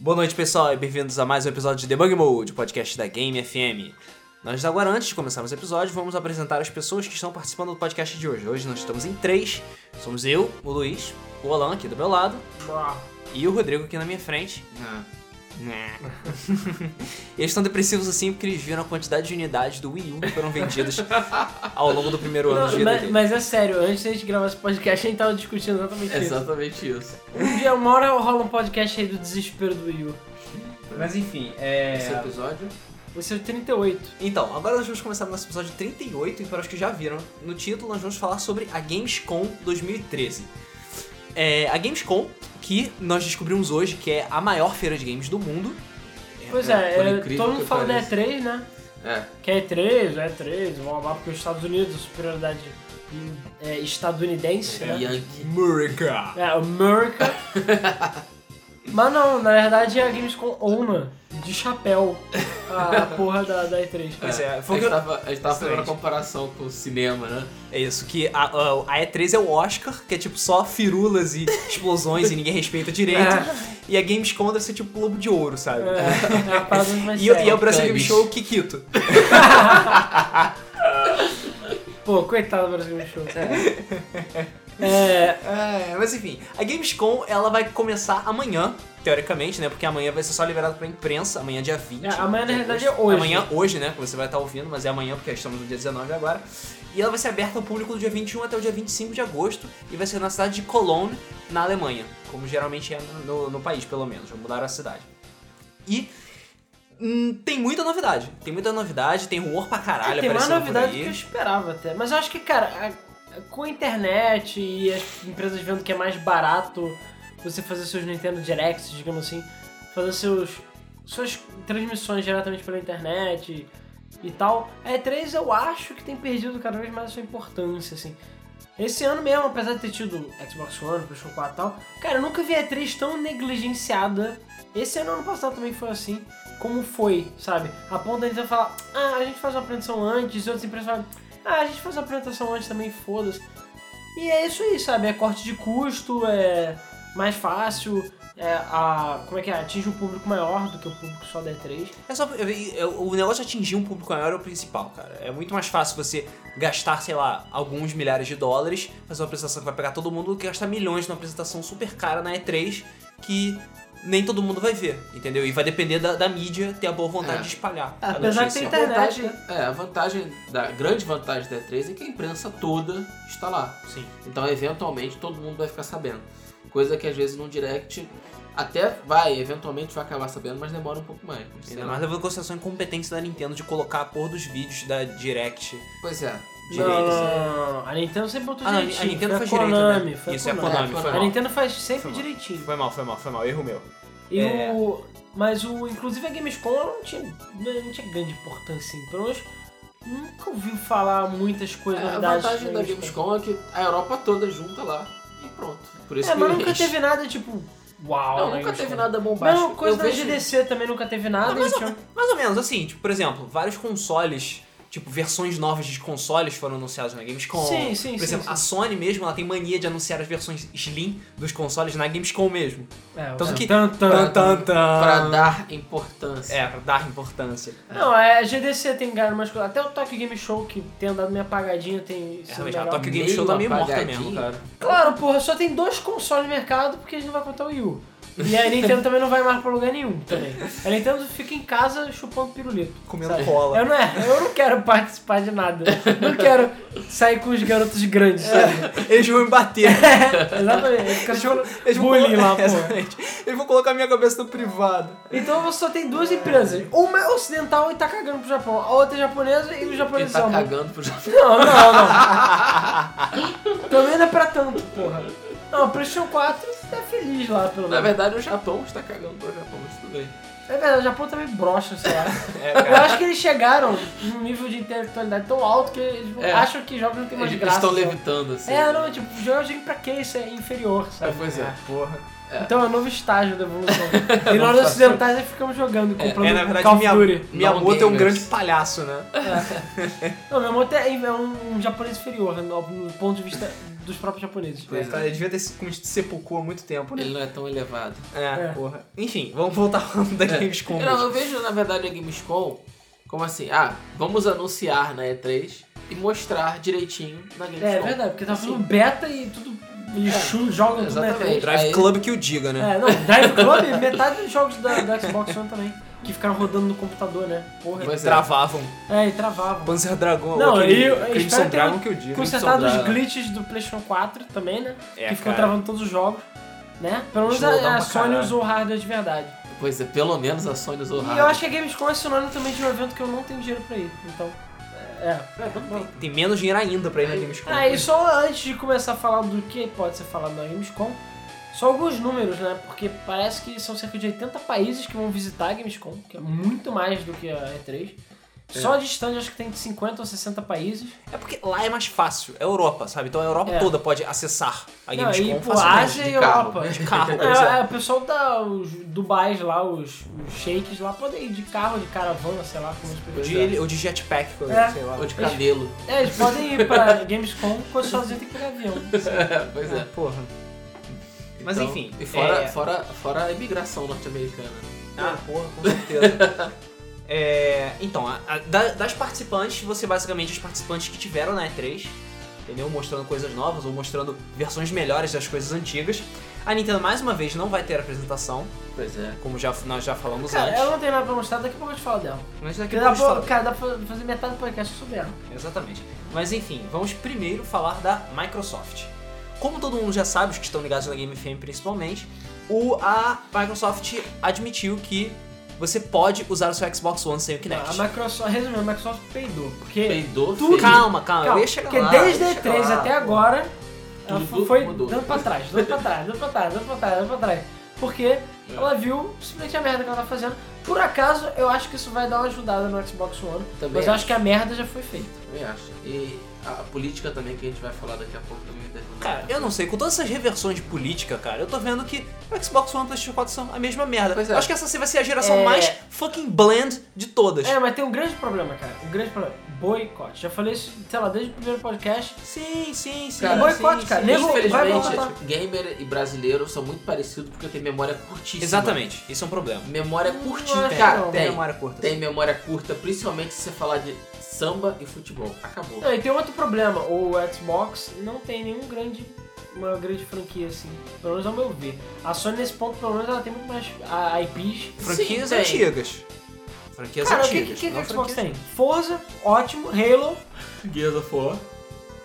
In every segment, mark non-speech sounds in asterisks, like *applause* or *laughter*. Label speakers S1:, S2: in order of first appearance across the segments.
S1: Boa noite, pessoal, e bem-vindos a mais um episódio de Debug Mode, o podcast da Game FM. Nós agora, antes de começarmos o episódio, vamos apresentar as pessoas que estão participando do podcast de hoje. Hoje nós estamos em três. Somos eu, o Luiz, o Alan aqui do meu lado e o Rodrigo aqui na minha frente. Né. E eles estão depressivos assim porque eles viram a quantidade de unidades do Wii U que foram vendidas
S2: *laughs*
S1: ao longo do primeiro ano de
S2: Não,
S1: vida
S2: mas,
S1: dele.
S2: mas é sério, antes da gente gravar esse podcast, a gente tava discutindo exatamente isso.
S3: É Exatamente isso.
S2: Um dia, uma hora rola um podcast aí do desespero do Will.
S1: Mas enfim,
S3: Esse
S1: é.
S3: episódio.
S2: Você é o 38.
S1: Então, agora nós vamos começar o nosso episódio 38, e para os que já viram no título, nós vamos falar sobre a Gamescom 2013. É, a Gamescom, que nós descobrimos hoje que é a maior feira de games do mundo.
S2: Pois
S3: É,
S2: é,
S3: por
S2: é,
S3: incrível
S2: todo mundo
S3: que
S2: fala da
S3: pareça.
S2: E3, né?
S3: É,
S2: Que é E3, é E3, blá, blá, blá, porque os Estados Unidos, a superioridade é, estadunidense, né?
S3: Yankee.
S1: America!
S2: É,
S3: *laughs*
S2: America. Mas não, na verdade é a Gamescom ONA, de chapéu, a porra da, da E3.
S1: Pois é,
S3: A
S1: foi o que
S3: gente
S1: eu-
S3: tava, a gente tava fazendo uma
S1: Excelente.
S3: comparação com o cinema, né?
S1: É isso, que a, a- a E3 é o Oscar, que é tipo só firulas *laughs* e explosões e ninguém respeita direito. E a Gamescom deve ser tipo Globo de Ouro, sabe?
S2: É, é a parada mais
S1: E, e é o
S2: séria.
S1: Brasil Game
S3: Cannes.
S1: Show Kikito.
S2: Pô, coitado do Brasil Game Show. É,
S1: É, mas enfim, a Gamescom ela vai começar amanhã, teoricamente, né? Porque amanhã vai ser só liberado pra imprensa, amanhã dia 20.
S2: É, amanhã, na
S1: de
S2: verdade,
S1: agosto.
S2: é hoje.
S1: Amanhã, hoje, né? Que você vai estar ouvindo, mas é amanhã, porque estamos no dia 19 agora. E ela vai ser aberta ao público do dia 21 até o dia 25 de agosto e vai ser na cidade de Cologne, na Alemanha, como geralmente é no, no país, pelo menos. Mudaram a cidade. E hum, tem muita novidade. Tem muita novidade, tem rumor pra caralho
S2: É, tem mais
S1: aparecendo
S2: novidade
S1: por
S2: do
S1: aí.
S2: que eu esperava até. Mas eu acho que, cara, a- com a internet e as empresas vendo que é mais barato você fazer seus Nintendo Directs, digamos assim, fazer seus, suas transmissões diretamente pela internet e tal, a E3 eu acho que tem perdido cada vez mais a sua importância, assim. Esse ano mesmo, apesar de ter tido Xbox One, PlayStation 4 e tal, cara, eu nunca vi a E3 tão negligenciada. Esse ano, ano passado também foi assim como foi, sabe? A ponto da gente falar, ah, a gente faz uma apresentação antes, e outras empresas falam, ah, a gente faz uma apresentação antes também, foda-se. E é isso aí, sabe? É corte de custo, é mais fácil, é a, como é que é? Atinge um público maior do que o público só da E3.
S1: É só. eu- eu- O negócio de atingir um público maior é o principal, cara. É muito mais fácil você gastar, sei lá, alguns milhares de dólares, fazer uma apresentação que vai pegar todo mundo, do que gastar milhões numa apresentação super cara na E3 que nem todo mundo vai ver, entendeu? E vai depender da, da mídia ter a boa vontade
S3: É.
S1: de espalhar. a
S2: apesar
S1: notícia.
S2: que tem Internet,
S3: A vantagem, é, a vantagem, da a grande vantagem da E3 é que a imprensa toda está lá.
S1: Sim.
S3: Então, eventualmente, todo mundo vai ficar sabendo. Coisa que às vezes num direct até vai, eventualmente vai acabar sabendo, mas demora um pouco mais. Sei
S1: Ainda
S3: lá.
S1: mais levando em consideração a incompetência da Nintendo de colocar a porra dos vídeos da Direct
S3: Pois é.
S1: direito.
S2: não, não, não, a Nintendo sempre botou
S1: Ah, não,
S2: direitinho.
S1: a Nintendo
S2: foi
S1: faz direito, né?
S2: Konami, Foi
S1: Isso, é a
S2: Konami.
S1: Konami,
S3: É,
S1: foi
S2: A
S1: mal.
S2: Nintendo faz sempre
S1: Foi mal.
S2: direitinho.
S1: Foi mal, foi mal, foi mal, erro meu.
S2: E
S1: É.
S2: o. Mas o. Inclusive a Gamescom ela não tinha, não tinha grande importância, assim. Pelo menos nunca ouvi falar muitas coisas
S3: É, a
S2: novidades.
S3: vantagem da Gamescom é que a Europa toda junta lá e pronto. Por isso
S2: É,
S3: que
S2: mas nunca
S3: enche.
S2: teve nada tipo. Uau!
S3: *laughs* Não,
S2: na
S3: nunca teve
S2: Gamescom.
S3: nada bombástico.
S2: Mesma coisa
S3: Eu
S2: da
S3: vejo-
S2: GDC também nunca teve nada.
S1: Não, mas
S2: e tinha-
S1: Mais ou menos, assim, tipo, por exemplo, vários consoles, tipo, versões novas de consoles foram anunciadas na Gamescom.
S2: Sim, sim,
S1: Por
S2: sim,
S1: exemplo,
S2: sim.
S1: a Sony mesmo, ela tem mania de anunciar as versões Slim dos consoles na Gamescom mesmo.
S2: É,
S1: Tanto
S2: o-
S1: Então, que-
S2: Tan, tan,
S3: Pra-
S2: tan.
S3: Pra dar importância.
S1: É, pra dar importância.
S2: Não, é, a GDC tem ganho umas coisas. Até o Tokyo Game Show, que tem andado meio apagadinho, tem.
S1: É,
S2: sido
S1: realmente, a
S2: legal.
S1: Tokyo Game Show tá meio morta
S3: apagadinho.
S1: mesmo, cara.
S2: Claro, porra, só tem dois consoles no mercado porque a gente não vai contar o Wii U. E a Nintendo também não vai mais pra lugar nenhum também. A Nintendo fica em casa chupando pirulito.
S1: Comendo
S2: sabe?
S1: cola.
S2: Eu não, é, eu não quero participar de nada. Não quero sair com os garotos grandes, sabe?
S1: Eles vão me bater.
S2: Exatamente. Fica
S1: É. Eles
S2: só
S1: vão
S2: bullying
S1: colo-
S2: lá, porra.
S1: Exatamente. Eles vão colocar minha cabeça no privado.
S2: Então você só tem duas empresas. Uma é ocidental e tá cagando pro Japão. A outra é japonesa e os
S3: Ele
S2: japoneses
S3: tá
S2: amam.
S3: cagando pro Japão.
S2: Não, não, não. Também não é pra tanto, porra. Não, o PlayStation 4 tá feliz lá, pelo
S1: é
S3: Na
S2: menos.
S3: verdade, o Japão está cagando pro Japão, mas tudo bem.
S2: É verdade, o Japão também brocha, sei lá.
S1: É,
S2: Eu
S1: cara.
S2: acho que eles chegaram num nível de intelectualidade tão alto que eles
S3: É.
S2: acham que jogos não tem mais
S3: Eles
S2: graça.
S3: estão
S2: sabe?
S3: levitando, assim.
S2: É, não, tipo, jogar videogame pra quê? Isso é inferior,
S3: É,
S2: sabe?
S3: pois é.
S1: Porra.
S3: É.
S2: Então é um novo estágio da evolução. e nós ocidentais aí ficamos jogando, comprando
S1: É, na
S2: Call
S1: verdade,
S2: of
S1: minha,
S2: Duty.
S1: minha
S3: Não
S1: moto é um
S3: gamers.
S1: grande palhaço, né?
S2: Não, meu moto é, é um, um japonês inferior, né, no- no ponto de vista dos próprios japoneses.
S1: Pois é. Ele devia ter se cometido sepulcro há muito tempo, né?
S3: Ele não é tão elevado.
S1: É,
S2: É.
S1: porra. Enfim, vamos voltar *laughs* falando da
S3: É.
S2: um
S1: Gamescom.
S3: Não, eu vejo, na verdade, a Gamescom como assim, ah, vamos anunciar na E3 e mostrar direitinho na Gamescom.
S2: É, é verdade, porque tava
S3: Assim.
S2: falando beta e tudo.
S1: É.
S2: Eles chu- jogam tudo na
S3: exatamente.
S2: E3.
S1: Drive
S3: Aí-
S1: Club que o diga, né?
S2: É, não, Drive Club, metade dos jogos da, da Xbox One também. Que ficaram rodando no computador, né? Porra.
S3: Pois é.
S1: Travavam.
S2: É, e travavam.
S1: Panzer Dragon,
S2: Não,
S1: aquele
S2: eu- eu
S1: Crimson
S2: espero ter um
S1: Dragon que o diga.
S2: Consertado os
S3: Dragon.
S2: glitches do PlayStation 4 também, né?
S1: É,
S2: que ficou
S1: cara.
S2: travando todos os jogos, né? Pelo menos
S1: Slowdown
S2: a, a
S1: pra
S2: Sony
S1: caralho.
S2: usou hardware de verdade.
S3: Pois é, pelo menos a Sony usou
S2: E eu
S3: hardware.
S2: acho que a Gamescom é sinônimo também de um evento que eu não tenho dinheiro pra ir, então... É.
S1: Tem menos dinheiro ainda pra ir na Gamescom.
S2: Ah, e só antes de começar a falar do que pode ser falado na Gamescom, só alguns números, né? Porque parece que são cerca de 80 países que vão visitar a Gamescom, que é muito mais do que a É. E3. Só de stand acho que tem de 50 ou 60 países.
S1: É porque lá é mais fácil, é Europa, sabe? Então a Europa
S2: É.
S1: toda pode acessar a
S2: Não,
S1: Gamescom
S2: e, pô,
S1: facilmente.
S2: Ásia
S3: de
S2: e
S3: carro,
S2: Europa.
S1: De carro,
S2: *laughs*
S1: por exemplo.
S2: É, é, o pessoal da, os Dubais lá, os, os sheiks lá, podem ir de carro, de caravana, sei lá, como
S1: Ou
S2: eles
S1: de,
S2: podem
S1: ou de jetpack, por
S2: É.
S1: exemplo, sei lá.
S3: Ou
S2: *laughs*
S3: de cabelo.
S2: É, eles podem
S1: *laughs*
S2: ir pra Gamescom quando sozinho tem que pegar avião.
S3: pois é.
S1: Porra. Mas
S3: Então,
S1: enfim.
S3: E fora,
S1: é-
S3: fora, fora a imigração norte-americana.
S1: Ah, porra, com certeza. *laughs* É, então, a- a- da- das participantes, você basicamente os participantes que tiveram na E3, entendeu? Mostrando coisas novas ou mostrando versões melhores das coisas antigas. A Nintendo, mais uma vez, não vai ter apresentação,
S3: Pois é.
S1: como já, nós já falamos
S2: Cara,
S1: antes.
S2: ela não tem nada pra mostrar, daqui a pouco eu te falo dela.
S1: Mas daqui a
S2: Daqui a
S1: pouco a gente
S2: pouco,
S1: fala-
S2: cara, dá pra fazer metade do podcast sobre ela.
S1: Exatamente. Mas enfim, vamos primeiro falar da Microsoft. Como todo mundo já sabe, os que estão ligados na Game FM principalmente, o, a Microsoft admitiu que você pode usar o seu Xbox One sem o
S2: A
S1: Kinect.
S2: Microsoft, resumindo, a Microsoft peidou. Porque,
S3: Peidou,
S2: Tudo.
S3: feio.
S1: Calma, calma, eu
S2: calma,
S1: ia chegar
S2: porque
S1: lá.
S2: desde
S1: eu
S2: a
S1: ia chegar
S2: E3
S1: lá.
S2: até agora, ela
S3: Tudo
S2: foi
S3: mudou.
S2: dando pra trás, dando pra trás, dando pra trás, dando pra trás, dando pra trás.
S1: É.
S2: Porque ela viu simplesmente a merda que ela tá fazendo. Por acaso, eu acho que isso vai dar uma ajudada no Xbox One.
S3: Também
S2: mas eu
S3: acho.
S2: acho que a merda já foi feita.
S3: Também acho. E a política também que a gente vai falar daqui a pouco também deve-
S1: Cara, eu não sei, com todas essas reversões de política, cara, eu tô vendo que o Xbox One e o PlayStation 4 são a mesma merda.
S3: Pois é.
S1: Eu acho que essa vai ser a geração
S2: É.
S1: mais fucking bland de todas.
S2: É, mas tem um grande problema, cara. Um grande problema. Boicote. Já falei isso, sei lá, desde o primeiro podcast.
S1: Sim, sim, sim.
S3: Cara,
S2: boicote,
S1: sim,
S2: cara.
S1: sim.
S2: Nego vai
S3: Infelizmente,
S2: boicotar.
S3: gamer e brasileiro são muito parecidos porque tem memória curtíssima.
S1: Exatamente, isso é um problema.
S3: Memória
S2: Não
S3: curtinha.
S2: acho
S3: Cara,
S2: não.
S3: tem.
S1: memória curta.
S3: Tem memória curta, principalmente se você falar de samba e futebol. Acabou.
S1: É,
S2: Não, e tem outro problema. O Xbox não tem nenhum grande. Uma grande franquia, assim. Pelo menos ao meu ver. A Sony, nesse ponto, pelo menos, ela tem muito mais ah, IPs.
S1: Franquias
S3: Sim, tem.
S1: antigas. Franquias
S2: Cara, o que,
S1: antigas.
S2: que, que,
S1: não é
S2: o Xbox
S1: franquias-
S2: tem? Forza, ótimo. Halo.
S3: Gears of War.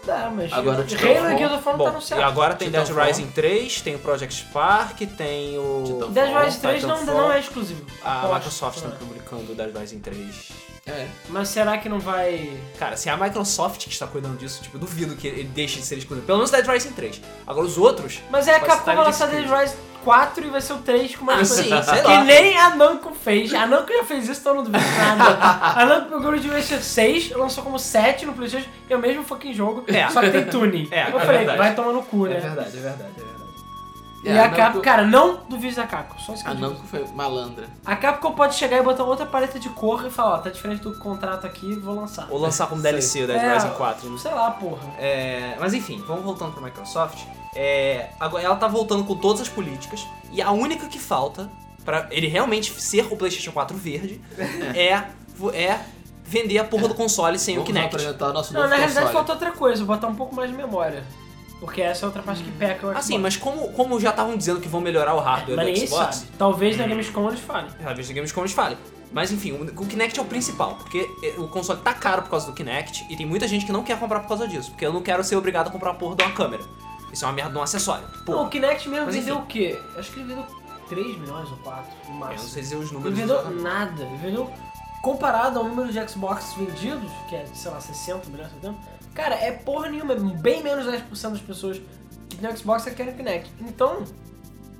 S2: Dá, mas.
S3: Agora o
S2: Halo
S3: Titanfall-
S2: e Gears of War não tá
S1: Bom, e
S2: anunciado.
S1: agora tem Dead
S3: Titanfall.
S1: Rising 3, tem o Project Spark, tem o...
S3: Titanfall.
S2: Dead Rising 3 não,
S1: Titanfall.
S2: não é exclusivo.
S1: A
S2: Aposto,
S1: Microsoft
S2: sei
S1: está
S2: lá.
S1: publicando o Dead Rising 3.
S3: É.
S2: Mas será que não vai.
S1: Cara, se é a Microsoft que está cuidando disso, tipo, eu duvido que ele deixe de ser exclusivo. Pelo menos Dead Rising 3. Agora os outros...
S2: Mas é a
S1: Mas
S2: Capcom
S1: tá
S2: vai lançar Dead
S1: difícil.
S2: Rise 4 e vai ser o 3 com uma assim.
S1: Ah, sim, sei
S2: Que
S1: lá.
S2: nem a Namco fez. A Namco já fez isso, então todo mundo viu nada. A Namco pegou o Dimension 6, lançou como 7 no Playstation, e é o mesmo fucking jogo,
S1: É.
S2: só que tem tuning.
S1: É,
S2: Eu
S1: é
S2: falei,
S1: verdade.
S2: vai tomar no cu, né?
S1: verdade, é verdade, é verdade.
S2: E
S3: É,
S2: a Capcom,
S3: Namco-
S2: cara, não duvide da Capcom, só isso que
S3: A
S2: eu digo.
S3: Namco foi malandra.
S2: A Capcom pode chegar e botar outra paleta de cor e falar, ó, tá diferente do contrato aqui, vou lançar.
S1: Ou lançar como
S3: Sei.
S1: DLC o Dead
S2: É.
S1: Rising 4, não sei.
S2: Sei lá, porra.
S1: É, mas enfim, vamos voltando pra Microsoft. É, agora ela tá voltando com todas as políticas e a única que falta pra ele realmente ser o PlayStation 4 *laughs* verde é, é vender a porra do console sem o
S3: Vamos
S1: Kinect.
S3: apresentar o nosso
S2: Não,
S3: novo
S2: na realidade
S3: console.
S2: faltou outra coisa, botar um pouco mais de memória. Porque essa é outra parte que peca o Xbox.
S1: Assim, mas como, como já estavam dizendo que vão melhorar o hardware
S2: Mas
S1: do
S2: ninguém
S1: Xbox, Hum.
S2: sabe. Talvez na Gamescom eles falem.
S1: talvez no Gamescom eles falem. Mas enfim, o o Kinect é o principal, porque é, o console tá caro por causa do Kinect e tem muita gente que não quer comprar por causa disso, porque eu não quero ser obrigado a comprar a porra de uma câmera. Isso é uma merda de um acessório. Porra.
S2: Não, o Kinect mesmo
S1: Mas
S2: vendeu
S1: enfim.
S2: o quê? Acho que ele vendeu 3 milhões ou 4 no
S1: Eu não
S2: máximo.
S1: sei dizer os
S2: Não
S1: números.
S2: vendeu
S1: exatamente.
S2: nada. Ele vendeu. Comparado ao número de Xbox vendidos, que é, sei lá, 60 milhões, 70, cara, é porra nenhuma. é Bem menos 10% das pessoas que tem Xbox é que querem Kinect. Então,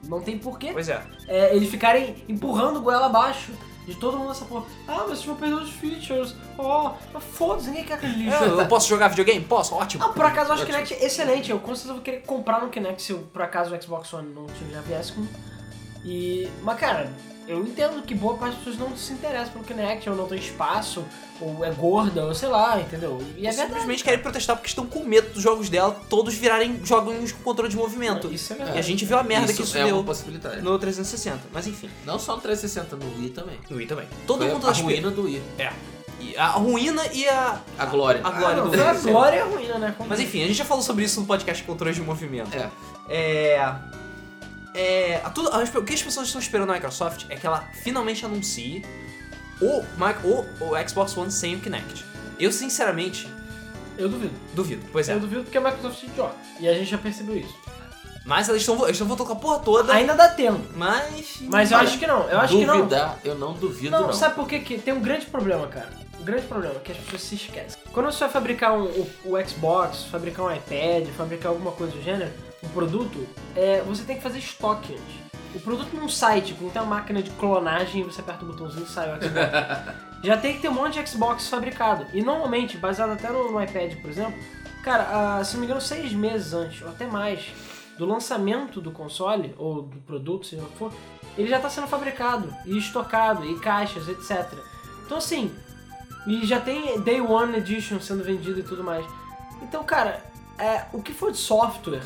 S2: não tem porquê
S1: Pois é.
S2: é, eles ficarem empurrando goela abaixo de todo mundo nessa porra. Ah, mas vocês vão perder os features. Ó, mas foda-se, ninguém quer aquele lixo.
S1: É, Eu, posso jogar videogame? Posso? Ótimo.
S2: Ah, por acaso eu acho o
S1: Ótimo.
S2: Kinect excelente. Eu com certeza vou querer comprar no Kinect se eu, por acaso o Xbox One não tiver viesse com. E. Mas cara, eu entendo que boa parte das pessoas não se interessa pelo Kinect, ou não tem espaço, ou é gorda, ou sei lá, entendeu? E é
S1: Elas
S2: verdade.
S1: simplesmente querem protestar porque estão com medo dos jogos dela todos virarem joguinhos com controle de movimento.
S2: Isso é
S1: E
S2: verdade.
S1: a gente viu a merda que isso
S3: é
S1: deu
S3: uma possibilidade.
S1: no 360. Mas enfim,
S3: Não só um no 360, no Wii também.
S1: no Wii também. Todo
S3: Foi
S1: mundo
S3: a
S1: acha que-
S3: ruína do Wii.
S1: E A ruína e a,
S3: A glória.
S1: a
S2: Ah,
S1: glória
S2: não,
S1: do
S2: foi a
S1: Wii.
S2: glória é ruína, né? Como-
S1: Mas enfim, a gente já falou sobre isso no podcast Controle de Movimento.
S3: É.
S1: É. É. a tudo- as- o que as pessoas estão esperando na Microsoft é que ela finalmente anuncie o, Mic- o, o Xbox One sem o Kinect. Eu, sinceramente,
S2: Eu duvido.
S1: duvido. Pois é.
S2: Eu duvido porque a Microsoft é idiota. E a gente já percebeu isso.
S1: Mas elas estão vo- eles estão voltando com a porra toda.
S2: Ainda dá tempo.
S1: Mas.
S2: Mas eu acho que não. Eu acho que não.
S3: Duvidar, eu não duvido, não.
S2: Não, sabe por quê? que tem um grande problema, cara? Um grande problema que as pessoas se esquecem. Quando você vai fabricar um, o, o Xbox, fabricar um iPad, fabricar alguma coisa do gênero, um produto, é, você tem que fazer estoque antes. O produto não sai, tipo, não tem uma máquina de clonagem e você aperta o botãozinho e sai o Xbox. Já tem que ter um monte de Xbox fabricado. E normalmente, baseado até no, no iPad, por exemplo, cara, ah, se não me engano, seis meses antes, ou até mais, do lançamento do console, ou do produto, seja o que for, ele já está sendo fabricado e estocado e caixas, etc. Então assim, e já tem Day One Edition sendo vendido e tudo mais. Então, cara, é, o que for de software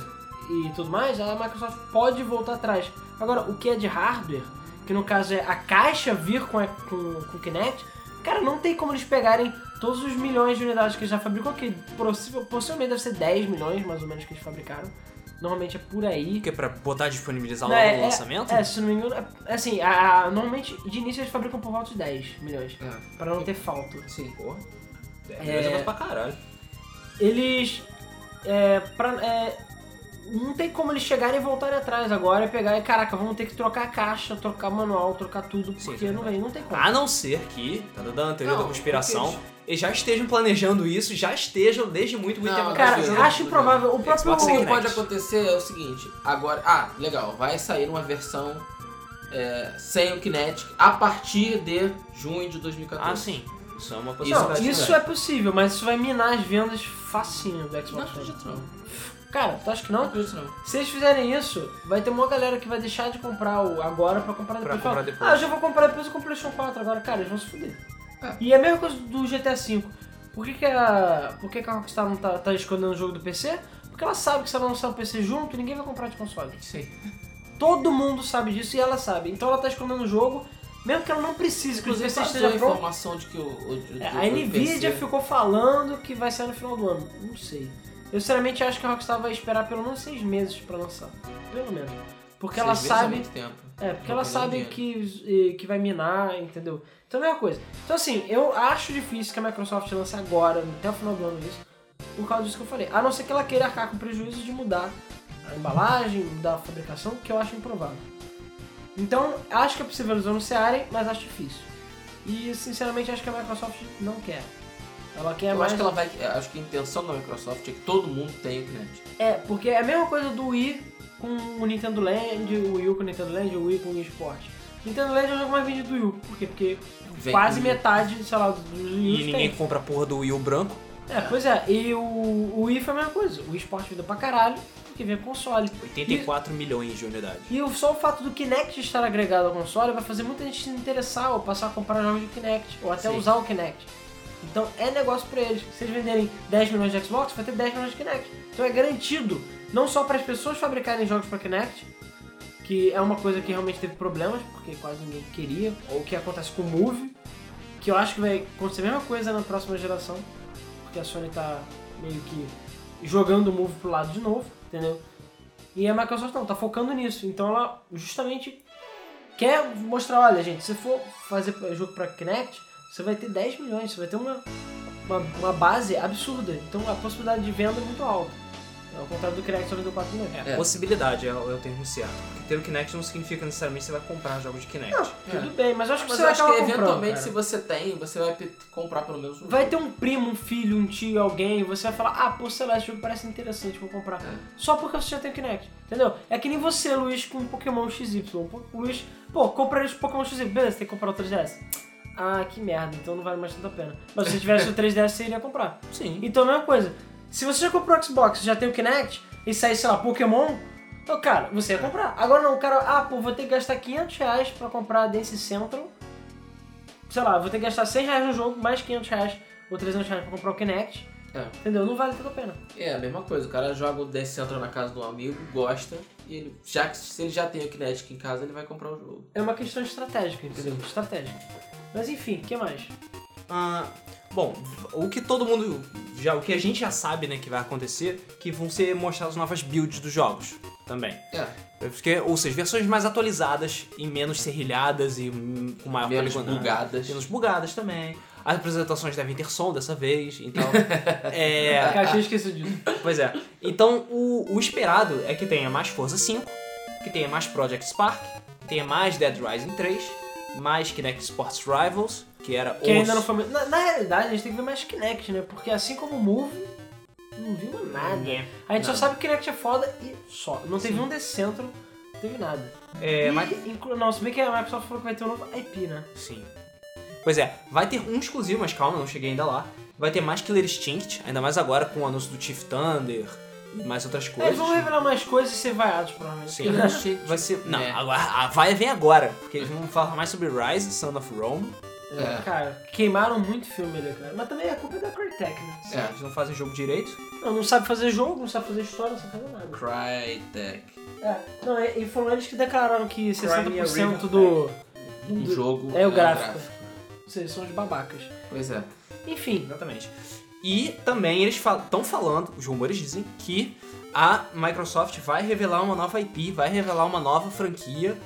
S2: e tudo mais, a Microsoft pode voltar atrás. Agora, o que é de hardware, que no caso é a caixa vir com, a- com, com o Kinect, cara, não tem como eles pegarem todos os milhões de unidades que eles já fabricam, que possível, possivelmente deve ser 10 milhões, mais ou menos, que eles fabricaram. Normalmente é por aí.
S1: Porque pra botar disponibilizar
S2: Não,
S1: logo
S2: é-
S1: no lançamento?
S2: É, se não me engano, é- assim, a- a- normalmente de início eles fabricam por volta de 10 milhões,
S3: É.
S2: pra não ter falta.
S3: Sim.
S1: Porra.
S2: É.
S1: É, é... pra caralho.
S2: Eles. É, pra, é, não tem como eles chegarem e voltarem atrás agora e pegar e caraca, vamos ter que trocar a caixa, trocar manual, trocar tudo,
S1: Sim,
S2: porque
S1: é
S2: não vem, não tem como.
S3: Ah,
S1: A não ser que, tá dando a teoria
S3: Não,
S1: da conspiração,
S3: porque
S1: eles já estejam planejando isso, já estejam desde muito, muito
S3: Não,
S1: tempo
S2: Cara,
S1: atrás.
S3: Mas eu-
S2: acho improvável. O próprio.
S1: Xbox
S3: O que
S1: Kinect.
S3: pode acontecer é o seguinte, agora. Ah, legal, vai sair uma versão é, sem o Kinetic a partir de junho de 2014.
S1: Ah, sim. Isso é uma
S2: Não,
S1: possibilidade.
S3: Isso,
S2: isso é possível, mas isso vai minar as vendas facinho do
S3: Não
S2: Xbox One. então.
S3: acredito não.
S2: Cara, tu acha que
S3: Não
S2: não?
S3: acredito não.
S2: Se eles fizerem isso, vai ter uma galera que vai deixar de comprar o agora pra comprar depois.
S1: Pra comprar depois.
S2: Ah, eu já vou comprar depois eu compro o PlayStation 4 agora. Cara, eles vão se fuder.
S3: É.
S2: E é a mesma coisa do GTA V. Por que, que a. Por que, que a Rockstar não tá, tá escondendo o jogo do PC? Porque ela sabe que se ela lançar o PC junto, ninguém vai comprar de console.
S3: Sim.
S2: Todo mundo sabe disso e ela sabe. Então ela tá escondendo o jogo, mesmo que ela não precise que o
S3: Inclusive,
S2: PC
S3: tá passou a
S2: esteja pronto.
S3: informação de que o. o- de-
S2: É,
S3: de-
S2: a
S3: o
S2: Nvidia
S3: PC
S2: ficou falando que vai sair no final do ano. Não sei. Eu sinceramente acho que a Rockstar vai esperar pelo menos seis meses pra lançar. Pelo menos. Porque
S3: seis
S2: ela
S3: meses é
S2: sabe.
S3: muito tempo.
S2: É, porque
S3: Não
S2: ela
S3: tá dando
S2: sabe
S3: dinheiro.
S2: que, eh, que vai minar, entendeu? Então é a mesma coisa. Então assim, eu acho difícil que a Microsoft lance agora, até o final do ano isso, por causa disso que eu falei. A não ser que ela queira arcar com o prejuízo de mudar a embalagem, mudar a fabricação, que eu acho improvável. Então, acho que é possível eles anunciarem, mas acho difícil. E sinceramente acho que a Microsoft não quer. Ela quer
S3: Eu
S2: é mais.
S3: acho que ela vai. eu Acho que a intenção da Microsoft é que todo mundo tenha o Kinetic.
S2: É, porque é a mesma coisa do Wii com o Nintendo Land, o Wii U com o Nintendo Land, o Wii com o Wii Sport. Nintendo Land é o jogo mais vendido do Wii U. Por quê? Porque
S3: Vem
S2: quase
S3: com o Wii.
S2: metade, sei lá, dos Wii
S1: E
S2: U
S1: ninguém
S2: tem.
S1: compra a porra do Wii U branco.
S2: É, pois é. E o, o Wii foi a mesma coisa. O Wii Sport vendeu pra caralho, porque veio console.
S1: 84 milhões de unidades.
S2: E o- só o fato do Kinect estar agregado ao console vai fazer muita gente se interessar ou passar a comprar jogos de Kinect, ou até
S3: Sim.
S2: usar o Kinect. Então é negócio pra eles. Se eles venderem 10 milhões de Xbox, vai ter 10 milhões de Kinect. Então é garantido, não só para as pessoas fabricarem jogos para Kinect, que é uma coisa que realmente teve problemas, porque quase ninguém queria, ou o que acontece com o Move, que eu acho que vai acontecer a mesma coisa na próxima geração, porque a Sony tá meio que jogando o Move pro lado de novo, entendeu? E a Microsoft não, tá focando nisso. Então ela justamente quer mostrar, olha gente, se for fazer jogo pra Kinect, você vai ter 10 milhões, você vai ter uma, uma, uma base absurda. Então a possibilidade de venda é muito alta. Ao contrário do Kinect só vendeu 4 milhões.
S1: É, possibilidade é, o é o termo certo. Porque ter o Kinect não significa necessariamente que você vai comprar jogos de Kinect.
S2: Tudo bem, mas eu acho que
S3: Mas
S2: você
S3: eu
S2: vai
S3: acho que
S2: acabar comprando.
S3: eventualmente,
S2: cara.
S3: se você tem, você vai pe- comprar pelo menos um.
S2: Vai ter um primo, um filho, um tio, alguém, e você vai falar, ah, pô, sei lá, esse jogo parece interessante, vou comprar.
S3: É.
S2: Só porque você já tem o Kinect, entendeu? É que nem você, Luiz, com Pokémon XY. Pô, O Luiz, pô, comprei os Pokémon XY, beleza, tem que comprar o 3DS. Ah, que merda, então não vale mais tanto a pena. Mas se você tivesse o 3DS, você iria comprar.
S1: Sim.
S2: Então, a mesma coisa. Se você já comprou o Xbox, já tem o Kinect, e sair, sei lá, Pokémon, Então, cara, você ia comprar. Agora não, cara, ah, pô, vou ter que gastar 500 reais pra comprar a Dance Central. Sei lá, vou ter que gastar 100 reais no jogo, mais 500 reais ou 300 reais pra comprar o Kinect.
S3: É.
S2: Entendeu? Não vale tanto a pena.
S3: É a mesma coisa, o cara joga o Death Central na casa do amigo, gosta, e ele, já que se ele já tem o Kinetic em casa, ele vai comprar o jogo.
S2: É uma questão estratégica, entendeu? Estratégica. Mas enfim, o que mais?
S1: Ah, bom, o que todo mundo já, o que a gente já sabe, né, que vai acontecer, que vão ser mostradas novas builds dos jogos também.
S2: *laughs*
S3: É,
S1: Porque, ou seja, versões mais atualizadas e menos serrilhadas e hum, com maior
S3: menos
S1: poligonal.
S3: bugadas.
S1: Menos bugadas também. As apresentações devem ter som dessa vez,
S3: *laughs*
S1: então. é.
S2: Cara, tinha esquecido disso.
S1: Pois é. Então, o, o esperado é que tenha mais Forza 5, que tenha mais Project Spark, que tenha mais Dead Rising 3, mais Kinect Sports Rivals, que era
S2: Que
S1: o-
S2: ainda não foi. Na, na realidade, a gente tem que ver mais Kinect, né? Porque assim como o Move, não viu nada.
S1: É.
S2: A gente só
S1: Nada.
S2: sabe que Kinect é foda e só. Não teve
S1: Sim.
S2: um decentro, não teve nada.
S1: É,
S2: e,
S1: mas-
S2: inclu- Não, se bem que a Microsoft falou que vai ter um novo IP, né?
S1: Sim. Pois é, vai ter um exclusivo, mas calma, não cheguei ainda lá. Vai ter mais Killer Instinct, ainda mais agora com o anúncio do Chief Thunder e mais outras
S2: É, Eles
S1: coisas.
S2: vão revelar mais coisas e ser vaiados, provavelmente.
S1: Sim.
S3: Ele é cheio de-
S1: Vai ser. Não,
S3: É.
S1: agora, a vai vem agora, porque eles vão falar mais sobre Rise, Son of Rome.
S3: É.
S2: Cara, queimaram muito filme ali, cara. Mas também a culpa é da Crytek, né?
S1: Sim, Eles não fazem jogo direito.
S2: Não, não sabe fazer jogo, não sabe fazer história, não sabe fazer nada.
S3: Crytek.
S2: É, não, e e foram eles que declararam que
S1: Crimea
S2: 60%
S1: River. né?
S2: do.
S3: Um
S2: do-
S3: jogo.
S2: É o gráfico. Vocês são os babacas.
S3: Pois é.
S2: Enfim,
S1: Exatamente. E também eles estão falando, os rumores dizem, que a Microsoft vai revelar uma nova IP, vai revelar uma nova franquia,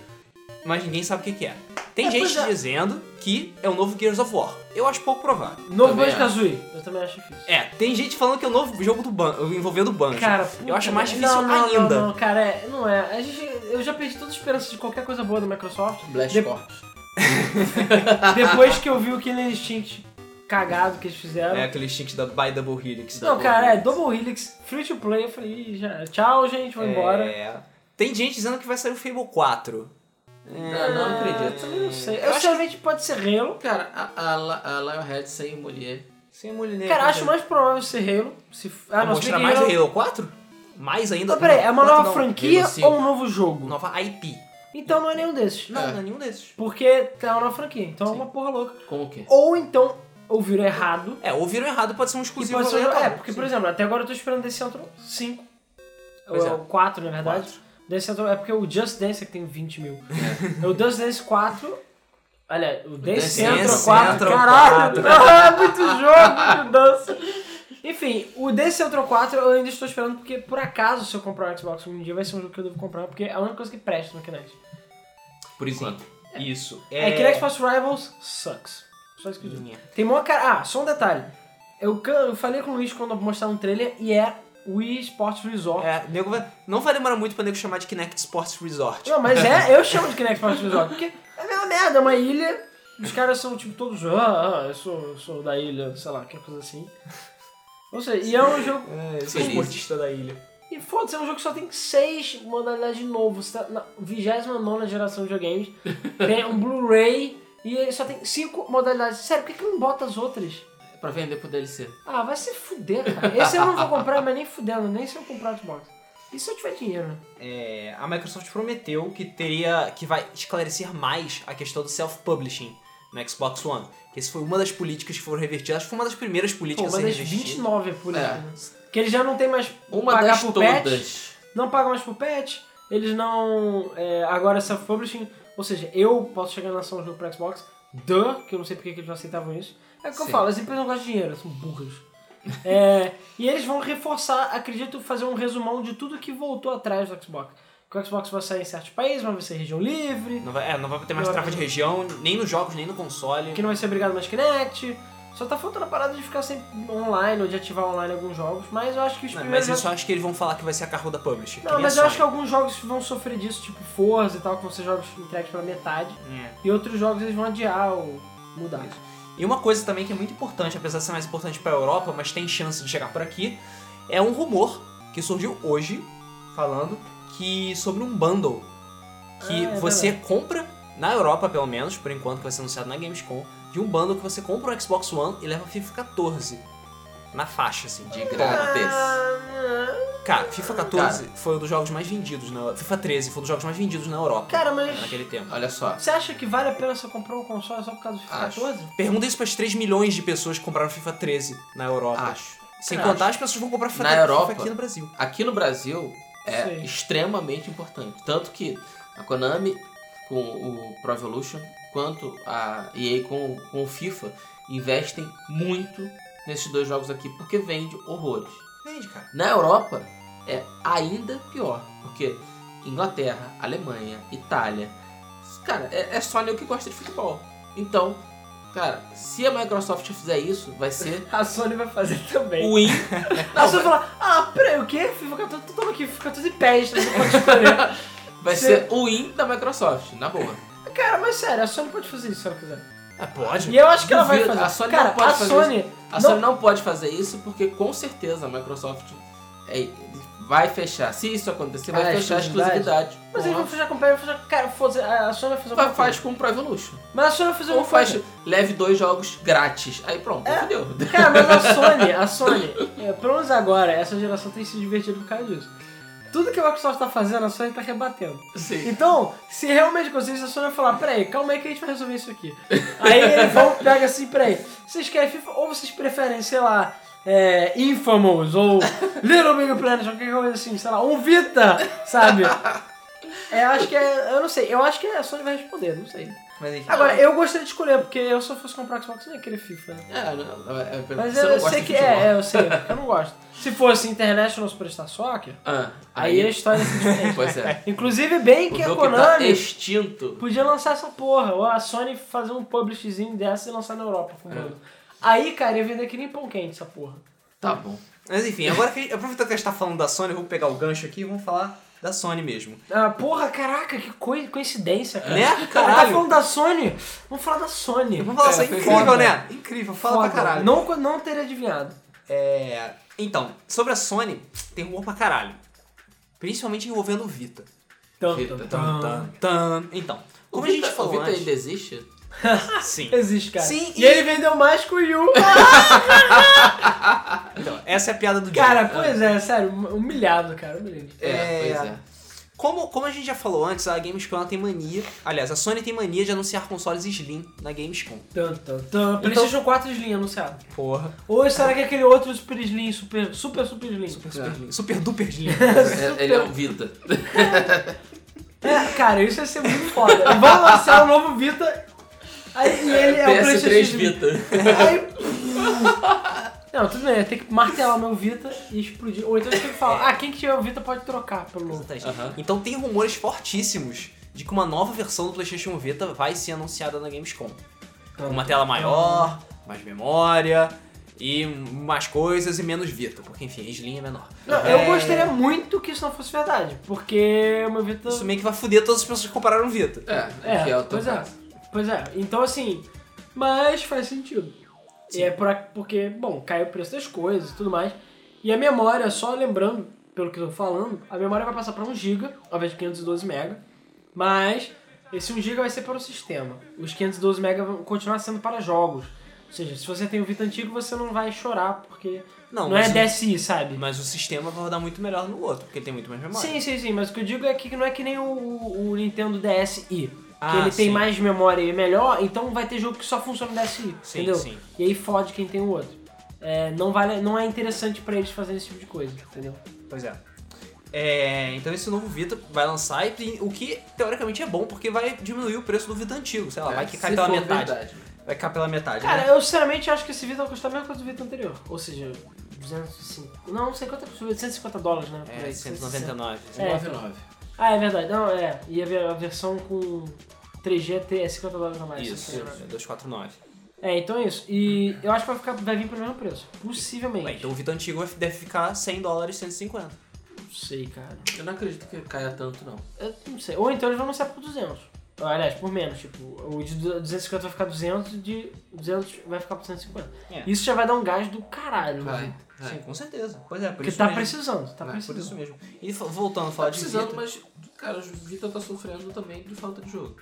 S1: mas ninguém sabe o que, que é. Tem
S2: É,
S1: gente
S2: pois é.
S1: dizendo que é o novo Gears of War. Eu acho pouco provável.
S2: novo
S3: Também
S2: Banjo Kazooie. Eu também acho difícil.
S1: É, tem gente falando que é o novo jogo do ban envolvendo o Banjo.
S2: Cara, puta
S1: acho mais
S2: merda.
S1: difícil
S2: não, não,
S1: ainda.
S2: Não, não, cara, é, não é. A gente, eu já perdi toda a esperança de qualquer coisa boa da Microsoft.
S3: Blast
S2: De-
S3: Corps.
S2: Depois que eu vi o Killer Instinct cagado que eles fizeram.
S1: É aquele instinct da By Double Helix. né?
S2: não,
S1: Double
S2: cara, é
S1: Helix.
S2: Double Helix, free to play. Eu falei, "Ih, já, tchau, gente, vou embora.
S1: É. Tem gente dizendo que vai sair o Fable 4.
S3: Não, não
S2: Ah, Eu
S3: acredito.
S2: também não sei.
S1: É, Eu
S2: Eu,
S1: acho que-
S2: sinceramente pode ser Halo.
S3: Cara, a, a, Li- a Lionhead sem o Molière.
S1: Sem mulher negra.
S2: Cara, acho mais provável ser Halo. Se... f- Ah,
S1: Vai
S2: não, se bem
S1: É mostrar
S2: que
S1: mais
S2: Halo...
S1: o Halo 4? Mais ainda?
S2: Mas peraí, é uma
S1: Não,
S2: nova
S1: não.
S2: franquia
S3: Halo cinco.
S2: ou um novo jogo?
S1: Nova IP.
S2: Então não é nenhum desses.
S1: Não,
S3: É.
S1: não é nenhum desses.
S2: Porque tá uma nova franquia, então é
S1: Sim.
S2: uma porra louca.
S3: Como que?
S2: Ou então ouviram errado.
S1: É, ouviram errado, pode ser um
S2: E
S1: exclusivo.
S2: pode ser,
S1: aleatório.
S2: é, porque, por exemplo, até agora eu tô esperando Dance Central 5.
S1: Pois
S2: Ou é.
S1: é.
S2: o 4, na verdade.
S1: Quatro.
S2: Dance Central é porque o Just Dance é que tem 20 mil. É o Just Dance 4. Olha, o Dance,
S3: Dance
S2: Central
S1: Central
S2: 4. caralho!
S1: quatro.
S2: *laughs* Ah, muito jogo, muito dança. Enfim, o Dance Central 4 eu ainda estou esperando porque, por acaso, se eu comprar o Xbox um dia, vai ser um jogo que eu devo comprar porque é a única coisa que presta no Kinect.
S3: Por enquanto.
S1: Isso.
S2: É, Kinect Force Rivals sucks. Só isso que eu digo. Tem mó cara. Ah, só um detalhe. Eu, can- eu falei com o Luiz quando mostraram um trailer e é Wii Sports Resort.
S1: É, nego vai- não vai demorar muito pra nego chamar de Kinect Sports Resort.
S2: Não, mas é, eu chamo de Kinect Sports Resort, porque é a mesma merda, é uma ilha. Os caras são tipo todos, ah, ah, eu sou, eu sou da ilha, sei lá, qualquer coisa assim. Ou seja, e é um jogo.
S1: É, eu
S3: sou esportista
S1: da ilha.
S2: E foda-se, é um jogo que só tem seis modalidades novas. Tá na 29 geração de videogames. Tem um Blu-ray e ele só tem cinco modalidades. Sério, por que, que não bota as outras?
S3: É pra vender pro DLC.
S2: Ah, vai se fuder, cara. Esse eu não vou comprar, mas nem fudendo, nem se eu comprar o Xbox. E se eu tiver dinheiro, né?
S1: É, a Microsoft prometeu que teria que vai esclarecer mais a questão do self-publishing no Xbox One. Que essa foi uma das políticas que foram revertidas. Acho que foi uma das primeiras
S2: Pô, é
S1: políticas
S2: uma
S1: a
S2: das
S1: ser revertida.
S2: 29 por
S3: É.
S2: né? Que eles já não tem mais
S3: Uma
S2: pagar
S3: das
S2: por patch,
S3: todas.
S2: não pagam mais por patch, eles não... é, agora self-publishing, ou seja, eu posso chegar na ação do jogo pro Xbox, duh, que eu não sei porque que eles não aceitavam isso. É o que eu
S3: Sim.
S2: falo, as empresas não gostam de dinheiro, são burras. É, e eles vão reforçar, acredito, fazer um resumão de tudo que voltou atrás do Xbox. Que o Xbox vai sair em certos países, mas vai ser região livre,
S1: Não vai, é, não vai ter mais trava de região, nem nos jogos, nem no console.
S2: que não vai ser obrigado mais Kinect. Só tá faltando a parada de ficar sempre online ou de ativar online alguns jogos, mas eu acho que os
S1: Não,
S2: primeiros.
S1: mas eu só acho que eles vão falar que vai ser a carro da Publisher. que
S2: Não,
S1: nem
S2: mas
S1: a
S2: eu acho que
S1: Sony.
S2: alguns jogos vão sofrer disso, tipo Forza e tal, que vão ser jogos entregues pela metade.
S1: É.
S2: E outros jogos eles vão adiar ou mudar.
S1: E uma coisa também que é muito importante, apesar de ser mais importante pra Europa, mas tem chance de chegar por aqui, é um rumor que surgiu hoje, falando, que sobre um bundle que
S2: Ah, é
S1: você compra, na Europa pelo menos, por enquanto que vai ser anunciado na Gamescom, de um bundle que você compra um Xbox One e leva FIFA 14 na faixa, assim, de
S3: De grátis.
S2: Ah,
S1: Cara, FIFA 14 foi um dos jogos mais vendidos na FIFA 13 foi um dos jogos mais vendidos na Europa.
S2: Cara, mas-
S1: Naquele
S2: Ah.
S1: tempo.
S3: Olha só.
S2: Você acha que vale a pena você comprar um console só por causa do FIFA
S3: Acho.
S2: 14?
S1: Pergunta isso pras 3 milhões de pessoas que compraram FIFA 13 na
S2: Ah,
S1: Europa.
S3: Acho.
S1: Sem
S3: Cara,
S1: contar as pessoas que vão comprar FIFA,
S3: Na
S1: FIFA
S3: Europa?
S1: aqui no Brasil.
S3: Aqui no Brasil é
S2: Sim.
S3: extremamente importante. Tanto que a Konami com o Pro Evolution, quanto a EA com, com o FIFA, investem muito nesses dois jogos aqui, porque vende horrores.
S1: Vende, cara.
S3: Na Europa é ainda pior, porque Inglaterra, Alemanha, Itália, cara, é, é só nego que gosta de futebol. Então, cara, se a Microsoft fizer isso,
S2: *laughs*
S3: vai ser
S2: A Sony vai fazer também.
S3: ruim.
S2: a Sony vai falar, ah, peraí, o quê? FIFA 14, tu toma aqui, FIFA 14 e peste, você pode escolher.
S3: *laughs* Vai ser ruim da Microsoft, na boa.
S2: Cara, mas sério, a Sony pode fazer isso se ela quiser.
S1: É, pode.
S2: E eu acho que ela vai
S3: Duvido,
S2: fazer.
S3: a Sony
S2: Cara,
S3: não pode
S2: a
S3: fazer
S2: Sony...
S3: A Sony não pode fazer isso porque com certeza a Microsoft é- vai fechar. Se isso acontecer, vai
S2: Ah,
S3: fechar a
S2: exclusividade?
S3: exclusividade.
S2: Mas
S3: com
S2: eles vão
S3: a-
S2: fechar com o Pérez e fazer. Cara, foda-se, a a Sony vai fazer
S3: vai-
S2: uma
S3: faz com o Pro Evolution.
S2: Mas a Sony vai fazer
S3: Ou
S2: uma
S3: faz,
S2: coisa.
S3: leve dois jogos grátis. Aí pronto,
S2: É. *laughs*
S3: fodeu.
S2: Cara, mas a Sony, a Sony, é, pelo menos agora, essa geração tem se divertido por causa disso. Tudo que a Microsoft tá fazendo, a Sony tá rebatendo.
S3: Sim.
S2: Então, se realmente conseguir, a Sony vai falar, peraí, calma aí que a gente vai resolver isso aqui. Aí eles vão, pega assim, peraí, vocês querem FIFA ou vocês preferem, sei lá, é, Infamous ou Little Big Planet, ou qualquer coisa assim, sei lá, um Vita, sabe? É, acho que é, eu não sei, eu acho que a Sony vai responder, não sei.
S1: Mas enfim.
S2: Agora, eu gostaria de escolher, porque eu se eu fosse comprar Xbox, eu não ia querer FIFA, né?
S3: É, não, é, é,
S2: Mas
S3: você
S2: eu,
S3: não
S2: eu
S3: gosta
S2: sei
S3: de
S2: que
S3: futebol.
S2: é, é, eu sei, eu não gosto. Se fosse International Superstar Soccer,
S3: Ah,
S2: aí,
S3: aí,
S2: a história é *laughs* diferente.
S3: pois é.
S2: Inclusive, bem
S3: O
S2: que a
S3: jogo que tá
S2: Konami
S3: extinto.
S2: podia lançar essa porra, ou a Sony fazer um publishzinho dessa e lançar na Europa. pro mundo. Aí, cara, ia vender que nem pão quente essa porra.
S3: Tá bom.
S1: Mas enfim, agora que, aproveitando que a gente tá falando da Sony, vamos pegar o gancho aqui e vamos falar da Sony mesmo.
S2: Ah, porra, caraca, que coi- coincidência, cara.
S1: Né?
S2: Cara, tá
S1: Caralho.
S2: falando da Sony? Vamos falar da Sony.
S1: Vamos falar só,
S3: É, foi
S1: incrível,
S2: foda.
S1: né? Incrível, fala
S2: Foda.
S1: pra caralho.
S2: Não, não teria adivinhado.
S1: É, Então, sobre a Sony, tem rumor pra caralho. Principalmente envolvendo o Vita.
S2: Tanto,
S3: Eita,
S2: tanto.
S1: Tan, tan, tan. Então, como a gente
S3: Vita-
S1: falou
S3: O Vita é
S1: antes... Ah,
S3: ainda existe?
S1: Sim.
S2: Existe, cara.
S1: Sim,
S2: e,
S1: e-
S2: ele vendeu mais que o Yu. *laughs*
S1: Então, essa é a piada do dia.
S2: Cara, pois é, sério, humilhado, cara, humilhado.
S3: É,
S1: É.
S3: pois é.
S1: Como, como a gente já falou antes, a Gamescom ela tem mania... Aliás, a Sony tem mania de anunciar consoles Slim na Gamescom.
S2: Tan, tan, tan. PlayStation 4 Slim anunciado.
S1: Porra.
S2: Ou será que é aquele outro Super Slim, Super Super, super Slim?
S1: Super, super Slim. Super duper *laughs* Slim.
S2: *laughs*
S3: É, Ele é o Vita.
S2: É, cara, isso ia ser muito foda. Vamos lançar o novo Vita. Aí e ele é o
S3: PS3
S2: PlayStation Slim.
S3: Vita.
S2: Aí. Não, tudo bem, eu tenho que martelar meu Vita e explodir. Ou então eu tenho que falar, ah, quem que tiver o Vita pode trocar pelo novo.
S1: Exatamente.
S3: Aham.
S1: Então tem rumores fortíssimos de que uma nova versão do PlayStation Vita vai ser anunciada na Gamescom. Com uma tela maior, mais memória e mais coisas e menos Vita, porque enfim, a Slim é menor.
S2: Não,
S1: É,
S2: eu gostaria muito que isso não fosse verdade, porque o meu Vita.
S1: Isso meio que vai foder todas as pessoas que compraram o Vita.
S3: É,
S2: É,
S3: que é o teu
S2: pois é.
S3: caso.
S2: Pois é. Então, assim, mas faz sentido. E
S1: Sim.
S2: é pra, porque, bom, caiu o preço das coisas e tudo mais. E a memória, só lembrando, pelo que eu tô falando, a memória vai passar pra 1 GB, ao invés de 512 MB. Mas esse 1 GB vai ser para o sistema. Os 512 MB vão continuar sendo para jogos. Ou seja, se você tem o Vita antigo, você não vai chorar, porque
S1: Não,
S2: não, é
S1: mas o-
S2: DSI, sabe?
S1: Mas o sistema vai rodar muito melhor no outro, porque ele tem muito mais memória.
S2: Sim, sim, sim, mas o que eu digo é que não é que nem o, o Nintendo DSi.
S1: Ah,
S2: que ele tem
S1: sim.
S2: mais memória e é melhor, então vai ter jogo que só funciona no DSi.
S1: Sim,
S2: entendeu?
S1: sim.
S2: E aí fode quem tem o outro. É, não, vale, não é interessante pra eles fazerem esse tipo de coisa, entendeu?
S1: Pois é. É, então esse novo Vita vai lançar, e tem- o que teoricamente é bom, porque vai diminuir o preço do Vita antigo, sei lá,
S3: É,
S1: vai que
S3: se
S1: cai pela
S3: for
S1: metade.
S3: verdade.
S1: Vai cair pela metade. né?
S2: Cara, eu sinceramente acho que esse Vita vai custar a mesma coisa do Vita anterior. Ou seja, 205. Não, não sei quanto custou, 150 dólares, né? por
S1: É,
S2: aí,
S1: 199.
S2: É.
S3: 99.
S2: Ah, é verdade. Não, é. E a ver- a versão com 3G é 50 dólares a mais.
S1: Isso,
S2: se não me engano.
S1: é 249.
S2: É, então é isso. E eu acho que vai, ficar, vai vir pelo mesmo preço. Possivelmente.
S1: Ué, então o Vita antigo deve ficar 100 dólares, 150.
S2: Não sei, cara.
S3: Eu não acredito que caia tanto, não.
S2: Eu não sei. Ou então eles vão anunciar por 200. Ou, Aliás, por menos. Tipo, o de 250 vai ficar 200 e de 200 vai ficar por 150.
S1: É.
S2: Isso já vai dar um gás do caralho.
S3: Vai.
S2: né?
S3: vai.
S1: Sim, com certeza. Pois é, por
S2: Porque
S1: isso
S2: tá
S1: mesmo. é?
S2: precisando. Tá
S3: Vai,
S1: Por
S2: precisando.
S1: isso mesmo. E fa- voltando a
S3: Tá
S1: falar de
S3: precisando,
S1: Vita,
S3: mas, cara, o Vita tá sofrendo também de falta de jogo.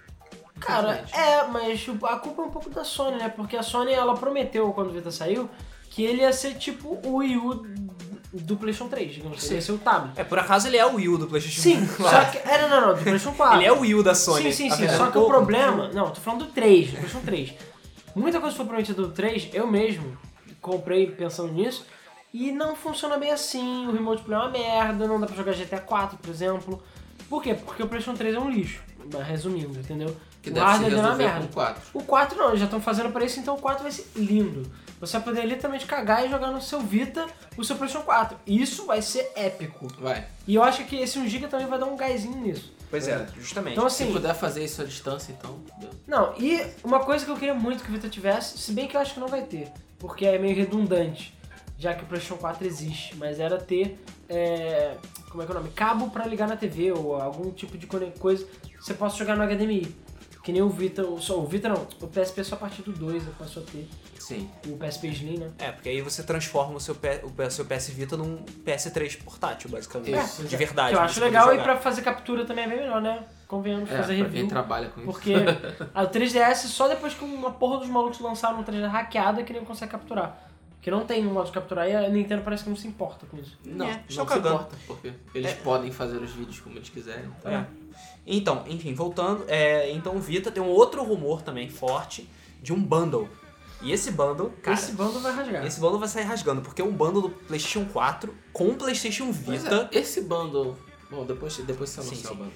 S2: Cara,
S3: Infelizmente.
S2: é, mas tipo, a culpa é um pouco da Sony, né? Porque a Sony, ela prometeu, quando o Vita saiu, que ele ia ser tipo o Wii U do PlayStation 3, digamos assim.
S1: Sim.
S2: Esse é o tablet.
S1: É, por acaso ele é o Wii U do PlayStation *laughs*
S2: Sim, só
S1: Claro.
S2: que. É, não, não, não, do PlayStation 4.
S1: Ele é o Wii U da Sony.
S2: Sim, sim,
S1: a
S2: sim.
S1: verdade
S2: Só
S1: é
S2: que o
S1: pouco.
S2: problema. Não, tô falando do 3, do PlayStation 3. um Muita coisa que foi prometida do 3, eu mesmo comprei pensando nisso. E não funciona bem assim. O Remote Play é uma merda, não dá pra jogar GTA 4, por exemplo. Por quê? Porque o PlayStation 3 é um lixo. Resumindo, entendeu?
S3: Que
S2: o
S3: deve se
S2: hardware é uma
S3: resolver
S2: merda.
S3: com 4.
S2: O 4 não, eles já estão fazendo pra isso, então o 4 vai ser lindo. Você vai poder literalmente cagar e jogar no seu Vita o seu PlayStation 4. Isso vai ser épico.
S3: Vai.
S2: E eu acho que esse 1GB também vai dar um gásinho nisso.
S1: Pois é, justamente.
S2: Então
S3: Se
S2: assim,
S3: puder fazer isso à distância, então. deu.
S2: Não, e uma coisa que eu queria muito que o Vita tivesse, se bem que eu acho que não vai ter, porque é meio redundante, já que o PlayStation 4 existe, mas era ter, é, como é que é o nome? Cabo pra ligar na TV ou algum tipo de cone- coisa que você possa jogar no HDMI. Que nem o Vita, o, só, o Vita não, o PSP é só a partir do 2 eu passou a ter,
S3: Sim.
S2: o PSP Slim, né?
S1: É, porque aí você transforma o seu, P- o P- seu PS Vita num PS3 portátil, basicamente.
S3: É,
S2: pois
S1: de
S2: é.
S1: verdade.
S2: Que eu
S1: pra
S2: acho
S1: você poder
S2: legal e
S1: jogar.
S2: pra fazer captura também é bem melhor, né? Convenhamos,
S3: É,
S2: fazer
S3: pra quem
S2: review.
S3: trabalha com isso.
S2: Porque a 3DS, só depois que uma porra dos malucos lançaram um 3DS hackeado, é que nem consegue capturar. Porque não tem um modo de capturar e a Nintendo parece que não se importa com isso.
S3: Não,
S1: É,
S3: não se
S1: estão cagando.
S3: importa, porque eles podem fazer os vídeos como eles quiserem. então-
S1: É. Então, enfim, voltando, é, então o Vita tem um outro rumor também forte de um bundle. E esse bundle, cara,
S2: Esse
S1: esse,
S2: bando vai rasgar.
S1: bundle vai sair rasgando, porque é um bundle do PlayStation 4 com o PlayStation
S3: Pois é,
S1: Vita,
S3: esse bundle. Bom, depois, depois você
S1: Sim,
S3: anuncia o
S1: sim.
S3: bundle.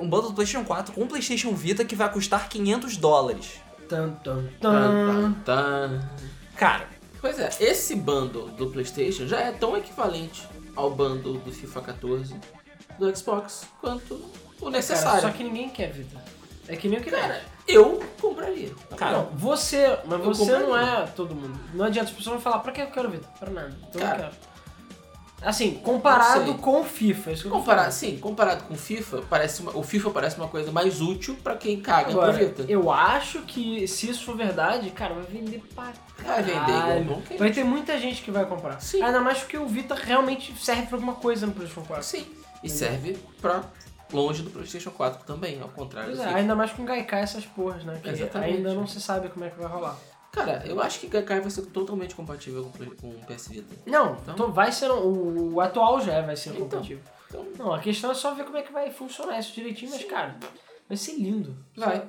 S1: um bundle do PlayStation 4 com o PlayStation Vita que vai custar 500 dólares.
S2: Tan, tan, tan.
S3: Tan, tan, tan.
S1: Cara,
S3: Pois é, esse bundle do PlayStation já é tão equivalente ao bundle do FIFA 14 do Xbox quanto o
S2: Cara,
S3: necessário.
S2: só que ninguém quer, Vitor. É que nem o que
S3: Cara, eu compraria.
S1: cara,
S2: Não, você, mas você
S3: compraria.
S2: não é todo mundo. Não adianta, as pessoas vão falar, pra que eu quero Vitor? Pra nada. Então eu não
S3: Cara,
S2: quero. Assim, comparado
S3: não sei.
S2: com o FIFA, é isso que eu tô
S3: Comparar,
S2: falando.
S3: sim, comparado com o FIFA, parece uma- o FIFA parece uma coisa mais útil pra quem caga
S2: Agora,
S3: pro Vita.
S2: eu acho que se isso for verdade, cara, vai vender pra
S3: Vai vender
S2: Caralho.
S3: igual bom que-
S2: Vai ter muita gente que vai comprar.
S3: Sim.
S2: Ainda mais porque o Vita realmente serve pra alguma coisa no PlayStation 4.
S3: Sim, e serve pra longe do PlayStation 4 também, ao contrário
S2: Pois
S3: do
S2: é,
S3: FIFA.
S2: ainda mais com Gaikai essas porras, né? Que
S3: Exatamente.
S2: ainda não se sabe como é que vai rolar.
S3: Cara, eu acho que Gaikai vai ser totalmente compatível com o Play- com o PS Vita.
S2: Não,
S3: Então?
S2: então vai ser. O, o atual já é, vai ser
S3: Então.
S2: compatível.
S3: Então,
S2: Não, a questão é só ver como é que vai funcionar isso direitinho, mas, cara, vai ser lindo.
S3: vai.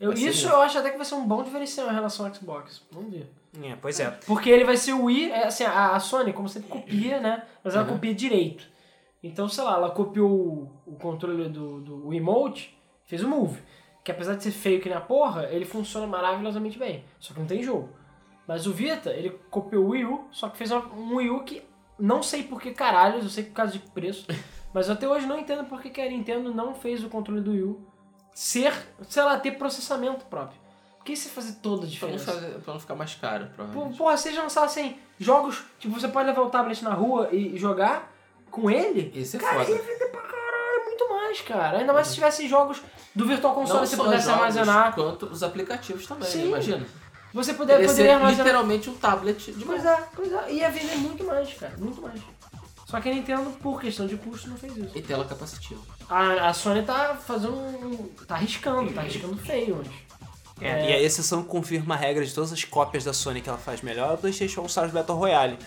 S2: Eu-
S3: Vai ser
S2: isso
S3: lindo.
S2: eu acho até que vai ser um bom diferencial em relação ao Xbox. Vamos ver.
S1: é, pois é.
S2: Porque ele vai ser o Wii, é, assim, a, a Sony, como sempre, copia, né? Mas ela
S3: Uhum.
S2: copia direito. Então, sei lá, ela copiou o, o controle do, do Wiimote, fez o Move. Que apesar de ser feio que na porra, ele funciona maravilhosamente bem. Só que não tem jogo. Mas o Vita, ele copiou o Wii U, só que fez uma- um Wii U que não sei por que caralhos, eu sei por causa de preço. *laughs* mas até hoje não entendo por que que a Nintendo não fez o controle do Wii U ser, sei lá, ter processamento próprio. Por que isso ia fazer toda a
S3: Pra não,
S2: diferença?
S3: fazer- pra não ficar mais caro,
S2: Pô,
S3: provavelmente.
S2: Porra, vocês lançassem jogos, tipo, você pode levar o tablet na rua e jogar com ele?
S3: Isso é
S2: Cara, ia
S3: foda.
S2: vender pra caralho muito mais, cara. Ainda mais se tivessem jogos do Virtual Console
S3: Não
S2: que você
S3: só
S2: pudesse
S3: jogos,
S2: armazenar.
S3: Quanto os aplicativos também,
S2: Sim.
S3: né? imagina.
S2: Você puder,
S3: Poderia
S2: poderia
S3: ser
S2: armazenar.
S3: literalmente um tablet de
S2: Pois
S3: mais.
S2: é, pois é. Ia vender muito mais, cara. Muito mais. Só que a Nintendo, por questão de custo, não fez isso.
S3: E tela capacitiva.
S2: A, a Sony tá fazendo. um- tá arriscando, tá arriscando feio, mas.
S1: É, E a exceção que confirma a regra de todas as cópias da Sony que ela faz melhor é o PlayStation All Stars Battle Royale.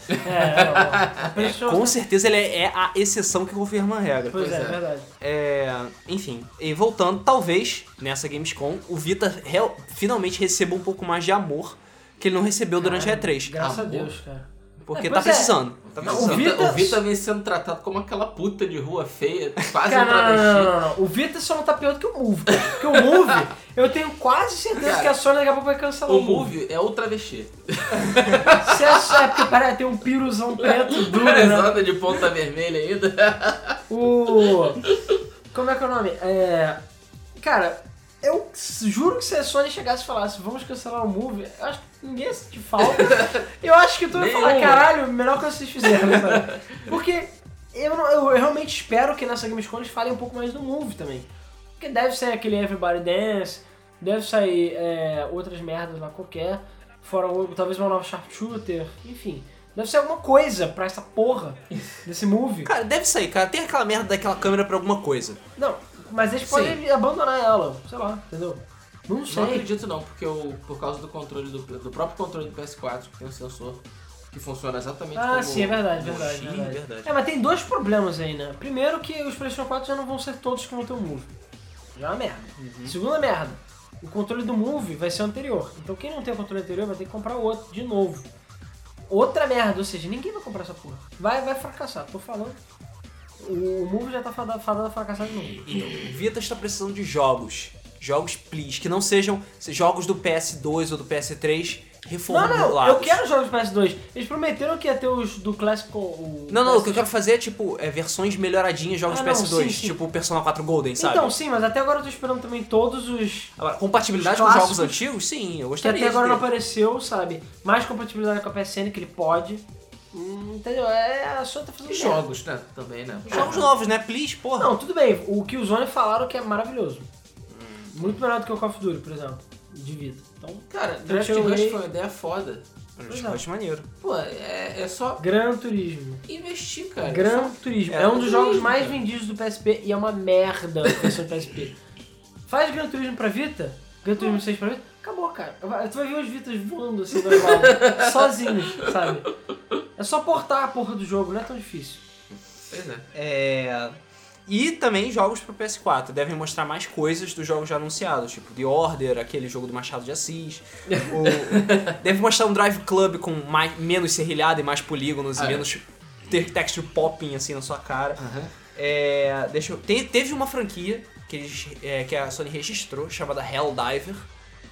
S2: É, ó, a pessoa-
S1: Com certeza ele é, é a exceção que confirma a regra.
S2: Pois é,
S3: Pois é.
S2: verdade.
S1: É, enfim, e voltando, talvez nessa Gamescom o Vita real- finalmente receba um pouco mais de amor que ele não recebeu durante a E3.
S2: Graças a
S3: Amor.
S2: Deus, cara.
S1: Porque
S2: É,
S1: tá
S2: pois é.
S1: precisando. Tá
S3: Não, o,
S1: precisando.
S3: Vita,
S2: Vita-
S3: o Vita vem sendo tratado como aquela puta de rua feia, *laughs* quase um
S2: Cara, não, não, não,
S3: travesti.
S2: não, não. O Vita só não tá pior do que o Move. cara. Porque o Move,
S3: *laughs*
S2: eu tenho quase certeza
S3: Cara,
S2: que a Sony daqui a pouco vai cancelar
S3: O Move é o travesti.
S2: Se é só, é porque pera, tem um piruzão
S3: *laughs*
S2: preto duro, né?
S3: Parezada de ponta
S2: *laughs*
S3: vermelha ainda.
S2: O... Como é que é o nome? É... Cara, eu juro que se a Sony chegasse e falasse vamos cancelar o Move, eu acho que ninguém ia sentir falta. Eu acho que tu ia falar,
S3: Nenhuma.
S2: caralho, melhor que vocês fizeram, sabe? Porque eu, não- eu realmente espero que nessa Gamescom eles falem um pouco mais do Move também. Porque deve sair aquele Everybody Dance, deve sair é, outras merdas lá qualquer, fora o- talvez uma nova Sharpshooter, enfim. Deve ser alguma coisa pra essa porra desse Move.
S1: Cara, deve sair, cara. Tem aquela merda daquela câmera pra alguma coisa.
S2: Não, mas eles podem abandonar ela, sei lá, entendeu? Não
S3: Não
S2: sei.
S3: acredito não, porque o, por causa do controle do, do próprio controle do PS4, que tem um sensor que que funciona exatamente
S2: Ah,
S3: como...
S2: sim, é verdade,
S1: Como
S2: verdade,
S1: Steam,
S2: verdade.
S1: Tipo, verdade.
S2: É, mas tem dois problemas aí, né? Primeiro que os PlayStation 4 já não vão ser todos como o teu Move. Já é uma merda.
S1: Uhum.
S2: Segunda merda, o controle do Move vai ser o anterior. Então quem não tem o controle anterior vai ter que comprar outro de novo. Outra merda, ou seja, ninguém vai comprar essa porra. Vai, vai fracassar, tô falando. O Move já tá fadado, fadado a fracassar de novo.
S1: E o Vita está precisando de jogos. Jogos, please, que não sejam se- jogos do PS2 ou do PS3
S2: Não,
S1: reformulados.
S2: não, eu quero jogos PS2. Eles prometeram que ia ter os do Classical. o
S1: Não, não, o que eu
S2: PS2.
S1: quero fazer é, tipo, é, versões melhoradinhas de jogos
S2: Ah, não,
S1: PS2,
S2: sim, sim.
S1: tipo o Persona 4 Golden, sabe?
S2: Então, sim, mas até agora eu tô esperando também todos os
S1: Agora, compatibilidade
S2: Os
S1: com jogos
S2: clássicos.
S1: antigos? Sim, eu
S2: Que
S1: gostaria.
S2: até agora
S1: de
S2: não
S1: ter.
S2: apareceu, sabe? Mais compatibilidade com a PSN, que ele pode. Hum, Entendeu? É, a Sony tá fazendo
S3: E
S2: merda.
S3: jogos, né? Também, né?
S1: Jogos novos, né? Please, porra.
S2: Não, tudo bem. O que os Zone falaram que é maravilhoso. Muito melhor do que o Call of Duty, por exemplo. De vida. Então,
S3: Cara, Draft
S2: Deixa eu
S3: Rush
S2: ver.
S3: foi uma ideia foda.
S1: Eu
S2: Pois
S1: acho
S2: é.
S1: que é maneiro.
S3: Pô, é, é só
S2: Gran Turismo.
S3: investir, cara.
S2: Gran Turismo.
S1: é
S2: É, um dos
S3: Turismo,
S2: jogos mais
S3: cara.
S2: vendidos do PSP e é uma merda a versão do PSP. Faz Gran Turismo pra Vita, Gran Turismo 6 pra Vita, acabou, cara. Vai- Tu vai ver os Vitas voando assim, normal, sozinhos, sabe? É só portar a porra do jogo, não é tão difícil.
S3: Só... Pois é.
S1: É... E também jogos pro PS4. Devem mostrar mais coisas dos jogos já anunciados, tipo The Order, aquele jogo do Machado de Assis.
S2: *laughs*
S1: o- Deve mostrar um Drive Club com mais, menos serrilhado e mais polígonos
S3: Ah,
S1: e
S3: é.
S1: menos ter texture popping assim na sua cara. É, deixa eu- te- teve uma franquia que, eles, é, que a Sony registrou, chamada Helldiver,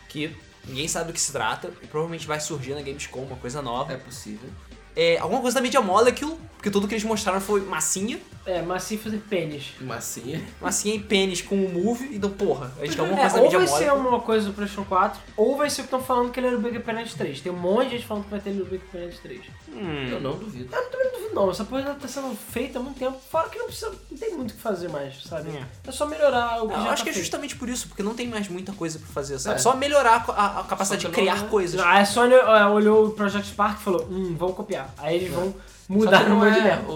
S1: que ninguém sabe do que se trata, e provavelmente vai surgir na Gamescom, uma coisa nova.
S3: É possível.
S1: É, alguma coisa da Media Molecule, porque tudo que eles mostraram foi massinha,
S2: É, macio fazer pênis.
S3: Massinha.
S1: massinha e pênis com o move, então porra, a gente quer alguma
S2: É,
S1: coisa da
S2: ou
S1: Media
S2: vai ser
S1: Molecule.
S2: uma coisa do PlayStation 4, ou vai ser o que estão falando que ele era o Big Planet 3. Tem um monte de gente falando que vai ter ele no Big Planet 3.
S1: Hum,
S3: Eu não duvido.
S2: Eu também não duvido não, essa porra já tá sendo feita há muito tempo, fora que não precisa, não tem muito o que fazer mais, sabe?
S1: É.
S2: É, só melhorar o que
S1: não, acho
S2: já tá
S1: que é
S2: feito.
S1: justamente por isso, porque não tem mais muita coisa pra fazer, sabe?
S3: É.
S1: Só melhorar a- a, a capacidade
S3: Só
S1: de
S3: pelo-
S1: criar coisas.
S2: Não, a Sony ó, olhou o Project Spark e falou, hum, vamos copiar. Aí eles vão mudar no
S3: É. não
S2: monte de
S3: é
S2: merda.
S3: o,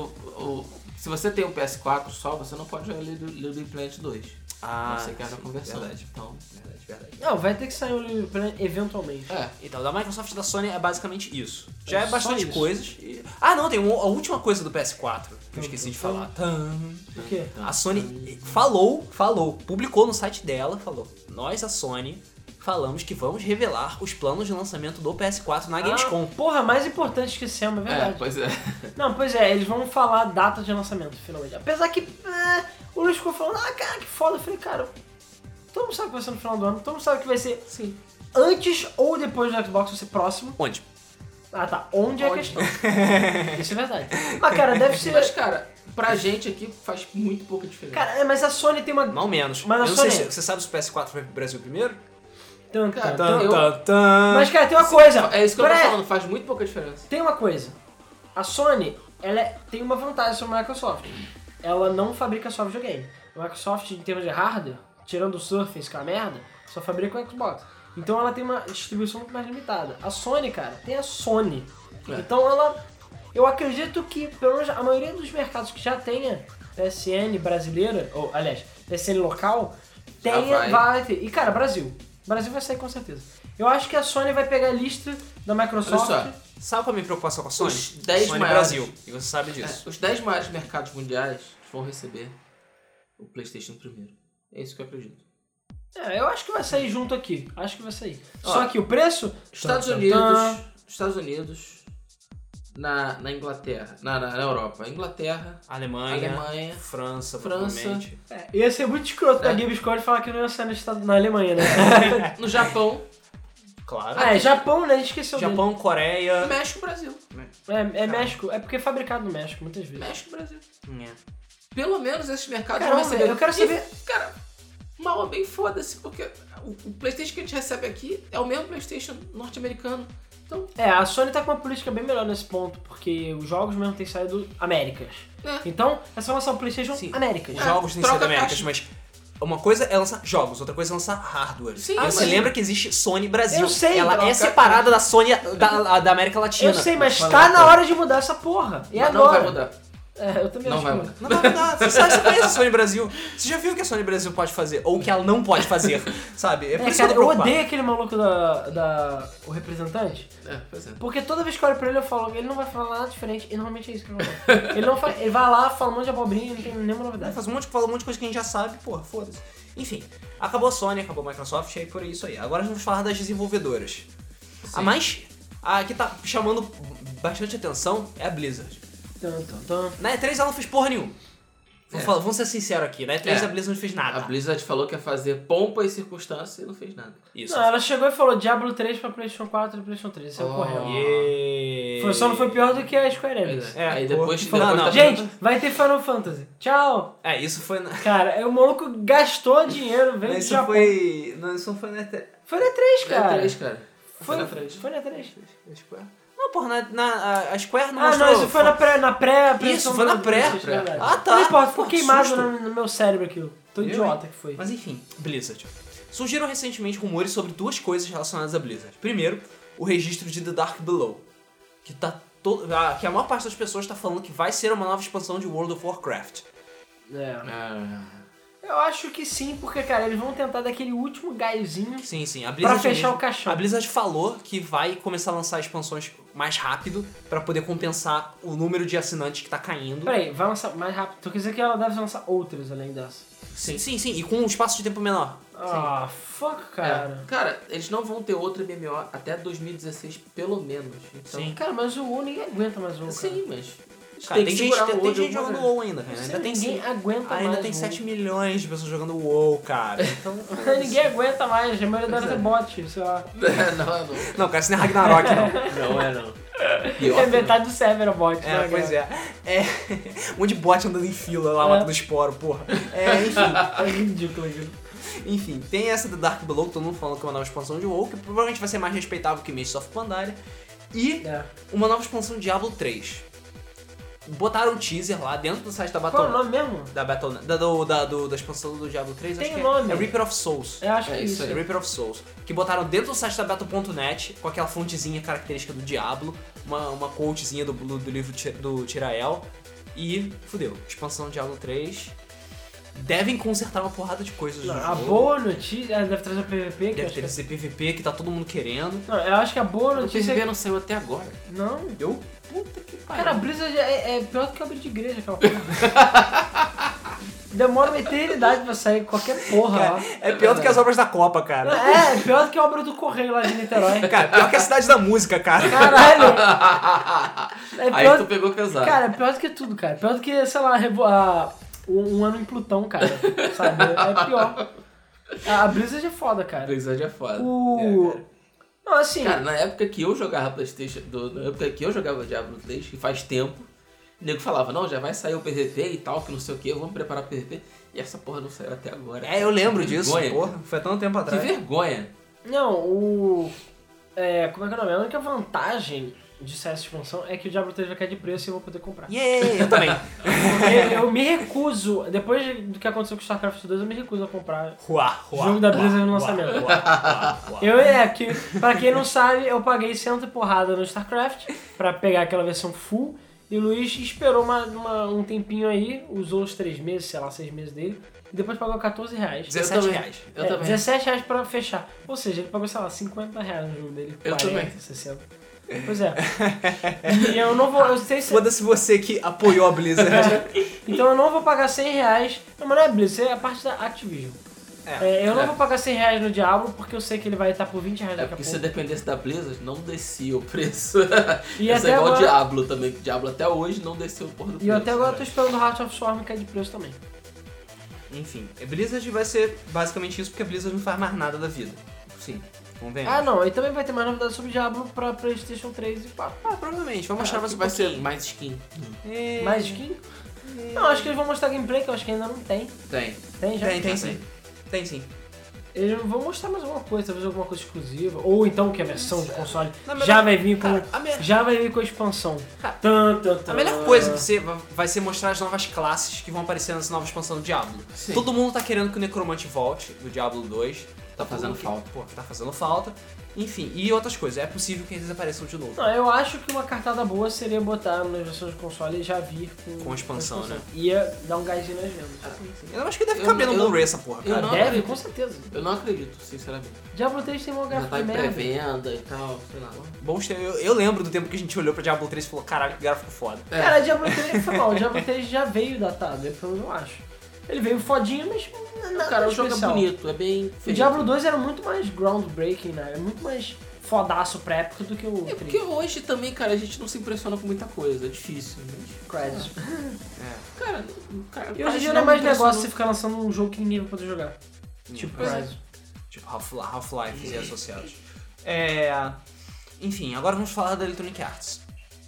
S3: o- Se você tem um PS4 só, você não pode jogar Little, Little Big Planet 2.
S1: Ah,
S3: você quer na
S1: sim,
S3: conversão.
S1: verdade.
S3: Então, verdade, verdade.
S2: Não, vai ter que sair um o Little Planet eventualmente.
S3: É.
S1: Então, da Microsoft e da Sony é basicamente isso. Já é,
S2: só
S1: bastante
S2: isso.
S1: coisas. e- Ah, não, tem um- a última coisa do PS4 que eu esqueci de
S2: tum,
S1: falar. Tum.
S3: É.
S2: O quê?
S1: A Sony falou, falou, publicou no site dela, falou. Nós, a Sony, falamos que vamos revelar os planos de lançamento do PS4 na Gamescom.
S2: Ah, porra, mais importante esquecemos, é
S3: É,
S2: verdade.
S3: pois é.
S2: Não, pois é, eles vão falar a data de lançamento, finalmente. Apesar que é, o Luiz ficou falando, ah, cara, que foda. Eu falei, cara, todo mundo sabe que vai ser no final do ano, todo mundo sabe que vai ser
S1: Sim.
S2: antes ou depois do Xbox, vai ser próximo.
S1: Onde?
S2: Ah, tá, onde é a
S3: Onde? *laughs*
S2: questão? Isso é verdade. Mas, cara, deve
S3: Mas,
S2: ser...
S3: cara, pra gente aqui faz muito pouca diferença.
S2: Cara, é, mas a Sony tem uma...
S1: Mal menos.
S2: Mas a
S1: Eu não sei
S2: Sony-
S1: se- você sabe se o PS4 vai pro Brasil primeiro?
S2: Tan,
S3: Cara,
S2: tan,
S3: tá.
S2: tan.
S3: eu-
S1: Tan, tan.
S2: Então, Mas, cara, tem uma coisa.
S3: é isso que eu tô
S2: Pera-
S3: falando, faz muito pouca diferença.
S2: Tem uma coisa. A Sony, ela é- tem uma vantagem sobre a Microsoft. Ela não fabrica só videogame. A Microsoft, em termos de hardware, tirando o Surface, que é uma merda, só fabrica o Xbox. Então ela tem uma distribuição muito mais limitada. A Sony, cara, tem a Sony.
S3: É.
S2: Então ela... Eu acredito que, pelo menos, a maioria dos mercados que já tenha PSN brasileira, ou, aliás, PSN local,
S3: Já
S2: tenha,
S3: vai.
S2: vai ter. E, cara, Brasil. Brasil vai sair com certeza. Eu acho que a Sony vai pegar a lista da Microsoft...
S3: Olha só,
S1: Sabe qual é a minha preocupação com a Sony?
S3: Os 10
S1: Sony
S3: maiores.
S1: Brasil. E você sabe disso.
S3: É, os 10 maiores mercados mundiais vão receber o PlayStation primeiro. É isso que eu acredito.
S2: É, eu acho que vai sair junto aqui. Acho que vai sair.
S3: Ó,
S2: Só que o preço.
S3: Estados
S2: Tan, tan,
S3: Unidos,
S2: tan.
S3: Estados Unidos, na, na Inglaterra, na, na, na Europa, Inglaterra,
S1: Alemanha,
S3: Alemanha,
S1: França,
S3: França.
S1: provavelmente.
S2: É, ia ser muito escroto da
S3: É.
S2: Gamescore falar que não ia sair no estado, na Alemanha,
S3: *laughs*
S2: né?
S3: no Japão,
S1: Claro.
S2: ah, é Japão, né? A gente esqueceu dele.
S1: Japão, Coreia.
S3: México, Brasil.
S2: É, é México. É porque é fabricado no México, muitas vezes.
S3: México, Brasil.
S1: É.
S3: Pelo menos esses mercados
S2: Caramba,
S3: vão receber.
S2: eu quero
S3: E,
S2: saber-
S3: cara, mal ou bem foda-se, porque o, o PlayStation que a gente recebe aqui é o mesmo PlayStation norte-americano. Então,
S2: É, a Sony tá com uma política bem melhor nesse ponto, porque os jogos mesmo têm saído Américas.
S3: É.
S2: Então, essa é uma PlayStation
S1: Sim.
S2: Américas.
S1: Os jogos têm sido
S3: troca a
S1: Américas,
S3: caixa.
S1: mas uma coisa é lançar jogos, outra coisa é lançar hardware.
S3: Sim,
S1: Ah,
S3: mas-
S1: você lembra que existe Sony Brasil.
S2: Eu sei,
S1: Ela é
S2: troca-
S1: separada da Sony da, da América Latina.
S2: Eu sei, mas
S3: Fala,
S2: tá
S3: cara.
S2: na hora de mudar essa porra. E
S3: mas
S2: agora?
S3: não vai mudar.
S2: É, eu também
S3: Não
S2: acho que
S3: vai mudar.
S1: Não vai mudar. Você sabe, você conhece a Sony Brasil. Você já viu o que a Sony Brasil pode fazer, ou o que ela não pode
S2: *laughs*
S1: fazer, sabe? É por
S2: É,
S1: isso
S2: cara,
S1: que eu
S2: eu
S1: tô preocupado.
S2: odeio aquele maluco da, da. O representante.
S3: É, pois é.
S2: Porque toda vez que eu olho pra ele, eu falo, ele não vai falar nada diferente. E normalmente é isso que ele fala. ele, não fa- ele vai lá, fala um monte de abobrinha, não tem nenhuma
S1: Né?
S2: novidade.
S1: Faz um monte, fala um monte de coisa que a gente já sabe, porra, foda-se. Enfim, acabou a Sony, acabou a Microsoft, e aí por isso aí. Agora vamos falar das desenvolvedoras. A mais, a que tá chamando bastante atenção é a Blizzard.
S2: Tum, tum, tum.
S1: Na E3 ela Né? não fez porra nenhuma. Vamos,
S3: É.
S1: falar- vamos ser sinceros aqui, na E3
S3: É.
S1: a Blizzard não fez nada.
S3: A Blizzard falou que ia fazer pompa e circunstância e não fez nada.
S1: Isso.
S2: Não, ela chegou e falou Diablo 3 pra PlayStation 4 e PlayStation 3. Isso
S3: Oh.
S2: ocorreu.
S1: Yeah.
S2: Foi, só não foi pior do que a Square Enix.
S3: Pois
S1: É,
S3: é. Aí
S1: porra.
S3: depois.
S1: Não,
S3: depois
S1: não.
S3: tá-
S2: Gente, vai ter Final Fantasy. Tchau!
S1: É, isso foi na...
S2: Cara, é, o maluco gastou dinheiro, veio do
S1: Isso
S2: Japão. Foi...
S1: foi... Não, isso foi na E3.
S2: na 3,
S3: Foi na
S2: cara.
S3: 3, cara.
S2: Foi, um
S3: na
S2: foi,
S3: 3.
S2: na 3.
S1: Não, porra, na, na- a Square não
S2: Ah,
S1: mostrou...
S2: não, isso foi na pré. Na pré
S1: Isso, foi na pré. Ah, tá.
S2: é Não importa, ficou
S1: Pô,
S2: queimado
S1: susto.
S2: no, no meu cérebro aquilo. Tô
S1: Eu,
S2: idiota que foi.
S1: Mas enfim, Blizzard. Surgiram recentemente rumores sobre duas coisas relacionadas a Blizzard. Primeiro, o registro de The Dark Below, que tá todo, ah, que a maior parte das pessoas tá falando que vai ser uma nova expansão de World of Warcraft.
S2: É.
S3: Ah,
S2: Eu acho que sim, porque, cara, eles vão tentar dar aquele último gaiozinho
S1: Sim, sim, a
S2: pra
S1: Blizzard
S2: fechar
S1: mesmo-
S2: o caixão.
S1: a Blizzard falou que vai começar a lançar expansões mais rápido pra poder compensar o número de assinantes que tá caindo.
S2: Peraí, vai lançar mais rápido. Tu quer dizer que ela deve lançar outras além dessa?
S1: Sim, sim, sim, e com um espaço de tempo menor.
S2: Ah, fuck, cara.
S3: é. Cara, eles não vão ter outro MMO até 2016, pelo menos. Então,
S1: Sim.
S2: Cara, mas o WoW ninguém aguenta mais o WoW, cara.
S3: Sim, mas.
S1: Cara, tem,
S3: que
S1: gente,
S3: segurar
S1: tem,
S3: o
S1: tem
S3: olho
S1: gente
S3: de alguma
S1: jogando WoW ainda, cara. Ainda tem Ah,
S2: ninguém aguenta mais.
S1: Ainda tem
S2: o *laughs*
S1: 7 milhões de pessoas jogando WoW, cara. Então,
S2: WoW. Ninguém aguenta mais, a maioria delas é bot, sei lá.
S3: maneira. não, não.
S1: Não, cara, isso não é Ragnarok, não.
S3: Não é não.
S2: É metade do server é bot, né,
S1: né? É, pois
S2: cara?
S1: é. é. *laughs* Um monte de bot andando em fila lá,
S2: É.
S1: matando esporo, porra. É, enfim. *laughs*
S2: *laughs* É ridículo aquilo.
S1: enfim, tem essa do Dark Below, que todo mundo falando que é uma nova expansão de WoW, que provavelmente vai ser mais respeitável que Mist of Pandaria. E
S2: É.
S1: uma nova expansão de Diablo 3. Botaram um teaser lá dentro do site da
S2: Qual é o
S1: Battle...
S2: nome mesmo?
S1: Da Battle... Da, do- da, do- da expansão do Diablo 3,
S2: Tem
S1: acho que
S2: nome.
S1: é. É Reaper of Souls.
S2: Eu acho
S3: É
S2: que
S3: isso
S2: isso.
S1: É Reaper of Souls, que botaram dentro do site da Battle.net, com aquela fontezinha característica do Diablo, uma, uma quotezinha do, do, do livro Ti- do Tirael, e fudeu. Expansão Diablo 3. Devem consertar uma porrada de coisas
S2: Não,
S1: do
S2: a
S1: jogo.
S2: Ah, boa notícia. ah, Deve trazer o PVP, que eu
S1: Deve
S2: acho que. é-
S1: ter esse PVP que tá todo mundo querendo.
S2: Não, eu acho que a boa
S3: O
S2: notícia. é
S3: PVP não saiu até *laughs* agora.
S2: Não.
S1: Eu? Puta que pariu.
S2: Cara, a brisa já é, é pior do que abrir de igreja, aquela porra. *laughs* Demora uma eternidade pra sair qualquer porra
S1: Cara,
S2: lá.
S1: é pior do que as obras da Copa, cara.
S2: É, é pior do que a obra do Correio lá de Niterói.
S1: *laughs* Cara, pior que a cidade da música, cara.
S2: Caralho! É
S3: Aí
S2: pior,
S3: tu pegou pesado.
S2: cara, é pior do que tudo, cara. Pior do que, sei lá, revo- a- um, um ano em Plutão, cara. Sabe? É pior. A, a brisa já é foda, cara.
S3: Blizzard é foda. É.
S2: O. Não, assim.
S3: Cara, na época que eu jogava Playstation, do- na época que eu jogava Diablo 3, que faz tempo, o nego falava, não, já vai sair o PVP e tal, que não sei o que, vamos preparar o PVP. E essa porra não saiu até agora.
S1: É, eu lembro
S3: Que
S1: disso,
S3: vergonha.
S1: porra. Foi há tanto tempo
S3: Que
S1: atrás.
S3: vergonha.
S2: Não, o. É, como é que é o nome? A única vantagem de sair essa expansão é que o Diablo 3 vai cair de preço e eu vou poder comprar.
S1: Yeah, eu também.
S2: Porque eu me recuso, depois do que aconteceu com StarCraft 2, eu me recuso a comprar.
S1: Ruá, ruá.
S2: Jogo da
S1: ruá,
S2: Blizzard no
S1: ruá,
S2: lançamento.
S1: ruá, ruá, ruá.
S2: Eu é que, pra quem não sabe, eu paguei cento e porrada no StarCraft pra pegar aquela versão full. E o Luiz esperou uma- uma- um tempinho aí, usou os três meses, sei lá, seis meses dele, e depois pagou 14 reais.
S1: 17
S3: eu também.
S1: reais.
S3: Eu
S2: é,
S3: também.
S2: 17 reais pra fechar. Ou seja, ele pagou, sei lá, 50 reais no jogo dele.
S3: Eu
S2: 40,
S3: também.
S2: 60. Pois é. e eu não vou. Eu sei se,
S1: Foda-se você que apoiou a Blizzard.
S2: então eu não vou pagar 100 reais. Não, mas não é Blizzard, isso é a parte da Activision.
S1: É.
S2: É, eu não
S3: É.
S2: vou pagar 100 reais no Diablo porque eu sei que ele vai estar por 20 reais
S3: É
S2: daqui a
S3: porque
S2: pouco.
S3: se dependesse da Blizzard, não descia o preço. *laughs*
S2: E
S3: Essa
S2: até
S3: é igual o
S2: agora-
S3: Diablo também, que Diablo até hoje não desceu o porra do
S2: E
S3: preço.
S2: eu até
S1: é.
S2: agora tô
S3: né?
S2: esperando o Heart of Swarm cair de preço também.
S1: *laughs* Enfim, a Blizzard vai ser basicamente isso porque a Blizzard não faz mais nada da vida. Sim, convenhamos.
S2: Ah, não, e também vai ter mais novidades sobre Diablo pra PlayStation 3 e 4.
S1: Ah, provavelmente, vai mostrar
S3: Acho
S1: mais
S3: que
S1: um
S3: vai ser
S1: pouquinho.
S3: mais skin.
S1: É,
S2: Mais skin? Não, acho que eles vão mostrar gameplay que eu acho que ainda não tem.
S3: Tem.
S2: Tem já? Hum.
S1: Tem, tem
S3: Ah,
S1: sim. Tem sim.
S2: Eles vão mostrar mais alguma coisa, talvez alguma coisa exclusiva. Ou então que a versão de console
S1: Na melhor-
S2: já vai vir com.
S1: Cara, a, me-
S2: Já vai vir com a expansão.
S1: Cara,
S2: Tan, tan, tan.
S1: a melhor coisa que você vai ser mostrar as novas classes que vão aparecer nessa nova expansão do Diablo.
S3: Sim.
S1: Todo mundo tá querendo que o Necromante volte do Diablo 2.
S3: Tá fazendo
S1: que-
S3: falta.
S1: Pô, que tá fazendo falta. Enfim, e outras coisas. É possível que eles apareçam de novo.
S2: Não, eu acho que uma cartada boa seria botar nas versões de console e já vir com,
S1: Com a expansão, né?
S2: Ia dar um gásinho nas vendas.
S3: Ah,
S1: Eu acho que deve
S3: Eu
S1: caber
S3: não-
S1: no
S3: eu-
S1: Blu-ray essa porra,
S3: eu
S1: cara.
S2: Ah,
S3: não
S2: deve,
S3: acredito.
S2: com certeza.
S3: Eu não acredito, sinceramente.
S2: Diablo 3 tem uma
S3: Já
S2: gráfica
S3: tá
S2: de
S3: em
S2: merda.
S3: pré-venda e tal, sei lá.
S1: Bons te- eu, eu lembro do tempo que a gente olhou pra Diablo 3 e falou, caralho, que gráfico foda.
S3: É,
S2: Cara, Diablo 3 foi mal. Diablo 3 já veio datado, então eu pelo menos eu acho. Ele veio fodinho, mas nada
S3: cara, o jogo
S2: especial.
S3: é bonito, é bem
S2: O
S3: feito.
S2: Diablo 2 era muito mais groundbreaking, né? Era muito mais fodaço pra época do que o
S3: É
S2: 3.
S3: porque hoje também, cara, a gente não se impressiona com muita coisa, é difícil. Mas,
S2: Crash.
S3: cara, cara
S2: E hoje em
S3: quase
S2: dia não é mais
S3: me
S2: negócio você
S3: impressionou.
S2: ficar lançando um jogo que ninguém vai poder jogar. Tipo
S3: Pois é.
S2: Crash.
S1: Tipo Half- Half-Life e associados. É... Enfim, agora vamos falar da Electronic Arts.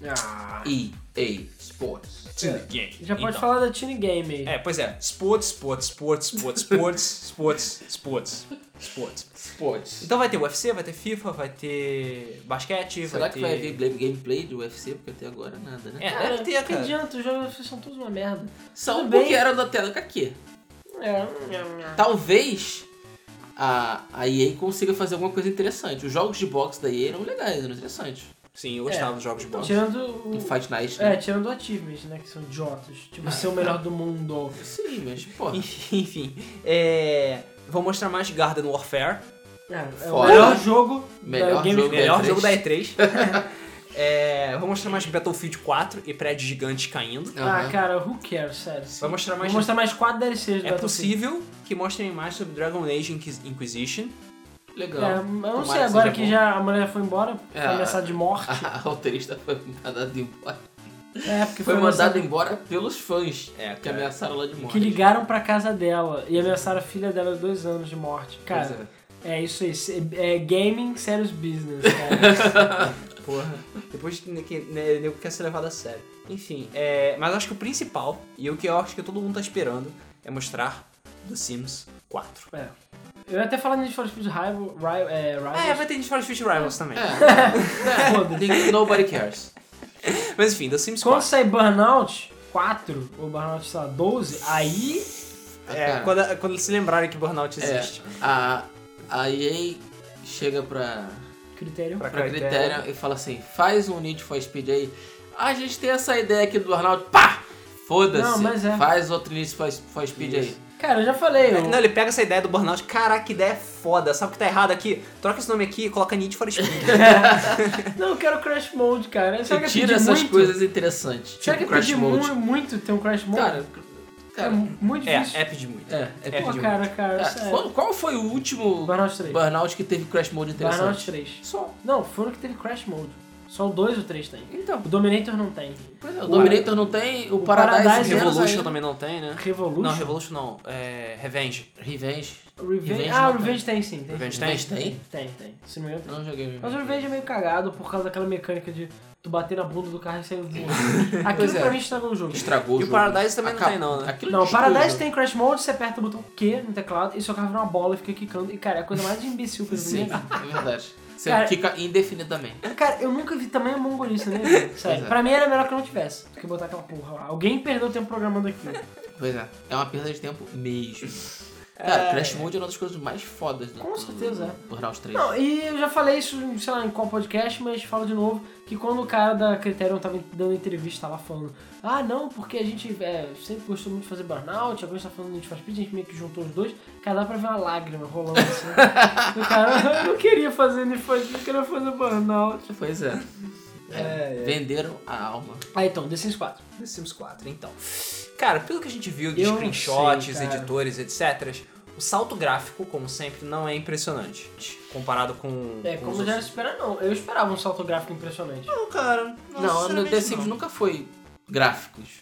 S2: Ah.
S3: EA Sports.
S2: Sim.
S1: Game.
S2: Já pode
S1: Então.
S2: falar da Tiny Game aí.
S1: É, pois é. Sports, sports, sports, sports, sports, *laughs* sports, sports, sports.
S3: Sports.
S1: Então vai ter UFC, vai ter FIFA, vai ter basquete,
S3: Será
S1: vai
S3: que
S1: ter...
S3: vai vir game- gameplay do UFC? Porque até agora nada, né?
S1: É, deve ter,
S2: que
S1: cara.
S2: adianta, os jogos são todos uma merda.
S3: São
S2: tudo
S3: porque
S2: bem.
S3: era da tela HQ.
S2: É, hum, hum, hum.
S3: Talvez a, a EA consiga fazer alguma coisa interessante. Os jogos de boxe da EA eram legais, eram interessantes.
S1: Sim, eu gostava dos jogos de bola.
S2: Tirando o.
S3: Um Fight Night,
S2: É,
S3: né?
S2: tirando o Achievement, né? Que são idiotas. Tipo, ser o melhor do mundo.
S3: Sim, mas, porra.
S1: Enfim, *laughs* enfim, é... Vou mostrar mais Garden Warfare.
S2: É, é o
S3: Fora.
S2: melhor jogo.
S3: Melhor
S2: da Game
S3: jogo.
S1: Melhor
S3: E3.
S1: jogo da E3. *laughs* é... Vou mostrar mais Battlefield 4 e prédios gigantes caindo.
S2: Ah,
S3: Aham.
S2: cara, who cares, sério.
S1: Vai mostrar mais...
S2: Vou mostrar mais 4 DLCs do
S1: É
S2: Battlefield.
S1: possível que mostrem mais sobre Dragon Age Inquis- Inquisition.
S3: Legal.
S2: É, eu não
S3: Tomara
S2: sei, agora
S3: seja
S2: que
S3: bom.
S2: já a mulher foi embora, foi
S3: É,
S2: ameaçada de morte.
S3: *laughs* A roteirista foi mandada embora.
S2: É, porque foi,
S3: Foi mandada
S2: ameaçada-
S3: embora pelos fãs
S1: É,
S3: que ameaçaram ela de morte.
S2: Que ligaram pra casa dela e ameaçaram a filha dela de dois anos de morte.
S1: Pois
S2: Cara, é. isso aí. se- É gaming serious business, cara.
S1: é. Porra. Depois que ne- que ne- nego quer ser levado a sério. Enfim, é, mas acho que o principal, e o que eu acho que todo mundo tá esperando, é mostrar The Sims 4.
S2: É. Eu ia até falar de Need for Speed Rival, Rival, é, Rivals.
S1: É, vai ter Need for Speed Rivals também.
S2: *laughs*
S3: É,
S2: Foda-se.
S3: ninguém- nobody cares.
S1: Mas enfim, The Sims
S2: Quando
S1: 4.
S2: sair Burnout 4, ou Burnout, sei lá, 12, aí...
S1: É,
S3: Cara,
S1: quando, quando eles se lembrarem que Burnout
S3: é,
S1: existe.
S3: a, a EA chega pra,
S2: Critério. é um
S1: Pra
S3: pra
S1: Criterion.
S3: Criterion e fala assim, faz um Need for Speed aí. A gente tem essa ideia aqui do Arnaldo, pá!
S2: Não, mas
S3: Foda-se,
S2: é.
S3: faz outro Need for, for Speed
S1: Isso.
S3: aí.
S2: Cara, eu já falei.
S1: É,
S2: eu-
S1: Não, ele pega essa ideia do Burnout. Caraca, que ideia foda. Sabe o que tá errado aqui? Troca esse nome aqui e coloca Need for Speed.
S2: Não, eu quero Crash Mode, cara. Será que é
S3: E tira
S2: pedir
S3: essas
S2: muito?
S3: coisas interessantes.
S2: Será que
S3: tipo
S2: é
S3: Crash
S2: pedir
S3: Mode.
S2: mu- muito ter um Crash Mode?
S3: Cara,
S2: é
S3: cara,
S2: muito
S1: *laughs*
S2: difícil.
S1: é, é pedir muito.
S3: é, é,
S1: é
S2: Pô,
S1: pedir
S2: cara, cara,
S3: Cara,
S2: sério.
S3: qual- qual foi o último
S2: Burnout 3.
S3: Burnout né? que teve Crash Mode
S2: Burnout
S3: interessante?
S2: 3.
S3: Só.
S2: Não, foram que teve Crash Mode. Só um o 2 e o 3 tem.
S3: Então.
S2: O Dominator não tem.
S3: Pois é, o Dominator não tem, o, Paradise,
S2: Paradise
S3: menos
S1: Revolution
S3: ainda.
S1: também não tem, né?
S2: Revolution?
S1: Não, Revolution não. É. Revenge.
S3: Revenge.
S2: Revenge.
S3: Revenge
S2: ah,
S3: não
S2: o Revenge tem, sim. Tem,
S1: Revenge
S3: Revenge
S1: tem?
S3: tem?
S2: tem. tem. Se não me engano.
S3: Eu não joguei Revenge.
S2: Mas o Revenge é meio cagado por causa daquela mecânica de tu bater na bunda do carro e sair
S3: *laughs*
S2: voando. Aquilo
S3: Pois é.
S2: pra mim estragou o um jogo.
S3: Estragou
S1: E o
S3: jogo.
S1: Paradise também não
S3: Acab-
S1: tem, não, né?
S3: Aquilo
S2: Não, o
S3: destruiu
S2: Paradise
S3: jogo.
S2: tem Crash Mode, você aperta o botão Q no teclado e seu carro vira uma bola e fica quicando. E, cara, é a coisa mais imbecil que eu já
S3: Sim,
S2: vi.
S3: é verdade. Você
S2: Cara-
S3: fica indefinidamente.
S2: Cara, eu nunca vi tamanho mongolista,
S3: *laughs*
S2: né? velho? Sério.
S3: Pois é.
S2: Pra mim era melhor que eu não tivesse do que botar aquela porra lá. Alguém perdeu tempo programando aquilo.
S3: Pois é. É uma perda de tempo mesmo. Cara, Crash Mode é uma das coisas mais fodas do
S2: Com certeza, é.
S3: do Burnout 3.
S2: Não, e eu já falei isso, sei lá, em qual podcast, mas falo de novo, que quando o cara da Criterion tava dando entrevista, tava falando, ah, não, porque a gente é, sempre gostou muito de fazer burnout, agora a gente tá falando de Need for Speed, a gente meio que juntou os dois, cara, dá pra ver uma lágrima rolando assim. *laughs* o cara, eu não queria fazer Need for Speed, eu queria fazer burnout.
S3: Pois é. É,
S1: É, é.
S3: Venderam a alma.
S2: Ah, então, The Sims 4.
S1: The Sims 4, então. Cara, pelo que a gente viu de
S2: Eu não
S1: screenshots,
S2: sei, cara.
S1: editores, etc., o salto gráfico, como sempre, não é impressionante. Comparado com.
S2: É,
S1: com
S2: como Ah,
S1: os
S2: já
S1: outros.
S2: espera, não. Eu esperava um salto gráfico impressionante.
S1: Não, cara.
S3: Não, no The Sims
S1: não.
S3: nunca foi gráficos.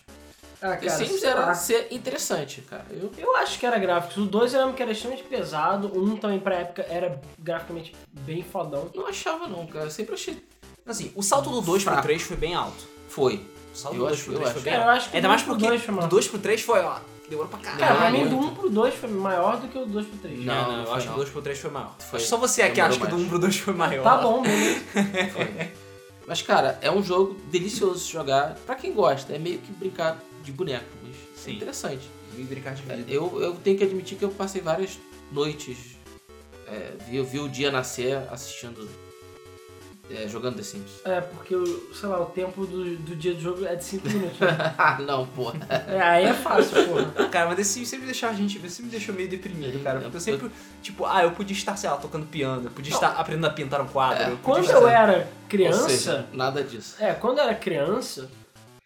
S2: Ah,
S3: The Sims
S2: sei lá.
S3: era ser interessante, cara. Eu...
S2: Eu acho que era gráficos. O 2 eu lembro que era extremamente pesado. O 1 um também pra época era graficamente bem fodão.
S3: Não achava não, cara. Eu sempre achei.
S1: Assim, o salto do 2 pro
S3: Fraco.
S1: 3 foi bem alto.
S3: Foi.
S1: O salto
S3: Eu
S1: do 2
S3: acho,
S1: pro
S3: eu
S1: 3 foi
S3: acho.
S1: bem
S2: Cara,
S1: alto.
S2: eu acho que
S1: Ainda
S2: nem
S1: mais
S2: pro
S1: porque
S2: dois foi maior.
S1: do 2 pro 3 foi, ó. Demorou pra caralho.
S2: Cara, pra mim
S3: muito.
S2: do 1 pro 2 foi maior do que o 2 pro
S1: Não,
S2: 3.
S3: Não,
S1: não,
S3: não
S1: eu
S3: foi
S1: acho que
S3: não.
S1: o 2 pro 3 foi maior.
S3: Foi.
S1: Acho que só você aqui
S3: Demorou
S1: acha que do
S3: mais.
S1: 1 pro 2 foi maior.
S2: Tá bom, beleza.
S3: Foi. mas, cara, é um jogo delicioso de jogar. Pra quem gosta, é meio que brincar de boneco, mas
S1: Sim.
S3: é interessante.
S1: E brincar de
S3: É,
S1: vida.
S3: Eu, eu tenho que admitir que eu passei várias noites é, vi, vi o dia nascer assistindo. é, jogando The Sims. *laughs*
S2: É, porque, o- sei lá, o tempo do, do dia do jogo é de 5
S1: *laughs*
S2: minutos. Né?
S3: ah, não, porra.
S2: É, aí é fácil, porra.
S1: Cara, mas esse sempre deixava a gente, sempre me deixou meio deprimido, cara. Porque eu
S3: Eu-
S1: sempre, tipo, ah, eu podia estar, sei lá, tocando piano, eu podia estar aprendendo a pintar um quadro. eu podia
S2: Quando
S1: estar-
S2: eu era
S3: Ou
S2: criança.
S3: seja, nada disso. *laughs*
S2: É, quando eu era criança,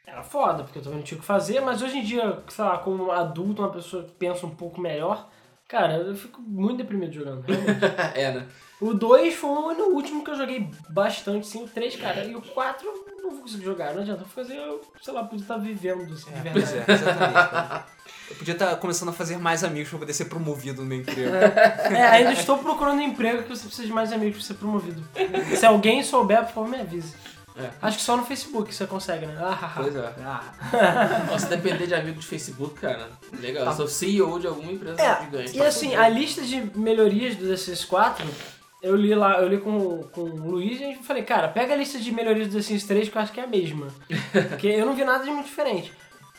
S2: era foda, porque eu também não tinha o que fazer, mas hoje em dia, sei lá, como adulto, uma pessoa que pensa um pouco melhor, cara, eu fico muito deprimido jogando. realmente.
S3: é, né?
S2: o 2 foi o no último que eu joguei bastante, sim, o 3, cara, e o 4 eu não vou conseguir jogar, não adianta fazer, eu, sei lá, podia estar vivendo assim, de
S1: É,
S2: verdade.
S1: pois é, exatamente. cara. Eu podia estar começando a fazer mais amigos pra poder ser promovido no meu emprego.
S2: É, ainda estou procurando emprego que você precisa de mais amigos pra ser promovido. Se alguém souber, por favor, me avise.
S3: É.
S2: Acho que só no Facebook você consegue, né? Ah, ah, ah.
S1: *laughs*
S3: Pois é.
S1: Ah,
S3: Nossa, depender de amigo de Facebook, cara. Legal.
S1: Tá.
S3: Eu sou CEO de alguma empresa
S2: É,
S3: gigante. tá
S2: e assim, a lista de melhorias do The Sims 4, eu li lá, eu li com, com o Luiz e eu falei, cara, pega a lista de melhorias do The Sims 3 que eu acho que é a
S3: *laughs*
S2: mesma. Porque eu não vi nada de muito diferente.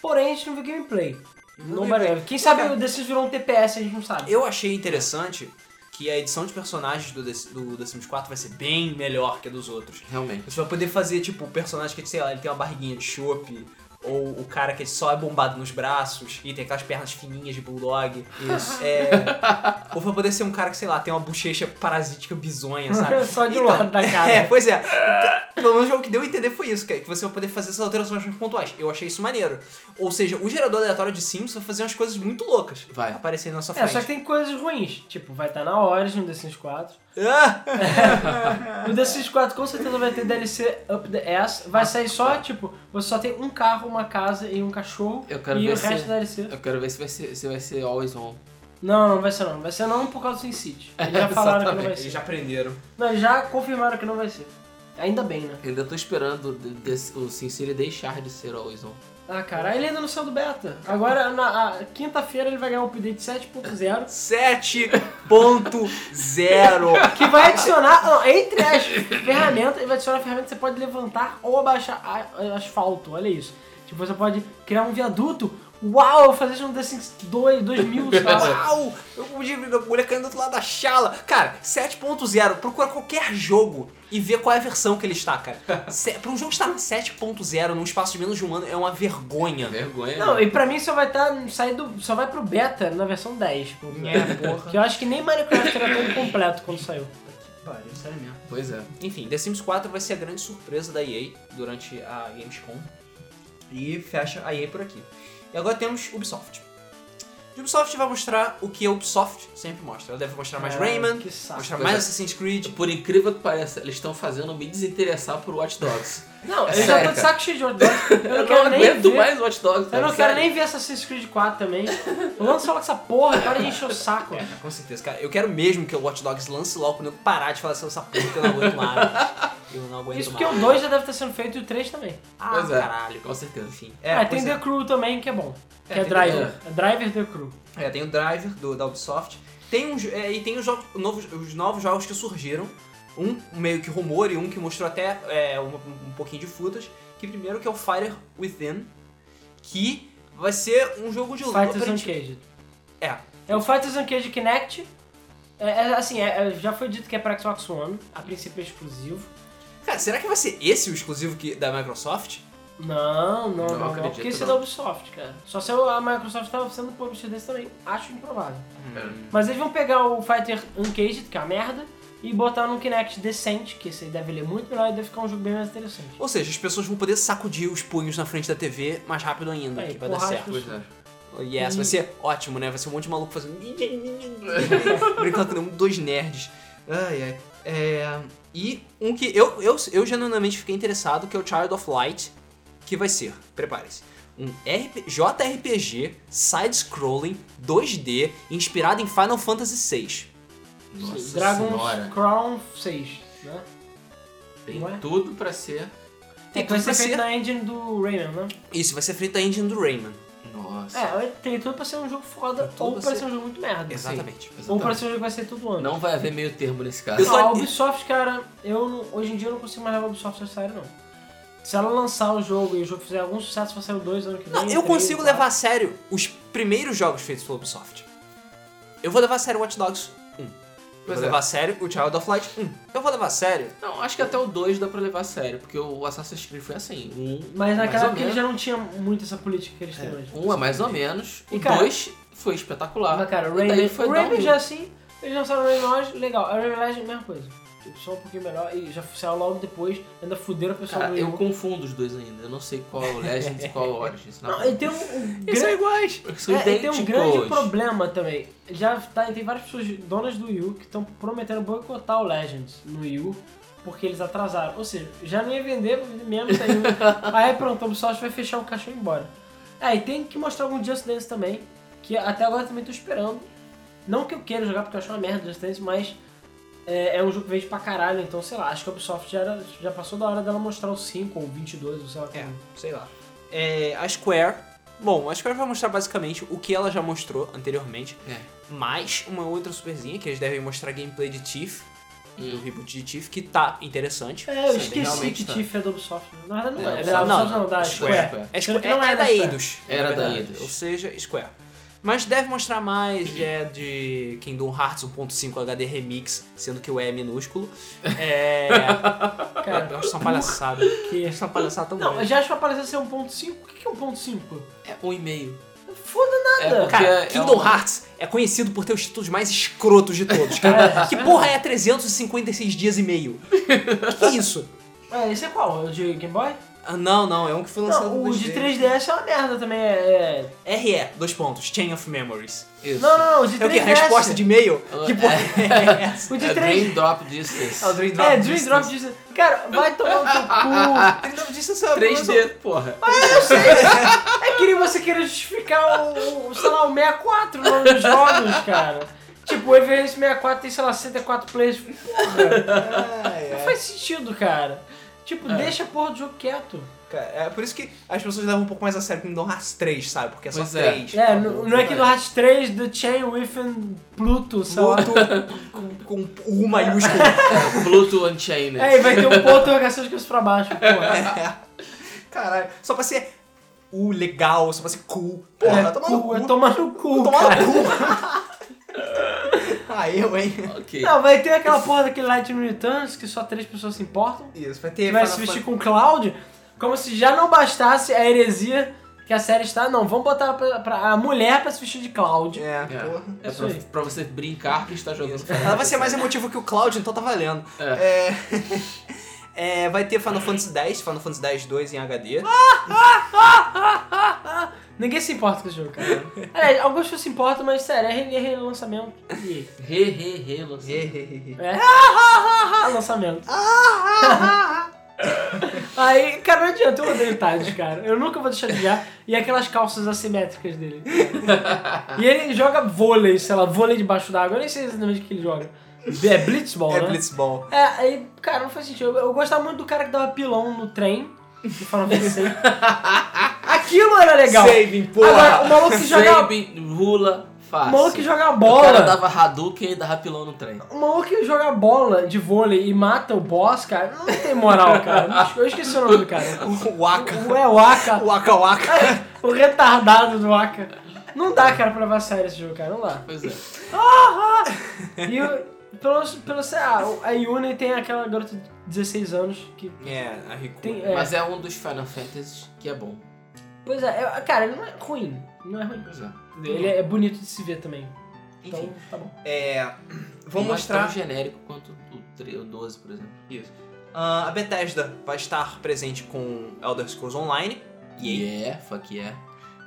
S2: Porém, a gente não viu gameplay.
S1: Não
S2: Não
S1: vi
S2: barulho. Quem sabe
S1: Cara.
S2: o The Sims virou um TPS, a gente não sabe.
S1: Eu achei interessante que a edição de personagens do The, do The Sims 4 vai ser bem melhor que a dos outros.
S3: Realmente.
S1: Você vai poder fazer, tipo, o personagem que, sei lá, ele tem uma barriguinha de chope, ou o cara que só é bombado nos braços e tem aquelas pernas fininhas de bulldog. Isso. É.
S2: *laughs*
S1: ou vai poder ser um cara que, sei lá, tem uma bochecha parasítica
S2: *laughs*
S1: bizonha, sabe?
S2: Só de
S1: Então,
S2: lado da cara.
S1: É, pois é. Pelo menos o que deu a entender foi isso, que que você vai poder fazer essas alterações mais pontuais. Eu achei isso maneiro. Ou seja, o gerador aleatório de Sims vai fazer umas coisas muito loucas.
S3: Vai.
S1: Aparecendo na sua
S2: É,
S1: frente.
S2: só que tem coisas ruins. Tipo, vai estar na Origin no The Sims 4.
S1: Ah!
S2: No The Sims 4 com certeza vai ter DLC Up the Ass. Vai sair só, tipo, você só tem um carro, uma casa e um cachorro.
S3: tá. Eu quero
S2: e
S3: ver
S2: o
S3: se-
S2: resto é da DLC.
S3: Eu quero ver se vai ser, se vai ser always on.
S2: Não, não vai ser não. Vai ser não por causa do Sin City. Eles já falaram que não vai
S1: Eles
S2: ser.
S1: já aprenderam.
S2: Não, eles já confirmaram que não vai ser. Ainda bem, né?
S3: Ainda tô esperando de- desse- o Sincere deixar de ser always on.
S2: Ah, cara, ele ainda não saiu do beta. Agora, na a- quinta-feira, ele vai ganhar um update 7.0
S1: 7.0.
S2: que vai adicionar, não, entre as ferramentas, ele vai adicionar a ferramenta que você pode levantar ou abaixar a- a- asfalto. Olha isso. Tipo, você pode criar um viaduto. Uau, eu vou fazer isso no The Sims 2, 2000, sei lá.
S1: Uau! Eu podia ver a mulher caindo do outro lado da chala. Cara, 7.0. Procura qualquer jogo e vê qual é a versão que ele está, cara. Se, pra um jogo estar na 7.0 num espaço de menos de um ano é uma vergonha.
S3: Vergonha.
S2: Não,
S3: né?
S2: e pra mim só vai tá, sair do, só vai pro beta na versão 10. Tipo,
S1: É, porra.
S2: Que eu acho que nem Minecraft era tão completo quando saiu.
S1: Sério mesmo.
S3: Pois é.
S1: Enfim, The Sims 4 vai ser a grande surpresa da EA durante a Gamescom. E fecha a EA por aqui. E agora temos Ubisoft. De Ubisoft vai mostrar o que a Ubisoft sempre mostra. Ela deve mostrar mais
S2: É,
S1: Rayman,
S2: Que saco.
S1: mostrar
S3: Pois
S1: mais
S3: é.
S1: Assassin's Creed.
S3: Por incrível que pareça, eles estão fazendo me desinteressar por Watch Dogs.
S2: Não, eu
S3: É
S2: já tô
S3: sério,
S2: de saco cheio de Watch Dogs. Eu não quero nem
S3: aguento
S2: ver.
S3: mais Watch Dogs.
S2: Eu
S3: cara,
S2: não quero
S3: sério.
S2: nem ver Assassin's Creed 4 também. Lança logo essa porra, para de encher o saco.
S1: É, com certeza, cara. Eu quero mesmo que o Watch Dogs lance logo pra eu parar de falar assim, essa porra que eu não aguento mais. Eu não aguento
S2: Isso porque
S1: mais.
S2: o 2 já deve estar sendo feito e o 3 também.
S1: Ah,
S3: Pois é,
S1: caralho.
S3: com certeza.
S1: Enfim.
S2: ah,
S1: É, pois
S2: tem The Crew também, que é bom. Que
S1: É,
S2: é,
S1: tem
S2: Driver. É Driver The Crew.
S1: É, tem o Driver do, da Ubisoft. Tem um, jo- é, e tem os, jogos, novos, os novos jogos que surgiram. Um meio que rumor e um que mostrou até é, um, um pouquinho de frutas. Que primeiro que é o Fighter Within. Que vai ser um jogo de luta.
S2: Fighters
S1: aparente-
S2: Uncaged.
S1: É.
S2: É o Fighters Uncaged Kinect. É, é, assim, é- é, já foi dito que é pra Xbox One. A princípio é exclusivo.
S1: Cara, será que vai ser esse o exclusivo que, da Microsoft?
S2: Não, não,
S3: Não
S2: não. não,
S3: acredito,
S2: porque esse é da
S3: não.
S2: Ubisoft, cara. Só se a Microsoft tava sendo publisher desse também. Acho improvável.
S3: Hum.
S2: Mas eles vão pegar o Fighter Uncaged, que é uma merda, e botar num Kinect decente, que esse aí deve ler muito melhor e deve ficar um jogo bem mais interessante.
S1: Ou seja, as pessoas vão poder sacudir os punhos na frente da TV mais rápido ainda,
S2: Aí,
S1: que vai dar
S2: porrada.
S1: certo.
S3: Pois é.
S1: Yes, vai ser ótimo, né? Vai ser um monte de maluco fazendo. *laughs* Brincando com um, dois nerds. Ai, ai. É, E um que eu, eu, eu genuinamente fiquei interessado, que é o Child of Light, que vai ser, prepare-se, um RP, JRPG side-scrolling 2D inspirado em Final Fantasy VI.
S3: Nossa
S2: Dragon's
S3: senhora.
S2: Crown 6, né?
S3: Tem
S2: Ué?
S3: tudo pra ser.
S1: Tem
S2: é, que vai
S1: tudo pra
S2: ser feito
S1: ser.
S2: na engine do Rayman, né?
S1: Isso, vai ser feito a engine do Rayman.
S2: Ah,
S3: Nossa.
S2: É, tem tudo pra ser um jogo foda
S1: Tem tudo
S2: ou
S1: pra
S2: pra
S1: ser-
S2: ser... um jogo muito merda.
S1: Exatamente.
S2: Sim. Ou pra ser um jogo que vai ser todo ano.
S3: Não vai haver meio termo nesse caso.
S2: Não, Assim, a Ubisoft, cara, eu não- hoje em dia eu não consigo mais levar a Ubisoft a sério, não. Se ela lançar o jogo e o jogo fizer algum sucesso, vai sair o 2 ano que vem.
S1: Não, eu
S2: três,
S1: consigo
S2: quatro.
S1: levar a sério os primeiros jogos feitos pela Ubisoft. Eu vou levar a sério Watch Dogs 1. Eu
S3: Pois
S1: vou
S3: é.
S1: levar a sério o Child of Light 1. Eu vou levar a sério.
S3: Não, acho que até o 2 dá pra levar a sério, porque o Assassin's Creed foi assim. Um,
S2: Mas
S3: mais
S2: naquela
S3: ou
S2: época eles
S3: menos.
S2: já não tinham muito essa política que eles têm hoje.
S3: Um é mais ou menos,
S2: E,
S3: o
S2: cara-
S3: 2 foi espetacular.
S2: Mas cara, o
S3: e daí
S2: Rayman,
S3: foi
S2: o
S3: dar
S2: Rayman
S3: um-
S2: já é assim, eles lançaram o Rayman Legends, legal. O Rayman Legends, mesma coisa. Só um pouquinho melhor e já saiu logo depois, ainda fuderam o pessoal
S3: Cara,
S2: do
S3: eu
S2: Rayman.
S3: confundo os dois ainda. Eu não sei qual é o Legends e qual é o Origins.
S2: *laughs*
S3: Na
S2: Não,
S3: verdade.
S2: e tem um, um
S3: é
S1: Eles são
S2: grande,
S1: iguais.
S3: São
S2: é, e tem um
S3: idênticos.
S2: grande problema também. Já tá, tem várias pessoas donas do Wii U que estão prometendo boicotar o Legends no Wii U porque eles atrasaram. Ou seja, já não ia vender menos
S3: *laughs*
S2: ainda. Aí pronto, o Ubisoft vai fechar o caixão e ir embora. Aí tem que mostrar algum Just Dance também, que até agora eu também tô esperando. Não que eu queira jogar porque eu acho uma merda Just Dance, mas é, é um jogo que vende pra caralho, então sei lá, acho que a Ubisoft já, era- já passou da hora dela mostrar o 5 ou 22, ou sei lá.
S1: É,
S3: Hum.
S2: como.
S1: sei lá. É, a Square. Bom, a Square vai mostrar basicamente o que ela já mostrou anteriormente,
S3: É.
S1: mais uma outra superzinha que eles devem mostrar gameplay de Tiff, do
S3: Hum.
S1: reboot de Tiff, que tá interessante.
S2: É, eu
S3: Sim,
S2: esqueci
S3: realmente
S2: que
S3: tá.
S2: Tiff é da Ubisoft. né? Na verdade, não
S3: É,
S2: é.
S3: Ubisoft
S2: Da
S1: não,
S2: Ubisoft não, da
S3: Square.
S2: Square.
S3: Square.
S1: É,
S2: Sendo
S1: Square,
S2: que não
S1: é,
S2: é
S1: é da
S2: da Square.
S1: Eidos. na
S3: Era da
S1: verdade.
S3: Eidos.
S1: Ou seja, Square. Mas deve mostrar mais é, de Kingdom Hearts 1.5 HD Remix, sendo que o E é minúsculo. *laughs* É.
S2: Cara,
S1: eu acho isso uma palhaçada. é Eu
S2: que...
S1: acho uma palhaçada tão
S2: Não, eu
S1: grande.
S2: já acho que apareceu ser 1.5. O que que é 1.5?
S3: É um e meio.
S2: Foda
S3: É
S2: nada.
S3: porque
S1: Cara,
S3: é
S1: Kingdom
S3: um-
S1: Hearts é conhecido por ter os títulos mais escrotos de todos, cara. que porra é 356 dias e meio? Que isso?
S2: É, esse é qual? É O de Game Boy?
S1: Ah, não, não, é um que foi lançado
S2: Não, o
S1: no
S2: de
S1: 3D.
S2: 3DS é uma merda também. É... é-
S1: RE, dois pontos, Chain of Memories.
S3: Isso.
S2: Não, não, não, o de 3DS.
S1: É o que? Resposta de e-mail?
S3: Ah,
S1: Que porra é essa?
S2: O de
S3: É
S2: 3
S3: Dream Drop Distance.
S1: É o Dream Drop.
S2: É, Dream Drop Distance. Cara, vai tomar
S1: *laughs*
S2: no teu cu. Ah,
S1: Dream Drop Distance é uma promoção.
S3: 3D, porra.
S2: É que nem você queira justificar o, o, sei lá, o 64 no nome dos jogos, cara. Tipo, o Everest 64 tem, sei lá, 64 players. Porra,
S1: Ai,
S2: não
S1: ai.
S2: faz sentido, cara. Tipo, deixa a porra do jogo quieto.
S1: Cara, É por isso que as pessoas levam um pouco mais a sério Kingdom Hearts 3, sabe? Porque é só
S3: Pois é.
S1: 3.
S2: É, no- não é que no Hearts 3 The Chain Within Pluto, sei *laughs* lá.
S1: Boto com, com U maiúsculo.
S3: É, Pluto Unchained.
S2: É, e vai ter um ponto de interrogação de cabeça pra baixo,
S1: É.
S2: porra.
S1: Caralho. Só pra ser U legal, só pra ser cool. Porra,
S2: é,
S1: tá tomando
S2: cu,
S1: cu.
S2: é tomar no cu,
S1: Tomar no
S2: cara.
S1: cu. *laughs* ah, eu, hein?
S3: Ok.
S2: Não, vai ter aquela porra daquele Lightning Returns que só três pessoas se importam.
S1: Isso, vai
S2: que
S1: ter.
S2: vai
S1: Final
S2: se vestir
S1: Fantasy-
S2: com Cloud, como se já não bastasse a heresia que a série está. Não, vamos botar pra, pra- a mulher pra se vestir de Cloud.
S1: É,
S3: É,
S1: porra.
S3: é
S2: Isso aí.
S3: pra, pra você brincar que está jogando.
S1: Ela vai ser mais emotiva que o Cloud, então tá valendo. É. é, vai ter Final Fantasy X, Final Fantasy X 2 em
S2: *laughs*
S1: Ah, HD.
S2: Ninguém se importa com esse jogo, cara. Aliás, algumas pessoas se importam, mas sério, é re- é relançamento. E-
S3: Re, re, re, lançou.
S2: É é
S1: ah,
S2: lançamento. Aí, cara, não adianta, eu odeio o Tades, cara. Eu nunca vou deixar de jogar. E aquelas calças assimétricas dele. E ele joga vôlei, sei lá, vôlei debaixo d'água. Eu nem sei exatamente o que ele joga. É Blitzball,
S1: é
S2: né?
S1: Blitzball.
S2: É, aí, cara, não faz sentido. Eu, eu gostava muito do cara que dava pilão no trem do Final Fantasy. Aquilo era legal.
S1: Saving, porra.
S2: Agora, o maluco que joga.
S3: Baby, rula,
S2: O
S3: fácil.
S2: maluco que joga
S3: O cara
S2: bola.
S3: dava Hadouken e dava pilão no trem.
S2: O maluco que joga bola de vôlei e mata o boss, cara, não tem moral, cara. Eu esqueci o nome do cara.
S1: O Waka.
S2: O é o Aka,
S1: Waka Waka.
S2: o retardado do Aka. Não dá, cara, pra levar a sério esse jogo, cara. Não dá.
S3: Pois é.
S2: E o. Pelo, pelo, ah, o- a Yune tem aquela garota de 16 anos que.
S1: É, a Riku.
S2: Tem- é.
S3: Mas é um dos Final Fantasies que é bom.
S2: Pois é, eu- cara, ele não é ruim. Não é ruim.
S3: Pois é.
S2: Ele é bonito de se ver também. Então,
S1: Enfim,
S2: tá bom.
S1: é. Vou
S3: Não é
S1: mostrar.
S3: tão genérico quanto o, 3, o 12, por exemplo.
S1: Isso. ah, a Bethesda vai estar presente com Elder Scrolls Online. E aí
S3: Yeah, é, fuck yeah.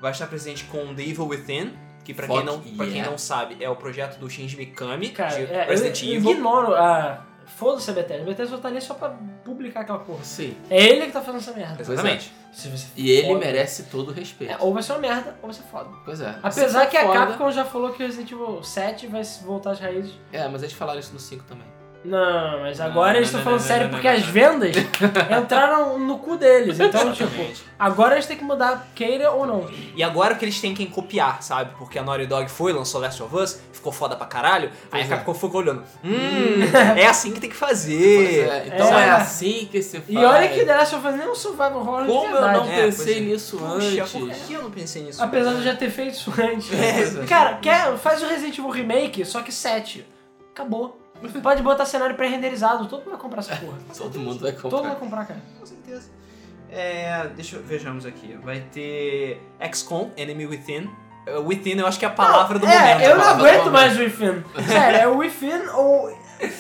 S1: vai estar presente com The Evil Within, que pra
S3: Fuck
S1: quem não, pra quem
S3: yeah.
S1: não sabe, é o projeto do Shinji Mikami
S2: Cara,
S1: de
S2: é, eu,
S1: Resident
S2: eu
S1: Evil.
S2: ignoro a. Foda-se a Bethesda. A Bethesda só tá ali só pra publicar aquela porra.
S3: Sim.
S2: É ele que tá fazendo essa merda.
S1: Exatamente.
S2: Se você
S3: é. E ele
S2: Foda.
S3: merece todo o respeito.
S2: É, ou vai ser uma merda, ou vai ser foda.
S3: Pois é.
S2: Apesar
S3: Se
S2: que a
S3: foda-
S2: Capcom já falou que o Resident Evil 7 vai se voltar às raízes.
S3: É, mas eles falaram isso no 5 também.
S2: Não, mas
S1: Não,
S2: agora
S1: não,
S2: eles estão
S1: não,
S2: falando
S1: não,
S2: sério
S1: não,
S2: porque
S1: não,
S2: as
S1: não. *laughs*
S2: vendas entraram no cu deles. Então, tipo,
S1: Exatamente.
S2: agora eles têm que mudar, queira ou não.
S1: E agora que eles têm quem copiar, sabe? Porque a Naughty Dog foi, lançou Last of Us, ficou foda pra caralho, aí a
S3: é.
S1: Capcom ficou olhando.
S2: *laughs*
S1: Hum, é assim que tem que fazer.
S3: Pois é, então é.
S2: É.
S3: assim que se faz.
S2: E olha que The Last of Us nem é um survival horror de
S3: Como eu
S2: verdade.
S3: não
S1: É, pois
S3: pensei
S1: é.
S3: nisso
S1: Puxa,
S3: antes.
S1: por que eu não pensei nisso?
S2: Apesar de eu já ter feito isso antes.
S3: É,
S2: Cara, quer, faz o Resident Evil Remake, só que 7. Acabou. Pode botar cenário pré-renderizado, todo mundo vai comprar essa porra.
S3: Todo mundo vai
S2: Todo mundo
S3: comprar.
S2: vai comprar, cara.
S1: Com certeza. É, deixa eu, vejamos aqui. Vai ter XCOM, Enemy Within. Uh, Within eu acho que é a palavra do
S2: é,
S1: momento.
S2: eu não
S3: palavra do
S2: aguento
S3: momento.
S2: mais o Within.
S1: *laughs*
S2: Sério, é o Within ou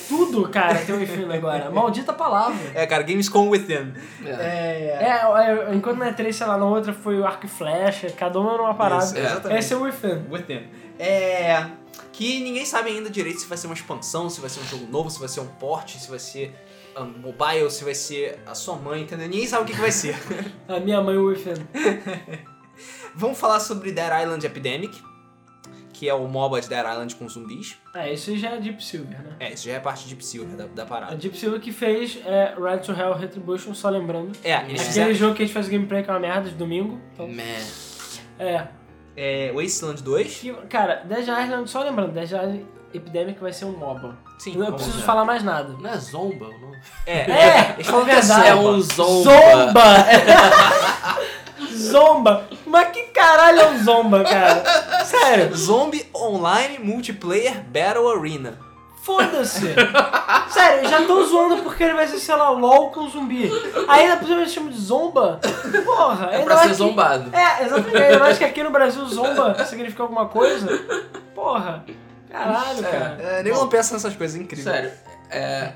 S2: tudo, cara, tem o
S1: *laughs*
S2: Within agora. Maldita palavra.
S1: É, cara, Gamescom Within.
S3: É.
S1: É,
S2: É, é, enquanto na E3, sei lá, na outra foi o arco e flecha, cada uma numa parada.
S1: Isso,
S3: é.
S1: exatamente.
S2: Esse é o Within.
S1: Within. É. Que ninguém sabe ainda direito se vai ser uma expansão, se vai ser um jogo novo, se vai ser um porte, se vai ser um mobile, se vai ser a sua mãe, entendeu? Ninguém sabe o que, que vai
S2: *laughs*
S1: ser.
S2: A minha mãe, o Within.
S1: Vamos falar sobre Dead Island Epidemic, que é o MOBA de Dead Island com zumbis.
S2: É, isso já é Deep Silver, né?
S1: É, isso já é parte de Psylver da, da
S2: A
S1: parada.
S2: Deep Silver que fez é, Ride to Hell Retribution, só lembrando.
S1: É, eles
S2: Aquele
S1: fizeram
S2: jogo que a gente faz o gameplay que é uma merda de domingo. Então,
S3: Man.
S2: é.
S1: é, Wasteland 2.
S2: Que, cara, Dead Island, só lembrando, Dead Island Epidemic vai ser um MOBA.
S1: Sim,
S2: Eu não
S1: vamos
S2: preciso
S1: lá.
S2: falar mais nada.
S3: Não é zomba o nome?
S1: É,
S2: É,
S1: eles falam
S2: é
S1: que é
S2: verdade.
S3: É um
S1: zomba.
S3: zomba.
S2: *laughs* Zomba! Mas que caralho é um Zomba, cara? Sério,
S1: Zombie É Online Multiplayer Battle Arena.
S2: foda-se! Sério, eu já tô zoando porque ele vai ser, sei lá, LOL com zumbi. Ainda por cima eles chamam de Zomba? Porra,
S3: É
S2: ainda
S3: pra
S2: mais
S3: ser
S2: que-
S3: zombado.
S2: É, exatamente. Eu acho que aqui no Brasil zomba significa alguma coisa. Porra. Caralho,
S3: É,
S2: cara.
S1: É, nem
S3: Bom.
S1: não pensa nessas coisas, é incrível.
S3: Sério, é.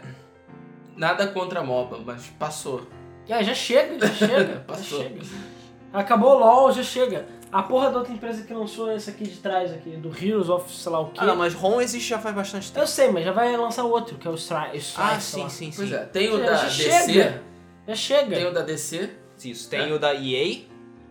S3: Nada contra a MOBA, mas passou.
S2: É, já chega, já
S1: *laughs*
S2: chega. já
S3: Passou.
S2: chega. Acabou o LOL, já chega. A porra da outra empresa que lançou essa aqui de trás, aqui, do Heroes of sei lá o quê.
S1: Ah, não, mas ROM existe já faz bastante tempo.
S2: Eu sei, mas já vai lançar outro, que é o Strike.
S1: Ah, sim, sim, sim.
S3: Pois é, tem o
S2: Já,
S3: da
S2: já
S3: DC,
S2: chega. Já chega.
S3: tem o da DC,
S1: Isso, tem o da EA.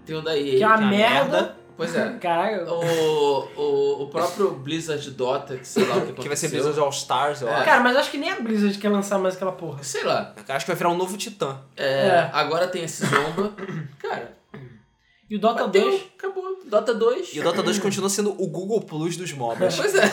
S3: tem o da
S2: Que é
S3: EA.
S2: uma
S1: que é uma
S2: merda.
S3: Pois é.
S2: Caralho.
S3: O, o, o próprio Blizzard Dota, que sei lá o que aconteceu.
S1: *laughs* Que vai ser Blizzard All Stars, eu
S3: É.
S1: acho.
S2: Cara, mas acho que nem a Blizzard quer lançar mais aquela porra.
S3: Sei lá.
S1: Acho que vai virar um novo Titã.
S3: É,
S2: É.
S3: Agora tem esse Zomba. Cara,
S2: E o Dota
S3: bateu, *laughs*
S2: 2.
S3: acabou. Dota 2.
S1: E o Dota 2 continua sendo o Google Plus dos
S3: *laughs*
S1: MOBAs.
S3: Pois é.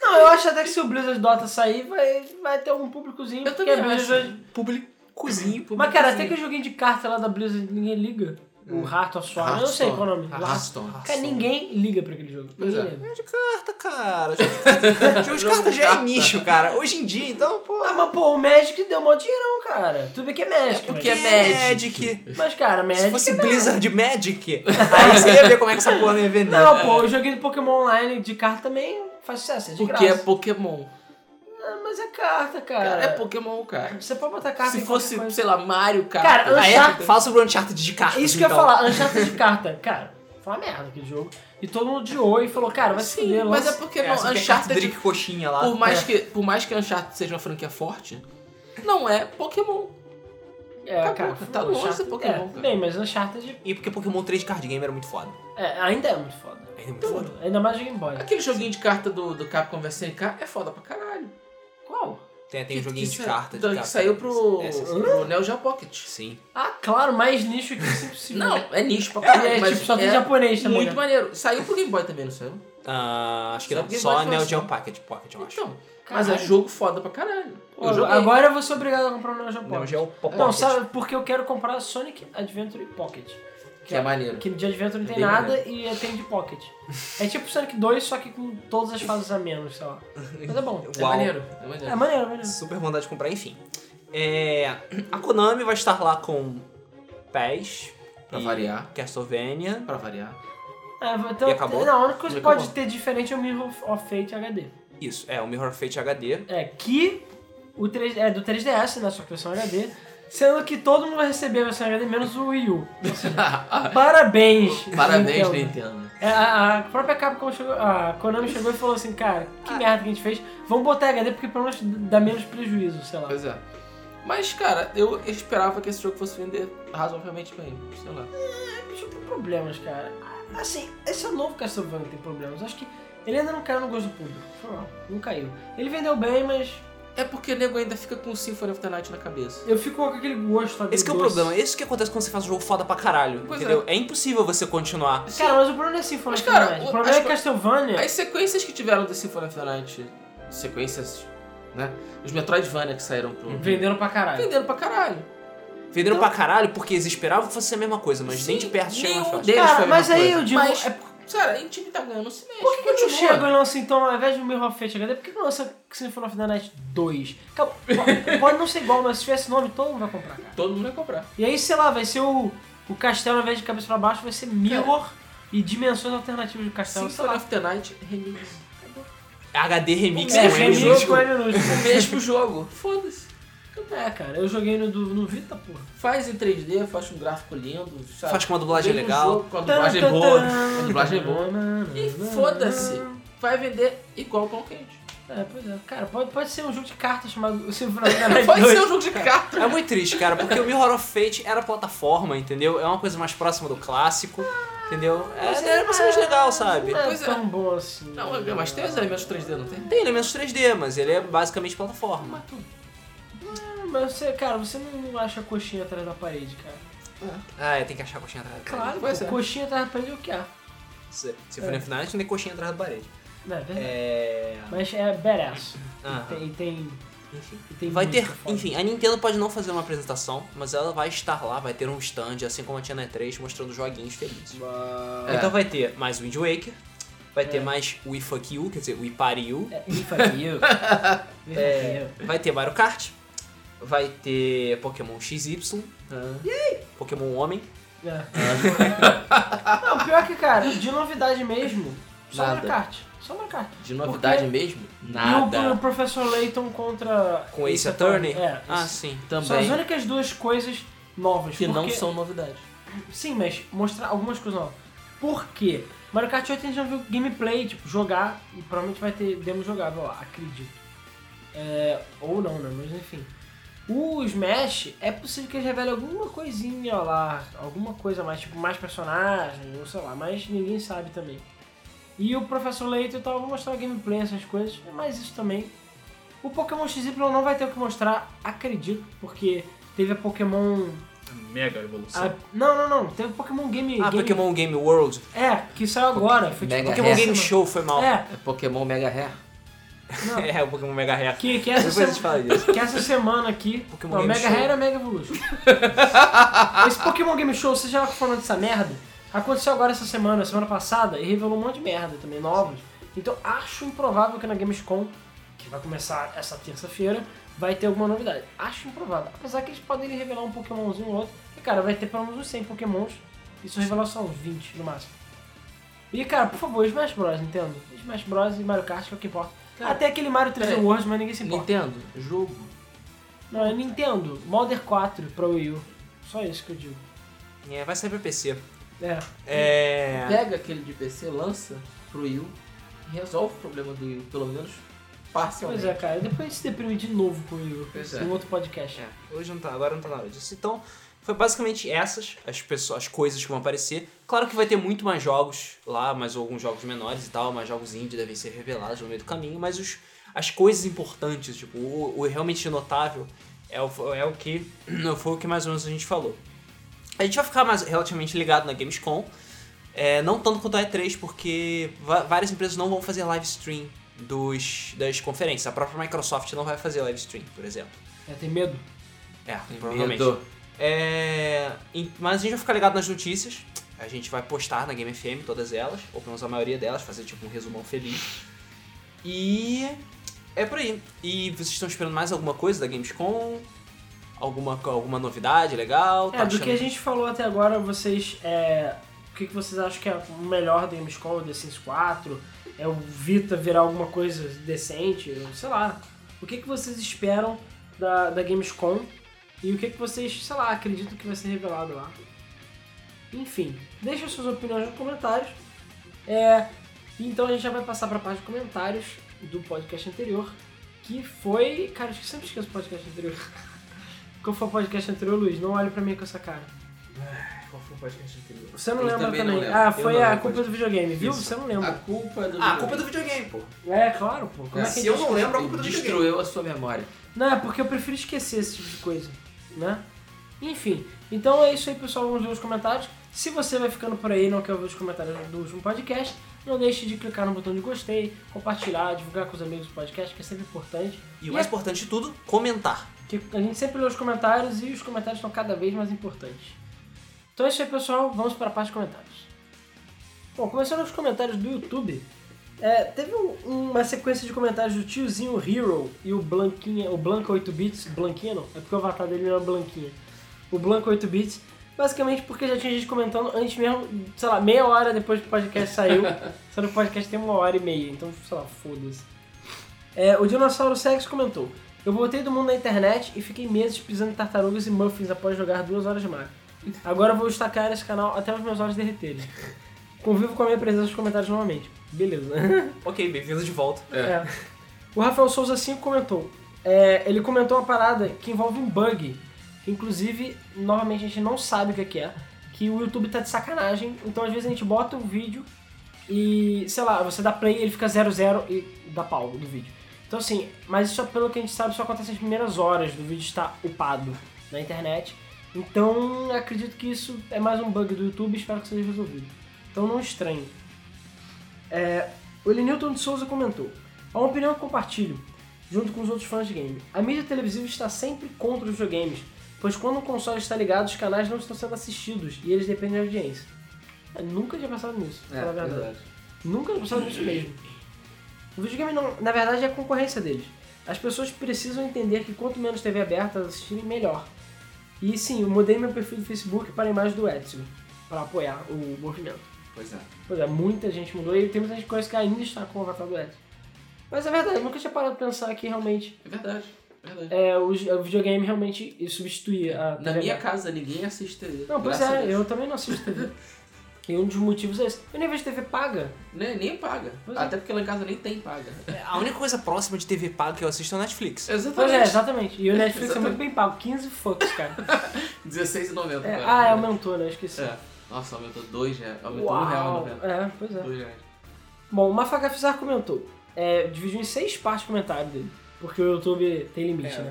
S2: Não, eu acho até que se o Blizzard Dota sair, vai, vai ter algum públicozinho.
S3: Eu
S2: porque a
S3: também acho.
S2: Blizzard
S1: Publicozinho, publicozinho.
S2: Mas cara, até que o joguinho de carta lá da Blizzard ninguém liga. O Rato, a Swan, eu não sei qual é o nome.
S3: Hearthstone.
S2: Cara, ninguém liga pra aquele jogo.
S3: Pois
S2: Ninguém
S3: é.
S2: liga.
S1: Jogo de carta, cara. Jogo de carta, Jogo de
S3: Jogo de
S1: carta já é
S3: carta.
S1: nicho, cara. Hoje em dia, então, pô.
S2: Ah, mas pô, o Magic deu mó dinheirão, cara. Tudo bem que é Magic.
S3: porque
S2: mas...
S3: é
S1: Magic.
S2: mas, cara, Magic.
S1: Se fosse
S2: é
S1: Blizzard Magic, aí você ia ver como é que essa porra não ia
S2: Magic.
S1: vender.
S2: Não,
S3: né?
S2: pô, o joguinho do Pokémon Online de carta também faz sucesso, é de
S3: Porque é
S2: graça.
S3: Pokémon.
S2: Ah, mas é carta, cara.
S3: Cara, é Pokémon, cara.
S2: Você pode botar carta
S3: Se
S2: em qualquer
S3: fosse,
S2: coisa.
S3: sei lá, Mario, cara.
S2: Cara,
S1: Aí,
S2: Uncharted.
S1: fala sobre o Uncharted de
S3: Tipo
S1: cartas.
S2: Ah,
S3: assim,
S2: Isso que eu ia
S3: tá
S1: então.
S2: falar, Uncharted de carta. Cara, foi uma merda aquele jogo. E todo mundo odiou e falou, cara, vai se
S3: Sim,
S2: fuder,
S3: mas é
S2: lança-
S3: porque
S1: É,
S3: não,
S1: você tem carta
S3: Uncharted,
S1: Drink Coxinha lá.
S3: por mais, que, por mais que Uncharted seja uma franquia forte, não é Pokémon.
S2: É,
S3: Acabou,
S2: cara, foda,
S3: tá longe
S2: Uncharted-
S3: do Pokémon,
S2: é,
S3: cara.
S2: tudo bem, mas Uncharted
S1: E porque Pokémon 3 de card game era muito foda.
S2: é, ainda é muito foda.
S1: Ainda é
S3: Então,
S1: muito foda.
S2: Ainda mais de Game Boy.
S3: Aquele joguinho de carta do, do Capcom vs SNK é foda pra caralho.
S2: Qual?
S1: Tem, tem um
S3: Que-
S1: joguinho
S3: que
S1: de
S3: sa-
S1: carta. De
S3: do-
S1: carta.
S3: Que saiu pro,
S1: É, sim, sim.
S3: pro Neo Geo Pocket.
S1: Sim.
S2: Ah, claro, mais nicho que
S3: *laughs*
S2: isso é impossível.
S3: Não, é nicho pra caralho,
S2: É, é,
S3: mas
S2: tipo, só tem
S3: é
S2: japonês também.
S3: muito
S2: né?
S3: maneiro. Saiu pro Game Boy também, não saiu?
S1: Ah, acho que
S3: Só
S1: não,
S3: porque
S1: só
S3: vai
S1: Neo
S3: fácil,
S1: Geo
S3: né?
S1: Pocket, Pocket, eu acho.
S3: Então, mas é
S2: Caralho.
S3: jogo foda pra caralho. é
S2: Pô,
S3: Eu joguei. é
S2: Agora eu vou ser obrigado a comprar um Neo Geo
S1: Neo
S3: Então,
S2: Pocket.
S1: Geo Pocket.
S2: Não, sabe, porque eu quero comprar Sonic Adventure Pocket.
S3: Que é maneiro.
S2: Que de Adventure não tem
S3: Bem
S2: nada e tem de Pocket. É tipo Sonic 2, só que com todas as fases a menos, sei
S3: *laughs*
S2: lá. Mas é bom.
S3: É
S1: Uau.
S3: maneiro. É maneiro.
S2: É maneiro, maneiro.
S1: Super vontade de comprar, enfim. É, a Konami vai estar lá com PES.
S3: Pra
S1: e
S3: variar.
S1: Castlevania.
S3: Pra variar. *laughs*
S2: É, então,
S1: E acabou?
S2: Não, a única coisa
S3: E
S2: que pode
S3: acabou.
S2: ter diferente é o Mirror of Fate HD.
S1: Isso, é, o Mirror Fate HD.
S2: É, que o 3, é do 3DS, né? Só que versão HD. Sendo que todo mundo vai receber a versão HD, menos o Wii U. Parabéns!
S3: Parabéns,
S2: Nintendo.
S3: Nintendo.
S2: É, a, a própria Capcom chegou, a Konami chegou e falou assim, cara, que merda que a gente fez. Vamos botar HD porque pelo menos dá menos prejuízo, sei lá.
S3: Pois é. Mas, cara, eu esperava que esse jogo fosse vender razoavelmente bem. Sei lá.
S2: Tipo, tem problemas, cara. Assim, esse é o novo Castlevania tem problemas. Acho que ele ainda não caiu no gosto do público. Foi mal, não caiu. Ele vendeu bem, mas
S3: É porque o nego ainda fica com o Symphony of the Night na cabeça.
S2: eu fico com aquele gosto agridoce.
S1: Esse que é o problema, esse que acontece quando você faz um jogo foda pra caralho,
S3: Pois
S1: entendeu? É. impossível você continuar.
S2: Cara, mas o problema não é Symphony
S3: Mas,
S2: of the
S3: cara,
S2: Night. O
S3: o-
S2: problema é
S3: as-
S2: Castlevania.
S3: As sequências que tiveram do Symphony of the Night, sequências, né? Os Metroidvania que saíram pro...
S2: Venderam pra caralho.
S3: Venderam pra caralho.
S1: Venderam pra caralho porque eles esperavam que fosse a mesma coisa, mas Então- nem um de perto chega
S3: nenhum
S1: mais fácil.
S3: deles foi
S2: Cara,
S3: a
S2: mas
S3: mesma
S2: aí
S3: coisa.
S2: eu digo,
S3: Mas-
S2: é por-
S3: Cara, em time tá ganhando, se mexe.
S2: Por que, que não
S3: continua.
S2: chega e lança então, ao invés de um Mirror of Fate HD, por que que não lança Symphony of the Night 2? Acabou. Pode- Pode não ser igual, mas se tivesse nome, todo mundo vai comprar, cara.
S3: Todo mundo vai comprar.
S2: E aí, sei lá, vai ser o, o castelo ao invés de cabeça pra baixo, vai ser Mirror e dimensões alternativas do castelo, sei
S3: Symphony
S2: lá.
S3: of the Night *laughs* Remix. Acabou.
S1: HD Remix
S3: É,
S1: com
S3: remix.
S1: N tipo, minúsculo.
S2: com N minúsculo.
S3: Mesmo jogo. Foda-se.
S2: É, cara, eu joguei no, do- no Vita, porra.
S3: Faz em 3D, faz um gráfico lindo, sabe?
S1: Faz com uma dublagem
S3: Mesmo
S1: legal.
S3: jogo, com a dublagem é boa. A dublagem é boa. E
S2: boa.
S3: foda-se. Vai vender igual pão
S1: *laughs*
S3: quente.
S2: É, pois é. Cara, pode, pode ser um jogo de cartas chamado Symphony
S3: *laughs*
S2: of the Night 2.
S3: Pode ser um jogo de carta.
S1: É muito triste, cara, porque o Mirror of Fate era plataforma, entendeu? É uma coisa mais próxima do clássico, entendeu? É, era pra ser mais legal, sabe?
S2: Não é
S3: Pois é.
S2: tão bom assim.
S3: Não, mas tem os é- elementos 3D, não tem?
S1: Tem elementos 3D, mas ele é basicamente plataforma.
S2: Ah, Mas você, cara, você não não acha coxinha atrás da parede, cara.
S1: Ah, tem que achar a coxinha atrás da parede.
S3: Claro, pois
S2: Pô,
S3: é.
S2: Coxinha atrás da parede é o que há.
S1: Se, se for no final, a gente tem coxinha atrás da parede.
S2: Não, é verdade.
S1: É.
S2: Mas é badass.
S1: Aham.
S2: E tem- E tem.
S1: Enfim.
S2: E tem
S1: Vai
S2: música
S1: ter,
S2: foda.
S1: enfim, a Nintendo pode não fazer uma apresentação, mas ela vai estar lá, vai ter um stand, assim como a Tia 3, mostrando joguinhos felizes.
S3: É.
S1: Então vai ter mais Wind Waker, vai ter
S2: É.
S1: mais Wii Fuck You, quer dizer, Wii Party You,
S2: É, me
S3: *laughs*
S2: faliu. Me faliu.
S1: vai ter Mario Kart, vai ter Pokémon XY, Pokémon Homem.
S2: É. Não, pior que, cara, de novidade mesmo, só
S3: Nada.
S2: Mario Kart. Só Mario Kart.
S3: De novidade
S2: Porque-
S3: mesmo?
S2: E o Professor Layton contra.
S1: Com Ace Attorney?
S2: É.
S1: Ah, sim.
S2: São as
S3: Também.
S2: únicas duas coisas novas.
S3: Que não
S2: porque-
S3: são novidade.
S2: Sim, mas mostrar algumas coisas novas. Por quê? Mario Kart 8 a gente já viu gameplay, tipo, jogar, e provavelmente vai ter demo jogável lá, acredito. É, ou não, né? Mas enfim. O Smash é possível que eles revelem alguma coisinha lá, alguma coisa mais, tipo, mais personagem, ou sei lá, mas ninguém sabe também. E o Professor Leito e tal, vou mostrar gameplay, essas coisas, mas isso também. O Pokémon XY não vai ter o que mostrar, acredito, porque teve a Pokémon
S4: Mega evolução.
S2: ah, não, não, não. Teve Pokémon Game.
S1: Ah,
S2: Game-
S1: Pokémon Game World.
S2: É, que saiu agora. Foi tipo
S3: Mega
S1: Pokémon
S3: Hair.
S1: Game Show foi mal. É,
S2: É,
S3: É Pokémon Mega Hair.
S1: *laughs*
S2: não.
S1: o Pokémon Mega Hair.
S2: Que, é, que, essa
S1: Depois a gente
S2: semana,
S1: fala disso.
S2: que essa semana aqui.
S1: Pokémon
S2: não,
S1: Game
S2: Mega
S1: Show.
S2: Rare é
S1: *laughs*
S2: Mega Evolution. Esse Pokémon Game Show, você já falando dessa merda? Aconteceu agora essa semana, semana passada, e revelou um monte de merda também, novos. Então acho improvável que na Gamescom, que vai começar essa terça-feira, vai ter alguma novidade. Acho improvável. Apesar que eles podem revelar um Pokémonzinho ou outro. E cara, vai ter pelo menos uns 100 Pokémons. E só revelar só uns 20 no máximo. E cara, por favor, Smash Bros, Nintendo. Smash Bros e Mario Kart, que é o que importa.
S3: Cara,
S2: Até aquele Mario
S1: é.
S2: 3D
S3: peraí.
S2: World, mas ninguém se importa.
S3: Nintendo, jogo.
S2: Não, é Nintendo. Modder 4 pra Wii U. Só isso que eu digo.
S1: É, vai sair pra PC.
S2: É.
S1: É.
S3: Pega aquele de PC, lança pro Wii U e resolve o problema do Wii U, pelo menos parcialmente.
S2: Pois é, cara. Depois a gente se deprime de novo com o Wii U.
S3: Pois é.
S2: Em outro podcast.
S1: É, hoje não tá, agora não tá na hora disso. Então, foi basicamente essas as, pessoas, as coisas que vão aparecer. Claro que vai ter muito mais jogos lá, mais alguns jogos menores e tal, mais jogos indie devem ser revelados no meio do caminho, mas os, as coisas importantes, tipo, o, o realmente notável é o, é o que foi o que mais ou menos a gente falou. A gente vai ficar mais relativamente ligado na Gamescom, é, não tanto quanto a E3, porque va- várias empresas não vão fazer live stream dos, das conferências. A própria Microsoft não vai fazer live stream, por exemplo.
S2: É, tem medo?
S1: É,
S3: Tem
S1: provavelmente.
S3: medo.
S1: É, em- mas a gente vai ficar ligado nas notícias. A gente vai postar na Game FM todas elas, ou pelo menos a maioria delas, fazer tipo um resumão feliz. E é por aí. E vocês estão esperando mais alguma coisa da Gamescom? Alguma, alguma novidade legal? Tá
S2: É, do
S1: achando-
S2: que a gente falou até agora, vocês. É, o que, que vocês acham que é o melhor da Gamescom, o The Sims 4? É o Vita virar alguma coisa decente? Eu Sei lá. O que, que vocês esperam da, da Gamescom? E o que, que vocês, sei lá, acreditam que vai ser revelado lá? Enfim, deixa suas opiniões nos comentários. É, então a gente já vai passar pra parte de comentários do podcast anterior, que foi. Cara, eu sempre esqueço o podcast anterior. *laughs* Qual foi o podcast anterior, Luiz? Não olhe pra mim com essa cara.
S4: Qual foi o podcast anterior?
S2: Você não
S3: Eu
S2: lembra
S3: também
S2: também.
S3: não lembro.
S2: Ah,
S3: Eu
S2: foi
S3: não
S2: a
S3: lembro
S2: culpa do videogame, viu?
S3: Isso. Ah.
S2: Você não
S3: A
S2: lembra.
S1: Ah,
S3: culpa do
S1: a
S3: videogame.
S1: culpa é do videogame, pô.
S2: É, claro, pô. Como é, que a
S1: Se
S2: gente
S1: eu não lembro, a culpa é do videogame.
S3: Destruiu a sua memória.
S2: Não, é porque eu prefiro esquecer esse tipo de coisa, né? Enfim, então é isso aí, pessoal. Vamos ver os comentários. Se você vai ficando por aí e não quer ouvir os comentários do último podcast, não deixe de clicar no botão de gostei, compartilhar, divulgar com os amigos do podcast, que é sempre importante.
S1: E
S2: E
S1: o mais
S2: é-
S1: importante de tudo, comentar.
S2: Que a gente sempre lê os comentários e os comentários são cada vez mais importantes. Então é isso aí, pessoal. Vamos para a parte de comentários. Bom, começando com os comentários do YouTube. É, teve um- uma sequência de comentários do tiozinho Hero e o Blanquinha, o Blanca 8-bits, Blanquinha não, é porque o avatar dele era Blanquinha. O Blanca 8-bits, basicamente porque já tinha gente comentando antes mesmo, sei lá, meia hora depois que o podcast saiu, sendo que o podcast tem uma hora e meia, então, sei lá, foda-se. É, o Dinossauro Sex comentou: Eu voltei do mundo da internet e fiquei meses pisando em tartarugas e muffins após jogar duas horas de Mario. Agora vou destacar esse canal até os meus olhos derreterem. Convivo com a minha presença nos comentários novamente. Beleza.
S1: Ok, bem-vindo de volta.
S2: *laughs* É. O Rafael Souza 5 comentou. é, ele comentou uma parada que envolve um bug. Que inclusive, novamente, a gente não sabe o que que é. Que o YouTube tá de sacanagem. Então, às vezes, a gente bota um vídeo e, sei lá, você dá play ele fica 00 e dá pau do vídeo. Então, assim, mas isso, pelo que a gente sabe, só acontece nas primeiras horas do vídeo estar upado na internet. Então, acredito que isso é mais um bug do YouTube. Espero que seja resolvido. Então, não estranhe. É, O Elenilton de Souza comentou: Há uma opinião que compartilho, junto com os outros fãs de game. A mídia televisiva está sempre contra os videogames, pois quando o console está ligado, os canais não estão sendo assistidos e eles dependem da audiência. Eu nunca tinha pensado nisso,
S1: É
S2: pra
S3: É,
S2: falar a É verdade. Nunca tinha pensado nisso mesmo. O videogame, não, na verdade, é a concorrência deles. As pessoas precisam entender que quanto menos TV aberta elas assistirem, melhor. E sim, eu mudei meu perfil do Facebook para a imagem do Edson, para apoiar o movimento.
S3: Pois é.
S2: Pois é, muita gente mudou e tem muita gente que conhece que ainda está com o avatar do Edson. Mas é verdade, eu nunca tinha parado pra pensar que realmente
S3: É verdade. É verdade.
S2: é, o, gi- o videogame realmente substituía a
S3: Na
S2: TV
S3: minha
S2: aberta.
S3: casa ninguém assiste TV.
S2: Não, pois
S3: graças a
S2: é,
S3: Deus.
S2: eu também não assisto
S3: *laughs*
S2: TV. E um dos motivos é esse. Eu nem vejo TV paga.
S3: Nem, nem paga.
S2: Pois é.
S3: Até porque lá em casa nem tem paga. *laughs*
S1: É, A única coisa próxima de TV paga que eu assisto é o Netflix.
S2: Pois é,
S3: Exatamente.
S2: exatamente. E o Netflix é muito bem pago, 15 fucks, cara. É,
S3: 16,90. cara.
S2: ah, é, aumentou, né? Esqueci.
S3: É. Nossa, aumentou 2 reais. Aumentou 1 real
S2: Uau.
S3: no real.
S2: É, pois é.
S3: 2 reais. *laughs*
S2: Bom, o Mafagafizar comentou. É, dividiu em seis partes o comentário dele. Porque o YouTube tem limite, né?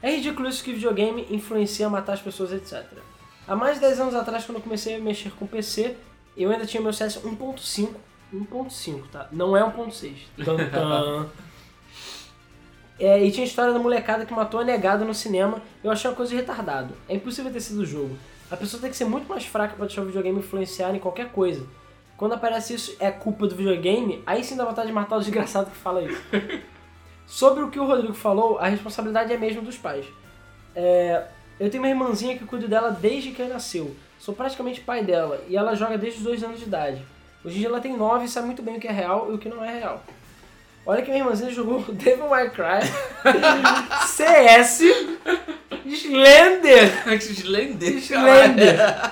S2: É ridículo isso que videogame influencia a matar as pessoas, etc. Há mais de 10 anos atrás, quando eu comecei a mexer com PC, eu ainda tinha meu um CS 1.5. 1.5, tá? Não é 1.6. Tan, *laughs* tan. É, e tinha a história da molecada que matou a negada no cinema. Eu achei uma coisa retardada. É impossível ter sido o jogo. A pessoa tem que ser muito mais fraca pra deixar o videogame influenciar em qualquer coisa. Quando aparece isso, é culpa do videogame, aí sim dá vontade de matar o desgraçado que fala isso. Sobre o que o Rodrigo falou, a responsabilidade é mesmo dos pais. É, eu tenho uma irmãzinha que cuido dela desde que ela nasceu. Sou praticamente pai dela e ela joga desde os dois anos de idade. Hoje em dia ela tem nove e sabe muito bem o que é real e o que não é real. Olha que minha irmãzinha jogou *laughs* Devil May Cry, *laughs* CS, Slender,
S3: Slender,
S2: Slender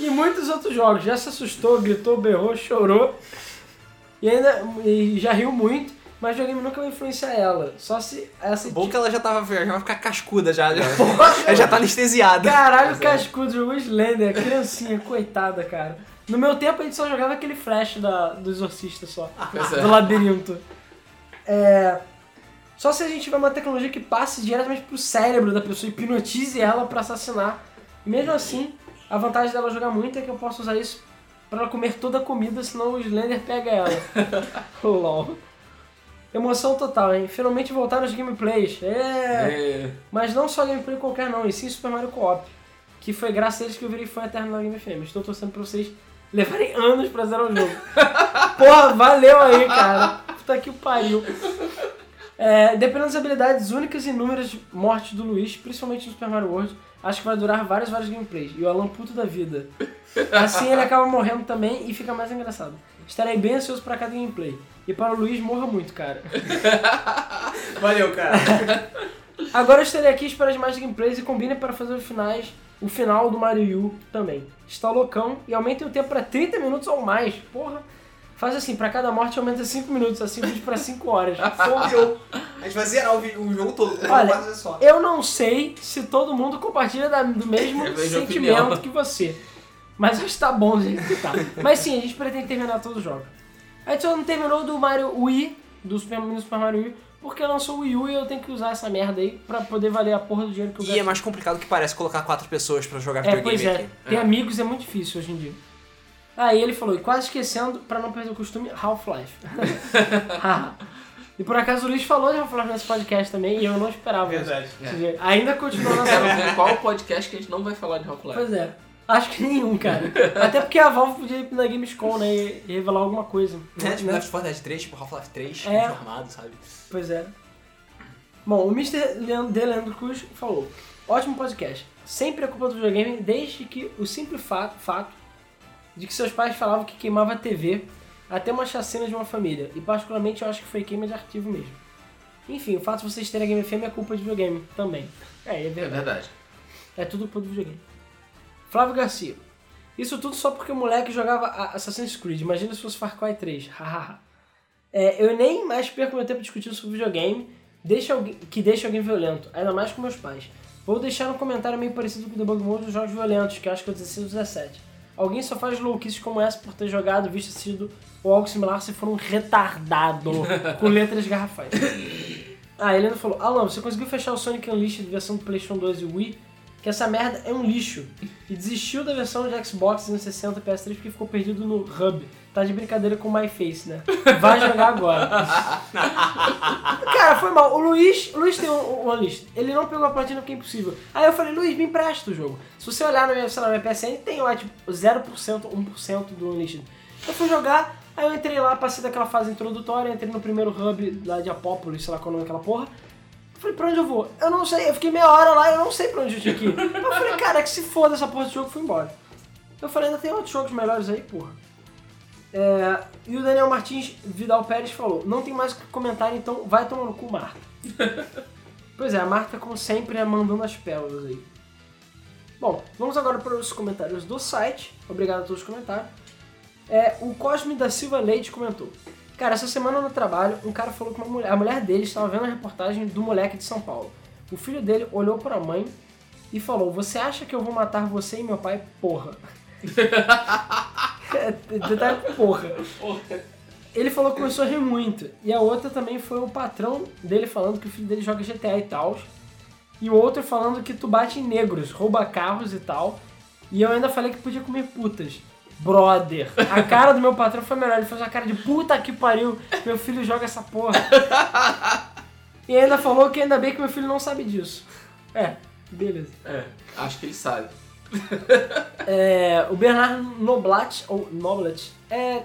S2: e muitos outros jogos. Já se assustou, gritou, berrou, chorou e ainda e já riu muito, mas o videogame nunca vai influenciar ela. Só se essa
S1: Bom que ela já tava já vai ficar cascuda já. Porra, ela é. já tá anestesiada. *laughs*
S2: Caralho, o Cascudo jogou Slender, criancinha, coitada, cara. No meu tempo a gente só jogava aquele flash da, do exorcista só,
S3: Pois
S2: do
S3: é.
S2: labirinto. É. Só se a gente tiver uma tecnologia que passe diretamente pro cérebro da pessoa e hipnotize ela pra assassinar. Mesmo assim, a vantagem dela jogar muito é que eu posso usar isso pra ela comer toda a comida, senão o Slender pega ela. *laughs* LOL. Emoção total, hein? Finalmente voltaram os gameplays. É.
S3: É.
S2: Mas não só gameplay qualquer não, e sim Super Mario Co-op. Que foi graças a eles que eu virei fã eterno da Game FM. Estou torcendo pra vocês levarem anos pra zerar o jogo. Porra, valeu aí, cara. Puta que pariu. É, dependendo das habilidades únicas e inúmeras mortes do Luiz, principalmente no Super Mario World, acho que vai durar vários, vários gameplays. E o Alan puto da vida. Assim ele acaba morrendo também e fica mais engraçado. Estarei bem ansioso pra cada gameplay. E para o Luiz, morra muito, cara.
S4: Valeu, cara.
S2: Agora eu estarei aqui esperando mais gameplays e combinem para fazer os finais, o final do Mario U também. Está loucão e aumentem o tempo para 30 minutos ou mais. Porra. Faz assim, para cada morte aumenta 5 minutos, assim vídeo para 5 horas. Porra.
S4: A gente vai zerar o, vi- o jogo todo. com
S2: Olha,
S4: uma fase só.
S2: Eu não sei se todo mundo compartilha da- do mesmo
S3: Eu vejo a
S2: sentimento
S3: opinião.
S2: que você. Mas acho que tá bom do jeito que tá. Mas sim, a gente pretende terminar todo o jogo. A gente só não terminou do Mario Wii, do Super, do Super Mario Wii, porque lançou o Wii U e eu tenho que usar essa merda aí pra poder valer a porra do dinheiro que eu
S1: E
S2: gasto.
S1: é mais complicado que parece colocar quatro pessoas pra jogar
S2: É,
S1: videogame
S2: pois é.
S1: aqui.
S2: Ter amigos é muito difícil hoje em dia. Aí ele falou, e quase esquecendo, pra não perder o costume, Half-Life. Ah. e por acaso o Luiz falou de Half-Life nesse podcast também, e eu não esperava. isso.
S4: Verdade.
S2: Quer dizer, Ainda continua na
S3: *laughs* Quero ver qual podcast que a gente não vai falar de Half-Life.
S2: Pois é. Acho que nenhum, cara. Até porque a Valve podia ir na Gamescom, né? E e revelar alguma coisa.
S1: Né? Tipo Left 4 Dead 3, tipo Half-Life 3,
S2: É.
S1: confirmado, sabe?
S2: Pois é. Bom, o Mr. Leandro, de Leandro Cruz falou: ótimo podcast. Sempre a culpa do videogame, desde que o simples fa- fato, de que seus pais falavam que queimava a TV até uma chacina de uma família. E particularmente eu acho que foi queima de arquivo mesmo. Enfim, o fato de vocês terem a Game FM é culpa de videogame também. É, é
S3: É
S2: verdade.
S3: verdade.
S2: É tudo culpa do videogame. Flávio Garcia. Isso tudo só porque o moleque jogava a- Assassin's Creed. Imagina se fosse Far Cry 3. Hahaha. É, eu nem mais perco meu tempo discutindo sobre videogame deixa alguém, que deixa alguém violento, ainda mais com meus pais. Vou deixar um comentário meio parecido com o Debug Mode dos jogos violentos, que eu acho que é o 16 ou 17. Alguém só faz louquices como essa por ter jogado, visto, sido ou algo similar se for um retardado com letras garrafais. Ah, ele ainda falou: Alan, você conseguiu fechar o Sonic Unleashed versão do PlayStation 2 e Wii? Que essa merda é um lixo. E desistiu da versão de Xbox 360 e PS3 porque ficou perdido no hub. Tá de brincadeira com o MyFace, né? Vai jogar agora. Cara, foi mal. O Luiz, o Luiz tem um, um lista. Ele não pegou a platina porque é impossível. Aí eu falei, Luiz, me empresta o jogo. Se você olhar na minha, sei lá, na minha PSN, tem lá tipo 0%, 1% do Unleashed. Eu fui jogar, aí eu entrei lá, passei daquela fase introdutória, entrei no primeiro hub lá de Apópolis, sei lá qual é o nome daquela porra. Eu Falei, pra onde eu vou? Eu não sei, eu fiquei meia hora lá, eu não sei pra onde eu tinha que ir. Eu falei, cara, que se foda essa porra de jogo, fui embora. Eu falei, ainda tem outros jogos melhores aí, porra. É, e o Daniel Martins Vidal Pérez falou: Não tem mais o que comentar, então vai tomar no cu, Marta. pois é, a Marta, como sempre, é mandando as pérolas aí. Bom, vamos agora para os comentários do site. Obrigado a todos os comentários. É, o Cosme da Silva Leite comentou: Cara, essa semana no trabalho, um cara falou que uma mulher, a mulher dele estava vendo a reportagem do moleque de São Paulo. O filho dele olhou para a mãe e falou: Você acha que eu vou matar você e meu pai? Porra. *laughs* É, Detalhe, porra. Ele falou que começou a rir muito. E a outra também foi o patrão dele falando que o filho dele joga GTA e tal. E o outro falando que tu bate em negros, rouba carros e tal. E eu ainda falei que podia comer putas. Brother, a cara do meu patrão foi melhor. Ele fez uma cara de puta que pariu, meu filho joga essa porra. E ainda falou que ainda bem que meu filho não sabe disso. É, beleza.
S3: É, acho que ele sabe.
S2: É, o Bernardo Noblat, ou Noblat, é.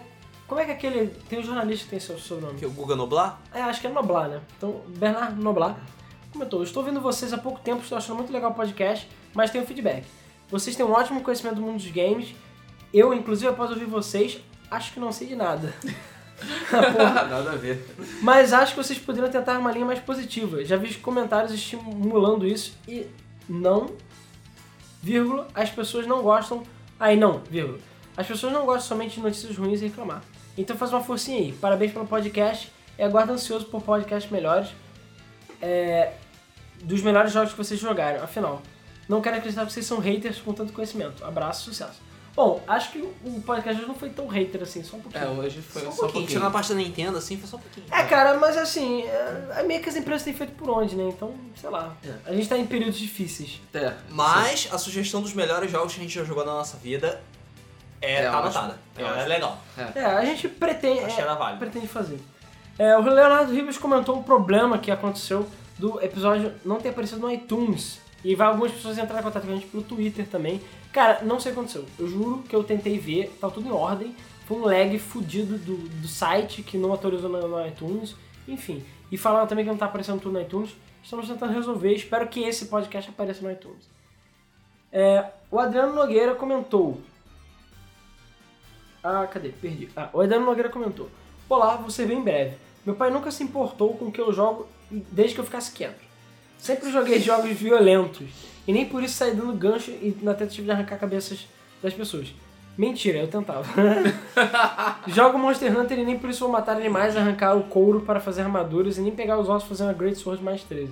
S2: Como é que é aquele. Tem um jornalista que tem seu sobrenome?
S1: Que o Guga Noblar?
S2: É, acho que é Noblar, né? Então, Bernardo Noblar comentou: Estou ouvindo vocês há pouco tempo, estou achando muito legal o podcast, mas tenho feedback. Vocês têm um ótimo conhecimento do mundo dos games. Eu, inclusive, após ouvir vocês, acho que não sei de nada. *laughs* Porra.
S3: *laughs* Nada a ver.
S2: Mas acho que vocês poderiam tentar uma linha mais positiva. Já vi comentários estimulando isso e não, vírgula, as pessoas não gostam. Aí não, vírgula. As pessoas não gostam somente de notícias ruins e reclamar. Então faz uma forcinha aí. Parabéns pelo podcast e aguardo ansioso por podcasts melhores. é, dos melhores jogos que vocês jogaram. Afinal, não quero acreditar que vocês são haters com tanto conhecimento. Abraço, sucesso. Bom, acho que o podcast hoje não foi tão hater assim, só um pouquinho.
S3: É, hoje foi
S1: Só um
S3: só um
S1: pouquinho.
S3: pouquinho.
S1: Tirando a parte da Nintendo, assim, foi só um pouquinho.
S2: É, cara, mas assim, é é meio que as empresas têm feito por onde, né? Então, sei lá.
S3: É.
S2: A gente tá em períodos difíceis.
S3: É,
S1: Mas a sugestão dos melhores jogos que a gente já jogou na nossa vida é,
S3: É
S1: tá
S3: ótimo.
S1: anotada.
S3: É
S1: É,
S3: ótimo.
S1: legal.
S2: É, a gente pretende.
S1: Acho que
S2: é,
S1: era válido.
S2: pretende fazer. É, o Leonardo Ribas comentou um problema que aconteceu do episódio não ter aparecido no iTunes. E vai algumas pessoas entrar em contato com a gente pelo Twitter também. Cara, não sei o que aconteceu. Eu juro que eu tentei ver, tá tudo em ordem. Foi um lag fudido do, do site que não atualizou no, no iTunes. Enfim. E falaram também que não tá aparecendo tudo no iTunes. Estamos tentando resolver. Espero que esse podcast apareça no iTunes. É, o Adriano Nogueira comentou. Ah, cadê? Perdi. Ah, o Adriano Nogueira comentou. Olá, você bem breve. Meu pai nunca se importou com o que eu jogo desde que eu ficasse quieto. Sempre joguei jogos violentos e nem por isso saí dando gancho e na tentativa de arrancar cabeças das pessoas. Mentira, eu tentava. Jogo Monster Hunter e nem por isso vou matar animais, arrancar o couro para fazer armaduras e nem pegar os ossos fazendo a Great Sword mais 13.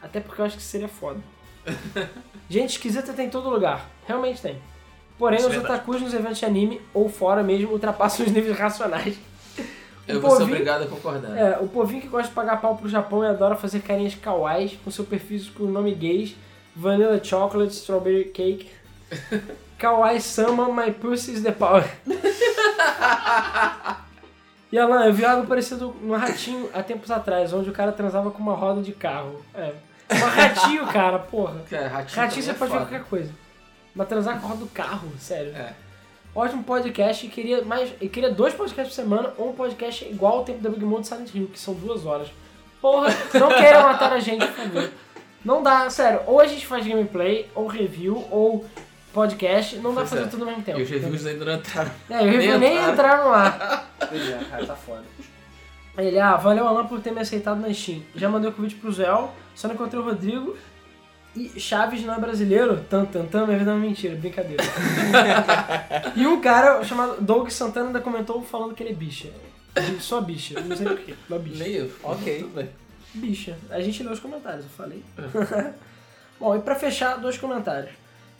S2: Até porque eu acho que seria foda. Gente esquisita tem em todo lugar. Realmente tem. Porém,
S1: Isso é
S2: os
S1: verdade.
S2: otakus nos eventos de anime ou fora mesmo ultrapassam os níveis racionais.
S3: eu
S2: O
S3: vou ser
S2: povinho-
S3: obrigado a concordar.
S2: um é, o povinho que gosta de pagar pau pro Japão e adora fazer carinhas kawais com seu perfil com nome gays, vanilla chocolate, strawberry cake, kawaii sama, my pussy is the power. *laughs* e Alan, eu vi algo parecido no Ratinho há tempos atrás, onde o cara transava com uma roda de carro. É. Um ratinho, cara, porra.
S3: Cara, ratinho
S2: Ratinho
S3: também
S2: você
S3: é
S2: pode ver
S3: foda.
S2: qualquer coisa. Mas transar com a roda do carro, sério.
S3: É.
S2: Ótimo podcast. E queria, mais, e queria dois podcasts por semana ou um podcast igual ao tempo da Big Mom de Silent Hill, que são duas horas. Porra, não queiram matar a gente, por favor. Não dá, sério. Ou a gente faz gameplay, ou review, ou podcast. Não dá pra
S3: Pois
S2: fazer
S3: é.
S2: tudo ao mesmo tempo.
S3: E os reviews ainda não entraram.
S2: É, eu
S3: nem
S2: review nem
S3: entraram.
S2: entrar no ar.
S4: *laughs* Pois é, cara, tá foda.
S2: Ele, ah, valeu Alan por ter me aceitado na Steam. Já mandei o convite pro Zuel, só não encontrei o Rodrigo. E Chaves não é brasileiro? Tan, tan, tan, minha vida é uma mentira, brincadeira. *laughs* e um cara chamado Doug Santana ainda comentou falando que ele é bicha. Ele Só bicha, não sei porquê, mas bicha.
S3: Nem eu.
S1: Ok.
S3: Tudo bem.
S2: Bicha. A gente lê os comentários, eu falei. *laughs* Bom, e pra fechar, dois comentários.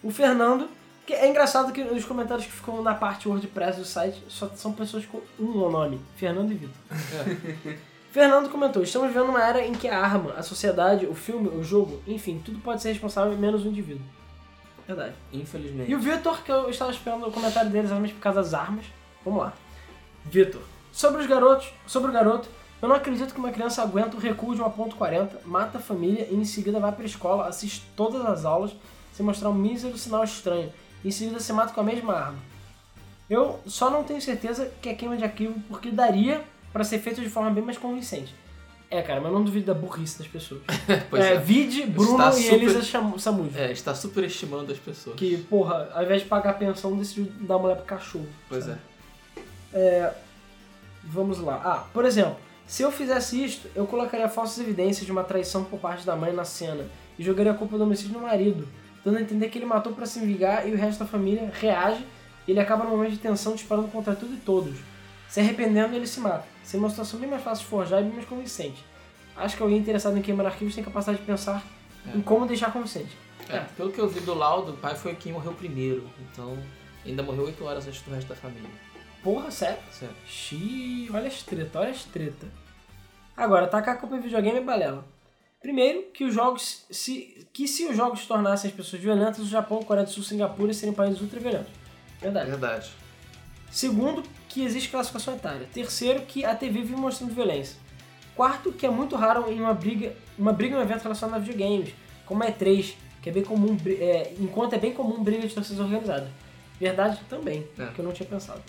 S2: O Fernando, que é engraçado que os comentários que ficam na parte WordPress do site só são pessoas com um nome, Fernando e Vitor. *laughs* Fernando comentou, estamos vivendo uma era em que a arma, a sociedade, o filme, o jogo, enfim, tudo pode ser responsável menos o indivíduo. Verdade.
S3: Infelizmente.
S2: E o Vitor, que eu estava esperando o comentário dele exatamente por causa das armas. Vamos lá. Vitor, sobre os garotos, sobre o garoto, eu não acredito que uma criança aguenta o recuo de 1.40, mata a família e em seguida vai pra escola, assiste todas as aulas, sem mostrar um mísero sinal estranho, e em seguida se mata com a mesma arma. Eu só não tenho certeza que é queima de arquivo porque daria pra ser feito de forma bem mais convincente. É, cara, mas não duvido da burrice das pessoas.
S3: Pois
S2: é,
S3: é.
S2: Vide, Bruno
S3: Está
S2: e
S3: super-
S2: Elisa Chamu- Samudio.
S3: É, está superestimando as pessoas.
S2: Que, porra, ao invés de pagar a pensão, decidiu dar mulher pro cachorro.
S3: Pois é.
S2: Vamos lá. Ah, por exemplo, se eu fizesse isto, eu colocaria falsas evidências de uma traição por parte da mãe na cena e jogaria a culpa do homicídio no marido, dando a entender que ele matou pra se vingar e o resto da família reage e ele acaba num momento de tensão disparando contra tudo e todos. Se arrependendo, ele se mata. Seria uma situação bem mais fácil de forjar e bem mais convincente. Acho que alguém interessado em queimar arquivos tem capacidade de pensar
S3: É.
S2: em como deixar convincente.
S3: É, Pelo que eu vi do laudo, o pai foi quem morreu primeiro. Então, ainda morreu 8 horas antes do resto da família. é
S2: Porra, sério?
S3: Sério.
S2: Xiii, olha as treta, olha as treta. Agora, tacar a culpa em videogame é balela. Primeiro, que os jogos se, que se os jogos se tornassem as pessoas violentas, o Japão, Coreia do Sul, Singapura seriam países ultra violentos. é Verdade.
S3: verdade.
S2: Segundo, que existe classificação etária. Terceiro, que a TV vive mostrando violência. Quarto, que é muito raro em uma briga, uma briga em um evento relacionado a videogames, como a E3, que é bem comum, bri- é, enquanto é bem comum briga de torcidas organizada. Verdade também,
S3: É.
S2: que eu não tinha pensado.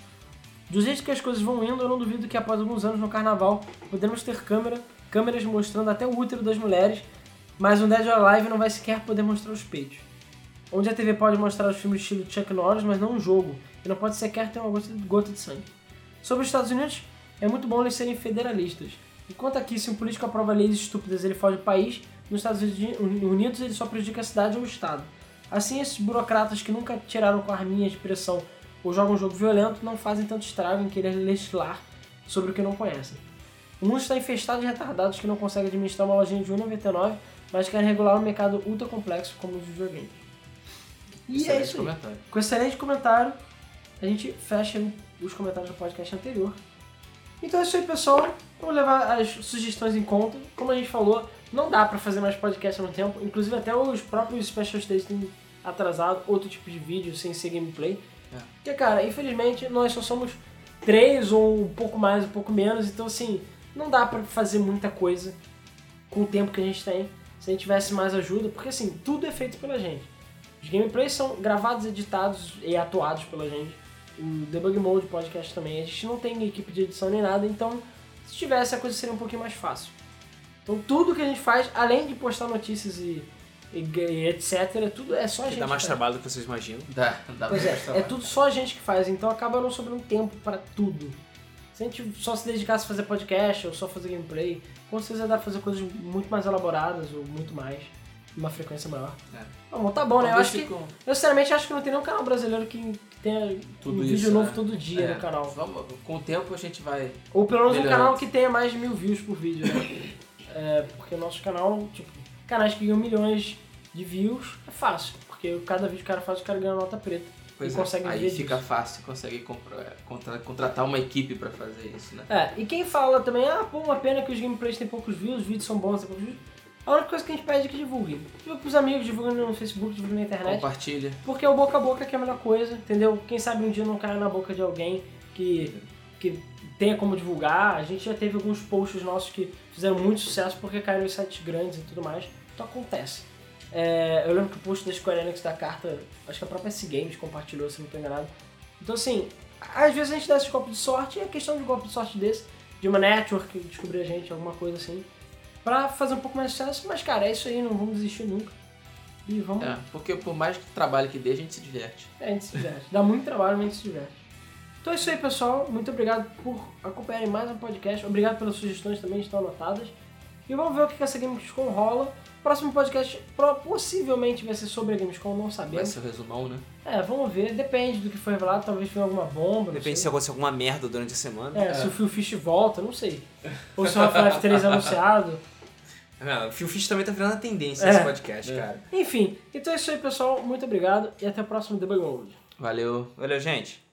S2: Do jeito que as coisas vão indo, eu não duvido que após alguns anos no carnaval, poderemos ter câmera, câmeras mostrando até o útero das mulheres, mas um Dead or Alive não vai sequer poder mostrar os peitos. Onde a TV pode mostrar os filmes estilo Chuck Norris, mas não um jogo, e não pode sequer ter uma gota de, gota de sangue. Sobre os Estados Unidos, é muito bom eles serem federalistas. Enquanto aqui, se um político aprova leis estúpidas, ele foge do país, nos Estados Uni- Unidos ele só prejudica a cidade ou o Estado. Assim, esses burocratas que nunca tiraram com arminha de pressão ou jogam um jogo violento não fazem tanto estrago em querer legislar sobre o que não conhecem. O mundo está infestado de retardados que não conseguem administrar uma lojinha de 1,99, mas querem regular um mercado ultra complexo como os videogames. E é isso aí.
S3: comentário.
S2: Com esse excelente comentário, a gente fecha os comentários do podcast anterior. Então é isso aí, pessoal. Vamos levar as sugestões em conta. Como a gente falou, não dá pra fazer mais podcast há um tempo. Inclusive, até os próprios special stages têm atrasado outro tipo de vídeo sem ser gameplay.
S3: É.
S2: Porque, cara, infelizmente, nós só somos três ou um pouco mais, um pouco menos. Então, assim, não dá pra fazer muita coisa com o tempo que a gente tem. Se a gente tivesse mais ajuda, porque, assim, tudo é feito pela gente. Os gameplays são gravados, editados e atuados pela gente. O Debug Mode podcast também. A gente não tem equipe de edição nem nada, então se tivesse a coisa seria um pouquinho mais fácil. Então tudo que a gente faz, além de postar notícias e, e- e etc, tudo é só a gente.
S1: dá mais
S2: que faz.
S1: trabalho do que vocês imaginam.
S3: Dá, dá
S2: Pois
S3: bastante
S2: é, é
S3: trabalho.
S2: tudo só a gente que faz, então acaba não sobrando tempo pra tudo. Se a gente só se dedicasse a fazer podcast ou só fazer gameplay, com certeza dá pra fazer coisas muito mais elaboradas ou muito mais, numa frequência maior.
S3: É.
S2: Não, bom, tá bom, né? Eu
S3: Talvez
S2: acho que
S3: ficam-
S2: eu sinceramente acho que não tem nenhum canal brasileiro que tenha um
S3: Tudo
S2: vídeo
S3: isso,
S2: novo
S3: né?
S2: todo dia
S3: É,
S2: no canal.
S3: Vamos, com o tempo a gente vai.
S2: Ou pelo menos um
S3: Melhorando.
S2: canal que tenha mais de mil views por vídeo, né? é, porque nosso canal, tipo, canais que ganham milhões de views é fácil. Porque cada vídeo que o cara faz, o cara ganha uma nota preta.
S3: Pois
S2: e
S3: é,
S2: consegue
S3: aí
S2: viver
S3: fica
S2: disso.
S3: fácil conseguir comprar- contra- contratar uma equipe pra fazer isso, né?
S2: É, e quem fala também, ah, pô, uma pena que os gameplays têm poucos views, os vídeos são bons, tem poucos views. A única coisa que a gente pede é que divulguem. Divulga pros amigos, divulguem no Facebook, divulguem na internet.
S3: Compartilha.
S2: Porque é o boca a boca que é a melhor coisa, entendeu? Quem sabe um dia não cai na boca de alguém que, que tenha como divulgar. A gente já teve alguns posts nossos que fizeram muito sucesso porque caíram em sites grandes e tudo mais. Então acontece. É, É, eu lembro que o post da Square Enix da carta, acho que a própria S Games compartilhou, se não tô enganado. Então, assim, às vezes a gente dá esses golpes de sorte, e é questão de um golpe de sorte desse, de uma network descobrir a gente, alguma coisa assim, pra fazer um pouco mais de sucesso, mas, cara, é isso aí, não vamos desistir nunca. E vamos,
S3: É, porque por mais que trabalho que dê, a gente se diverte.
S2: é, a gente se diverte. Dá muito trabalho, mas a gente se diverte. Então é isso aí, pessoal. Muito obrigado por acompanharem mais um podcast. Obrigado pelas sugestões também, estão anotadas. E vamos ver o que que essa Gamescom rola. Próximo podcast pro- possivelmente vai ser sobre a Gamescom, não
S3: Vai
S2: sabemos.
S3: ser o resumão, né?
S2: É, vamos ver. Depende do que foi revelado. Talvez venha alguma bomba. não
S1: Depende se um-
S2: sei.
S1: aconteceu alguma merda durante a semana.
S2: É, se o Phil Fish volta, não sei. Ou se o Half-Life 3 é anunciado.
S1: Não, o Phil Fish também tá virando a tendência
S2: É.
S1: nesse podcast, cara.
S2: Enfim, então é isso aí, pessoal. Muito obrigado e até o próximo Debug Mode.
S3: Valeu.
S1: Valeu, gente.